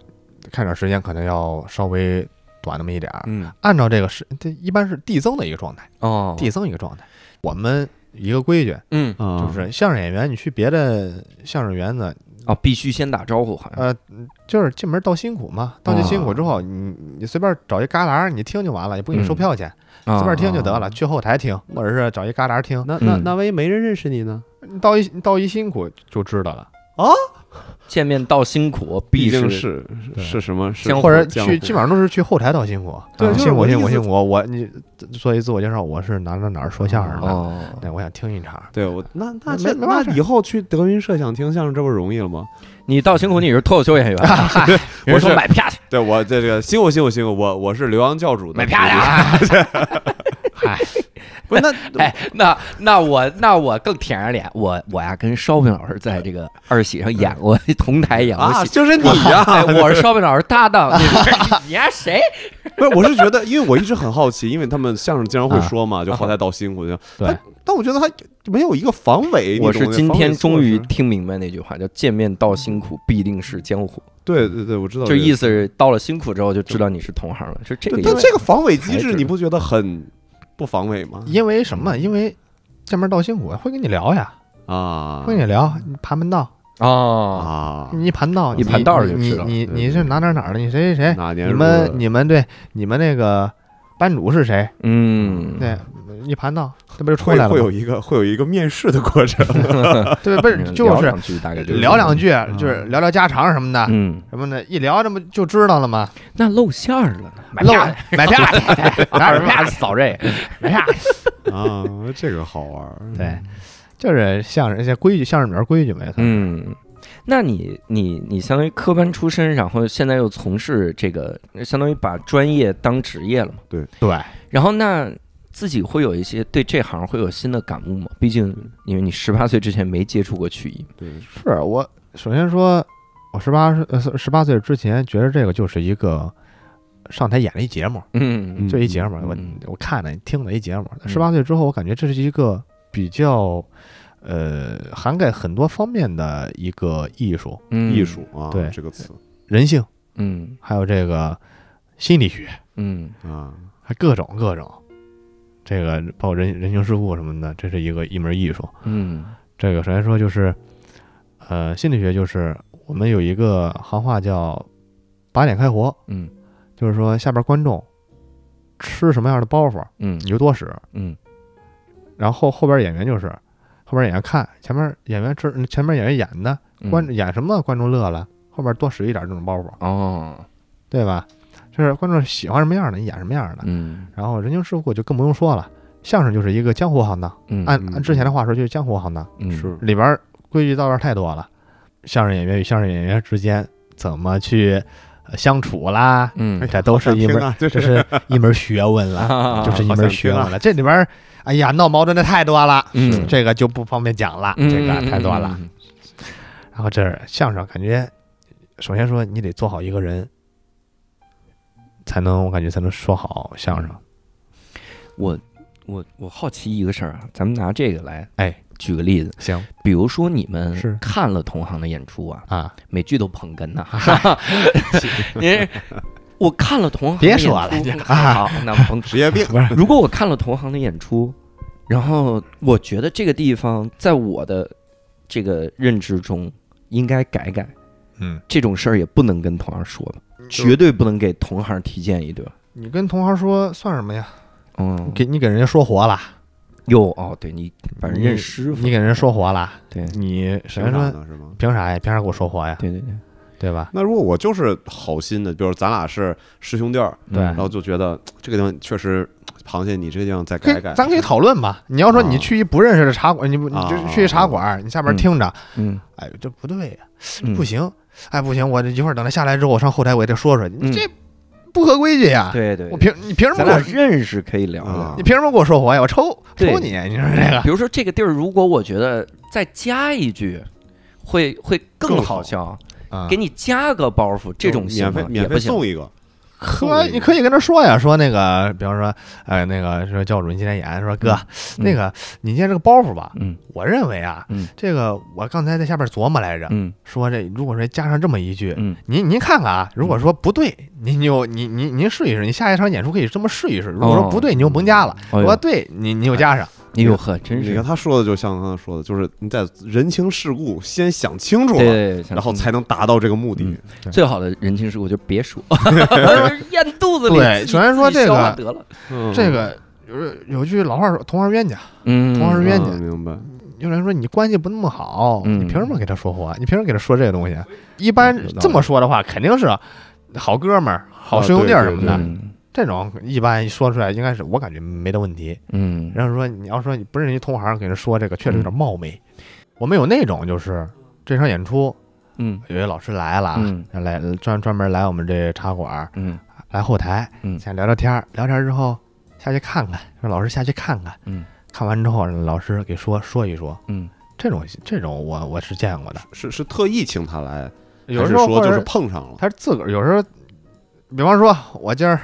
Speaker 4: 开场时间可能要稍微短那么一点儿，
Speaker 1: 嗯
Speaker 4: 按照这个时这一般是递增的一个状态。
Speaker 1: 哦，
Speaker 4: 递增一个状态。我们一个规矩
Speaker 1: 嗯
Speaker 3: 啊，
Speaker 4: 就是，相声演员，你去别的相声园子，
Speaker 1: 哦，必须先打招呼，好像
Speaker 4: 呃，就是进门道辛苦
Speaker 1: 嗯
Speaker 4: 嘛，道尽辛苦之后，你你随便找一旮旯，你听就完了，也不给你收票钱，
Speaker 1: 啊
Speaker 4: 随便听就得
Speaker 3: 啊
Speaker 4: 了，去后台听，或者是找一旮旯听。
Speaker 3: 那那
Speaker 1: 嗯
Speaker 3: 那万一没人认识你呢？
Speaker 4: 你道一道一辛苦就知道了，
Speaker 1: 见面道辛苦，
Speaker 3: 毕
Speaker 1: 必
Speaker 3: 竟
Speaker 1: 是
Speaker 3: 是
Speaker 4: 对
Speaker 3: 是什么？是
Speaker 1: 江湖
Speaker 4: 或者
Speaker 3: 江湖
Speaker 4: 去基本上都是去后台道辛苦。
Speaker 3: 对
Speaker 4: 啊
Speaker 3: 就是
Speaker 4: 辛苦
Speaker 3: 我的
Speaker 4: 辛苦
Speaker 3: 意思
Speaker 4: 辛苦，我你做一自我介绍，我是哪哪哪儿说相声的，
Speaker 1: 哦，
Speaker 4: 对，我想听一场。
Speaker 3: 对我那那
Speaker 4: 没
Speaker 3: 这
Speaker 4: 没办
Speaker 3: 那
Speaker 4: 法
Speaker 3: 以后去德云社想听相声，这不是容易了吗？
Speaker 1: 你道辛苦，你是脱口秀演员，啊
Speaker 3: 我是
Speaker 1: 说买票去，
Speaker 3: 对我这个辛苦辛苦辛苦，我我是刘洋教主的
Speaker 1: 买
Speaker 3: 徒
Speaker 1: 票去
Speaker 3: 弟，
Speaker 1: 啊。
Speaker 4: 嗨，
Speaker 3: 不是
Speaker 4: <laughs>
Speaker 3: 那
Speaker 1: <laughs> 哎，那那我那我更舔着脸，我我呀跟烧饼老师在这个二喜上演过，同台演过
Speaker 3: 啊， <laughs>
Speaker 1: 戏。
Speaker 3: 就是你
Speaker 1: 哎
Speaker 3: 呀！
Speaker 1: 我是烧饼老师搭档，那是你呀谁？
Speaker 3: 不是，我是觉得，因为我一直很好奇，因为他们相声经常会说嘛，就后台道辛苦就。
Speaker 4: 嗯对
Speaker 3: 但，但我觉得他没有一个防伪，
Speaker 1: 我
Speaker 3: 你懂
Speaker 1: 是
Speaker 3: 的
Speaker 1: 今
Speaker 3: 防
Speaker 1: 天
Speaker 3: 伪
Speaker 1: 终于
Speaker 3: 措施
Speaker 1: 听明白那句话，叫“见面道辛苦，必定是江湖
Speaker 3: 对对对，我知”，道
Speaker 1: 就意
Speaker 3: 思。
Speaker 1: 思是到了辛苦之后就知道你是同行了，是这个
Speaker 3: 对
Speaker 1: 意
Speaker 3: 但
Speaker 1: 思。
Speaker 3: 这个防伪机
Speaker 1: 才
Speaker 3: 制，
Speaker 1: 知
Speaker 3: 你
Speaker 1: 道
Speaker 3: 不觉得很不防伪吗？
Speaker 4: 因为什么？因为见面道辛苦会跟你聊呀，
Speaker 3: 啊
Speaker 4: 会跟你聊，你盘门道。
Speaker 1: 哦，
Speaker 3: 啊，
Speaker 4: 你一盘道，
Speaker 1: 一
Speaker 4: 你
Speaker 1: 盘道儿
Speaker 4: 你
Speaker 1: 就
Speaker 4: 你
Speaker 1: 知道了
Speaker 4: 你
Speaker 3: 对
Speaker 4: 你
Speaker 3: 对
Speaker 4: 是哪哪哪儿的？你谁谁谁？
Speaker 3: 哪年
Speaker 4: 你
Speaker 3: 入
Speaker 4: 们
Speaker 3: 的
Speaker 4: 你们对你们那个班主是谁？
Speaker 1: 嗯，
Speaker 4: 对，一盘道，这不就出
Speaker 3: 会
Speaker 4: 来了
Speaker 3: 会有
Speaker 4: 吗？
Speaker 3: 一个会有一个面试的过
Speaker 4: <laughs>
Speaker 3: 程
Speaker 4: 对，不是
Speaker 1: 嗯
Speaker 4: 就
Speaker 1: 聊
Speaker 4: 是
Speaker 1: 两句大概就是
Speaker 4: 聊两句，
Speaker 3: 嗯
Speaker 4: 就是聊聊家常什么的，
Speaker 1: 嗯，
Speaker 4: 什么的，一聊这不就知道了吗？
Speaker 1: 那露馅儿了呢，买
Speaker 4: 漏
Speaker 1: 票去，<laughs>
Speaker 4: 买票去，哪
Speaker 1: 哪
Speaker 4: 有
Speaker 1: 有
Speaker 4: 什么
Speaker 1: 票扫这个？
Speaker 4: 买票
Speaker 1: <laughs>
Speaker 4: 去？
Speaker 3: 啊，这个好玩儿。
Speaker 4: 对，就是相声，这规矩，相声里面规矩没错。
Speaker 1: 嗯，那你你你相当于科班出身，然后现在又从事这个，相当于把专业当职业了嘛？
Speaker 4: 对，
Speaker 1: 然后那自己会有一些对这行会有新的感悟吗？毕竟因为你十八岁之前没接触过曲艺，
Speaker 3: 对，
Speaker 4: 是我首先说，我十八呃十八岁之前觉得这个就是一个上台演了一节目。
Speaker 1: 嗯
Speaker 4: 就一节目，我
Speaker 1: 嗯
Speaker 4: 我看了听了一节目。
Speaker 1: 嗯
Speaker 4: 十八岁之后，我感觉这是一个比较呃涵盖很多方面的一个艺术，
Speaker 1: 嗯
Speaker 3: 艺，术啊，
Speaker 4: 对
Speaker 3: 这个词
Speaker 4: 人性，
Speaker 1: 嗯
Speaker 4: 还有这个心理学，
Speaker 1: 嗯
Speaker 3: 啊，
Speaker 4: 还各种各种，这个包括人人情世故什么的，这是一个一门艺术。
Speaker 1: 嗯
Speaker 4: 这个首先说就是，呃，心理学就是我们有一个行话叫“把脸开活
Speaker 1: 嗯”，
Speaker 4: 就是说下边观众吃什么样的包袱，
Speaker 1: 嗯
Speaker 4: 你就多使。
Speaker 1: 嗯
Speaker 4: 然后后边演员就是后边演员看前面演员吃，前面演员演的
Speaker 1: 嗯，
Speaker 4: 观、演什么观众乐了，后边多使一点这种包袱，
Speaker 1: 哦，
Speaker 4: 对吧？就是观众喜欢什么样的，你演什么样的。
Speaker 1: 嗯
Speaker 4: 然后人情世故就更不用说了，相声就是一个江湖行当，
Speaker 1: 嗯
Speaker 4: 按
Speaker 3: 嗯
Speaker 4: 按之前的话说就是江湖行当，
Speaker 1: 嗯
Speaker 3: 是
Speaker 4: 里边规矩道道太多了，相声演员与相声演员之间怎么去呃相处啦，
Speaker 1: 嗯
Speaker 4: 这都是
Speaker 3: <laughs>
Speaker 4: 一门，
Speaker 3: 这
Speaker 4: 这是一门学问了。 <laughs>
Speaker 1: 啊
Speaker 4: 就是一
Speaker 3: 好想
Speaker 4: 门
Speaker 3: 听
Speaker 4: 学
Speaker 3: 啊
Speaker 4: 问了。这里边儿，哎呀，闹矛盾的太多了，
Speaker 1: 嗯
Speaker 4: 这个就不方便讲了，这个啊太多了。，然后这儿相声，感觉首先说你得做好一个人，才能我感觉才能说好相声。
Speaker 1: 我我我好奇一个事儿啊，咱们拿这个来
Speaker 4: 哎
Speaker 1: 举个例子，
Speaker 4: 行
Speaker 1: 比如说你们
Speaker 4: 是
Speaker 1: 看了同行的演出啊，
Speaker 4: 啊，
Speaker 1: 每句都捧哏呐， <laughs> 您我看了同行的
Speaker 4: 别
Speaker 1: 演出
Speaker 4: 说了你
Speaker 1: 好，那捧
Speaker 3: 职业病，
Speaker 4: 不是
Speaker 1: 如果我看了同行的演出，然后我觉得这个地方在我的这个认知中应该改改，
Speaker 4: 嗯，
Speaker 1: 这种事儿也不能跟同行说吧，
Speaker 4: 就
Speaker 1: 绝对不能给同行提建议，对吧？
Speaker 4: 你跟同行说算什么呀？
Speaker 1: 嗯，
Speaker 4: 给你给人家说活了，
Speaker 1: 哟哦，对你把人认
Speaker 4: 你
Speaker 1: 师傅
Speaker 4: 你，给人说活了，
Speaker 1: 对
Speaker 4: 你首
Speaker 3: 平
Speaker 4: 先
Speaker 3: 常
Speaker 4: 说
Speaker 3: 的是吗？
Speaker 4: 凭啥呀？凭啥给我说活呀？
Speaker 1: 对对对，
Speaker 4: 对吧？
Speaker 3: 那如果我就是好心的，比如咱俩是师兄弟儿，
Speaker 4: 对
Speaker 1: 嗯
Speaker 3: 然后就觉得这个地方确实，螃蟹你这个地方再改改，
Speaker 4: 咱可以讨论嘛。你要说你
Speaker 3: 啊
Speaker 4: 去一不认识的茶馆，你不你
Speaker 3: 啊
Speaker 4: 就去一茶馆，你下边
Speaker 1: 嗯
Speaker 4: 听着，
Speaker 1: 嗯，
Speaker 4: 哎，这不对呀，
Speaker 1: 嗯
Speaker 4: 不，行，哎不行，我这一会儿等他下来之后，我上后台我也得说说，
Speaker 1: 嗯
Speaker 4: 你这不合规矩呀。
Speaker 1: 对对，
Speaker 4: 我
Speaker 1: 对
Speaker 4: 凭你凭什么
Speaker 1: 咱
Speaker 4: 给
Speaker 1: 俩
Speaker 4: 我？
Speaker 1: 认识可以聊
Speaker 3: 啊
Speaker 1: 聊。
Speaker 4: 你凭什么给我说活呀？我抽
Speaker 1: 对
Speaker 4: 抽你！你说这个
Speaker 1: 比如说这个地儿，如果我觉得再加一句，会会更
Speaker 3: 更
Speaker 1: 好
Speaker 3: 好
Speaker 1: 笑，
Speaker 4: 啊
Speaker 1: 给你加个包袱，这种行
Speaker 3: 免
Speaker 1: 吗
Speaker 3: 费免
Speaker 1: 也
Speaker 3: 费
Speaker 1: 不行
Speaker 3: 送一个，
Speaker 4: 说你可以跟他说呀，说那个，比方说，哎，那个说教主你今天演，说哥，那个你今天这个包袱吧，
Speaker 1: 嗯
Speaker 4: 我认为啊，
Speaker 1: 嗯
Speaker 4: 这个我刚才在下边琢磨来着，
Speaker 1: 嗯
Speaker 4: 说这如果说加上这么一句，
Speaker 1: 嗯，
Speaker 4: 您您看看啊，如果说不对，您就您您您试一试，你下一场演出可以这么试一试，如果
Speaker 1: 哦
Speaker 4: 说不对，你就甭加了，
Speaker 1: 哎
Speaker 4: 如
Speaker 1: 呦
Speaker 4: 果对，你你就加上，
Speaker 1: 哎呦呵，真
Speaker 3: 你
Speaker 1: 是
Speaker 3: 看他说的就像他说的，就是你在人情世故先想清楚
Speaker 1: 对
Speaker 3: 了，
Speaker 1: 对，对
Speaker 3: 然后才能达到这个目的。
Speaker 1: 嗯最好的人情世故就别说，咽肚子里。
Speaker 4: 对
Speaker 1: 自己
Speaker 4: 虽然说
Speaker 1: 自己消化
Speaker 4: 这
Speaker 1: 得了，
Speaker 3: 嗯
Speaker 4: 这个有有句老话说，同行冤家，
Speaker 1: 嗯
Speaker 4: 同行冤家
Speaker 3: 嗯明白？
Speaker 4: 有人说你关系不那么好，
Speaker 1: 嗯
Speaker 4: 你凭什么给他说啊话？你凭什么给他说这个东西？啊一般
Speaker 1: 有道理
Speaker 4: 这么说的话，肯定是好哥们儿、好师兄弟儿什么的。
Speaker 3: 啊对对
Speaker 1: 嗯
Speaker 4: 这种一般一说出来，应该是我感觉没得问题。
Speaker 1: 嗯，
Speaker 4: 然后说你要说你不是人同行，给人说这个确实有点冒昧。我们有那种就是这场演出
Speaker 1: 嗯
Speaker 4: 有一老师来了，
Speaker 1: 嗯
Speaker 4: 来专专门来我们这茶馆儿
Speaker 1: 嗯
Speaker 4: 来后台，
Speaker 1: 嗯
Speaker 4: 先聊聊天儿，聊天儿之后下去看看，让老师下去看看，
Speaker 1: 嗯，
Speaker 4: 看完之后让老师给说说一说，
Speaker 1: 嗯，
Speaker 4: 这种这种我我是见过的，
Speaker 3: 是是特意请他来，
Speaker 4: 有
Speaker 3: 还
Speaker 4: 时
Speaker 3: 是
Speaker 4: 候
Speaker 3: 说
Speaker 4: 或
Speaker 3: 就
Speaker 4: 者
Speaker 3: 是碰上了？
Speaker 4: 他是自个儿，有时候，比方说我今儿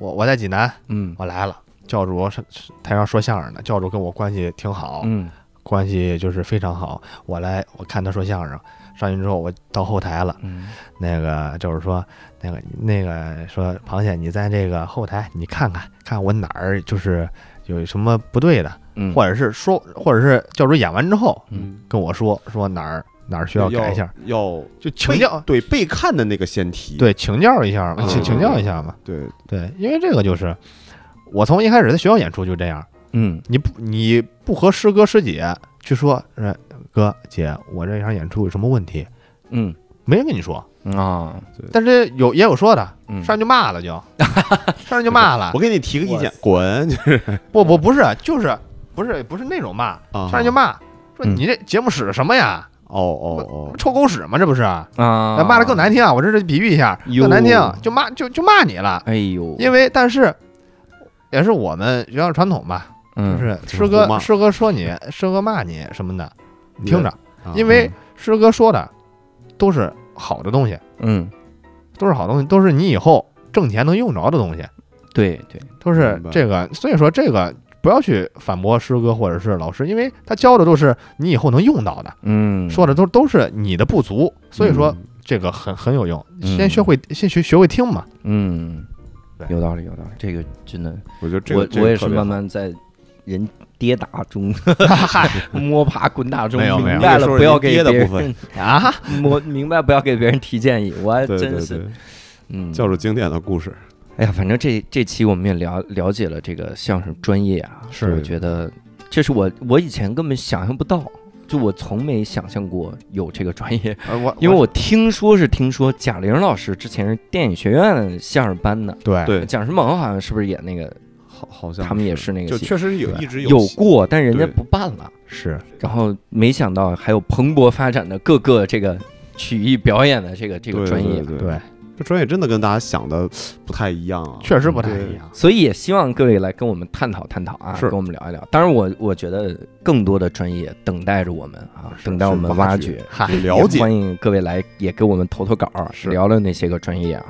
Speaker 4: 我我在济南
Speaker 1: 嗯
Speaker 4: 我来了，教主是是台上说相声的，教主跟我关系挺好，
Speaker 1: 嗯
Speaker 4: 关系就是非常好，我来我看他说相声。上去之后，我到后台了。
Speaker 1: 嗯
Speaker 4: 那个就是说，那个那个说，螃蟹，你在这个后台，你看看看我哪儿就是有什么不对的，
Speaker 1: 嗯，
Speaker 4: 或者是说，或者是教主演完之后
Speaker 1: 嗯
Speaker 4: 跟我说说哪儿哪儿需要改一下，，
Speaker 3: 要
Speaker 4: 就请
Speaker 3: 被
Speaker 4: 教，
Speaker 3: 对被看的那个先提，
Speaker 4: 对请教一下嘛，请
Speaker 1: 嗯
Speaker 4: 请教一下嘛。
Speaker 3: 对，
Speaker 4: 对，因为这个就是我从一开始在学校演出就这样，
Speaker 1: 嗯
Speaker 4: 你不你不和师哥师姐去说，呃，哥姐，我这场演出有什么问题，
Speaker 1: 嗯
Speaker 4: 没人跟你说，
Speaker 1: 嗯啊，
Speaker 4: 但是有也有说的，
Speaker 1: 嗯
Speaker 4: 上去就骂了就，
Speaker 3: <laughs>
Speaker 4: 上去就骂了
Speaker 3: 我，给你提个意见
Speaker 4: 我，
Speaker 3: 滚！
Speaker 4: 不不不是，就是不是不是那种骂，
Speaker 3: 啊
Speaker 4: 上去就骂，说
Speaker 1: 嗯
Speaker 4: 你这节目使什么呀，
Speaker 3: 哦哦
Speaker 4: 臭狗屎嘛，这不是，哎
Speaker 1: 啊，
Speaker 4: 骂的更难听啊，我这是比喻一下，
Speaker 1: 哟
Speaker 4: 更难听，就骂就就骂你了，
Speaker 1: 哎呦，
Speaker 4: 因为但是也是我们学校传统吧，就
Speaker 1: 嗯
Speaker 4: 是
Speaker 3: 就是
Speaker 4: 师
Speaker 3: 互
Speaker 4: 哥
Speaker 3: 骂
Speaker 4: 师哥说你，师哥骂你什么的，你听着，
Speaker 1: 啊
Speaker 3: 哦，
Speaker 4: 因
Speaker 3: 为
Speaker 4: 为师哥说的都是好的东西，
Speaker 1: 嗯，
Speaker 4: 都是好东西，都是你以后挣钱能用着的东西，
Speaker 1: 对对，
Speaker 4: 都是
Speaker 3: 明白
Speaker 4: 这个。所以说这个不要去反驳师哥或者是老师，因为他教的都是你以后能用到的，
Speaker 1: 嗯，
Speaker 4: 说的都都是你的不足，所以说
Speaker 3: 嗯
Speaker 4: 这个很很有用。
Speaker 1: 嗯
Speaker 4: 先学会先学学会听嘛，
Speaker 1: 嗯，
Speaker 4: 对
Speaker 1: 有道理有道理，这个真的，
Speaker 3: 我觉得这
Speaker 1: 我
Speaker 3: 个这个
Speaker 1: 我也
Speaker 3: 特
Speaker 1: 是
Speaker 3: 别
Speaker 1: 慢
Speaker 3: 好
Speaker 1: 慢在人跌打中 <laughs> 摸爬滚打中
Speaker 4: 没有没有
Speaker 1: 明白了，
Speaker 3: 你得说说
Speaker 1: 不要
Speaker 3: 你
Speaker 1: 给
Speaker 3: 跌的
Speaker 1: 别
Speaker 3: 部
Speaker 1: 人
Speaker 3: 分
Speaker 4: 啊，
Speaker 1: 我明白，不要给别人提建议，我还
Speaker 3: 对
Speaker 1: 真
Speaker 3: 对
Speaker 1: 是，
Speaker 3: 对，
Speaker 1: 嗯，
Speaker 3: 教主经典的故事，
Speaker 1: 哎呀，反正这这期我们也了了解了这个相声专业啊，
Speaker 4: 是
Speaker 1: 我觉得这是我我以前根本想象不到，就我从没想象过有这个专
Speaker 3: <laughs>
Speaker 1: 业，
Speaker 4: 呃我
Speaker 1: 因为我听说是听说贾玲老师之前是电影学院相声班的，
Speaker 4: 对
Speaker 3: 对，
Speaker 1: 蒋诗萌好像是不是也那个，
Speaker 3: 好好像
Speaker 1: 他们也是那个
Speaker 3: 就
Speaker 1: 戏
Speaker 3: 确实有
Speaker 4: 对
Speaker 3: 一直
Speaker 1: 有过，但人家
Speaker 3: 对
Speaker 1: 不办了。
Speaker 4: 是
Speaker 1: 然后没想到还有蓬勃发展的各个这个曲艺表演的这个这
Speaker 3: 这
Speaker 1: 个专业，
Speaker 3: 对对
Speaker 4: 对
Speaker 3: 这专业真的跟大家想的不太一样啊。
Speaker 4: 确实不太一样。
Speaker 1: 所以也希望各位来跟我们探讨探讨啊，
Speaker 3: 是
Speaker 1: 跟我们聊一聊。当然我，我觉得更多的专业等待着我们啊，
Speaker 3: 是
Speaker 1: 等待我们
Speaker 3: 是
Speaker 1: 挖
Speaker 3: 挖
Speaker 1: 掘
Speaker 3: 掘。
Speaker 4: 嗨，
Speaker 3: 也了解
Speaker 1: 也欢迎各位来也给我们投投稿，
Speaker 3: 是。
Speaker 1: 聊聊那些个专业啊，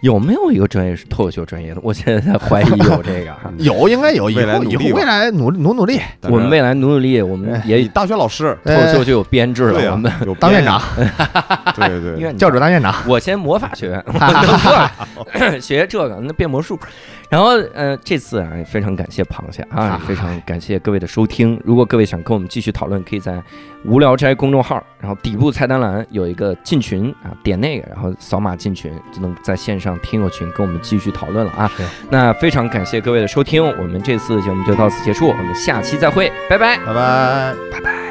Speaker 1: 有没有一个专业是脱口秀专业的？我现在怀疑有这个啊
Speaker 3: <laughs>
Speaker 4: 有应该有，以
Speaker 3: 未来
Speaker 4: 后
Speaker 3: 努
Speaker 4: 以后
Speaker 3: 力吧
Speaker 4: 未来努努努力，
Speaker 3: 但是
Speaker 1: 我们未来努努力，我们
Speaker 4: 哎
Speaker 1: 也
Speaker 3: 你大学老师
Speaker 1: 脱口秀就有编制
Speaker 3: 对
Speaker 1: 了。我
Speaker 3: 呀
Speaker 1: 们，
Speaker 3: 有
Speaker 4: 当
Speaker 3: 编
Speaker 4: 院长
Speaker 3: 呀，对对
Speaker 1: <laughs> 因为
Speaker 3: 对，
Speaker 1: 你
Speaker 4: 教主当院长，
Speaker 1: 我先魔法学院，我能过 <coughs> 学这个，那变魔术。然后，呃，这次啊，也非常感谢螃蟹啊，也非常感谢各位的收听。如果各位想跟我们继续讨论，可以在无聊斋公众号，然后底部菜单栏有一个进群啊，点那个，然后扫码进群，就能在线上听友群跟我们继续讨论了啊
Speaker 4: 是。
Speaker 1: 那非常感谢各位的收听，我们这次节目就到此结束，我们下期再会，拜拜。
Speaker 4: 拜拜。
Speaker 1: 拜拜。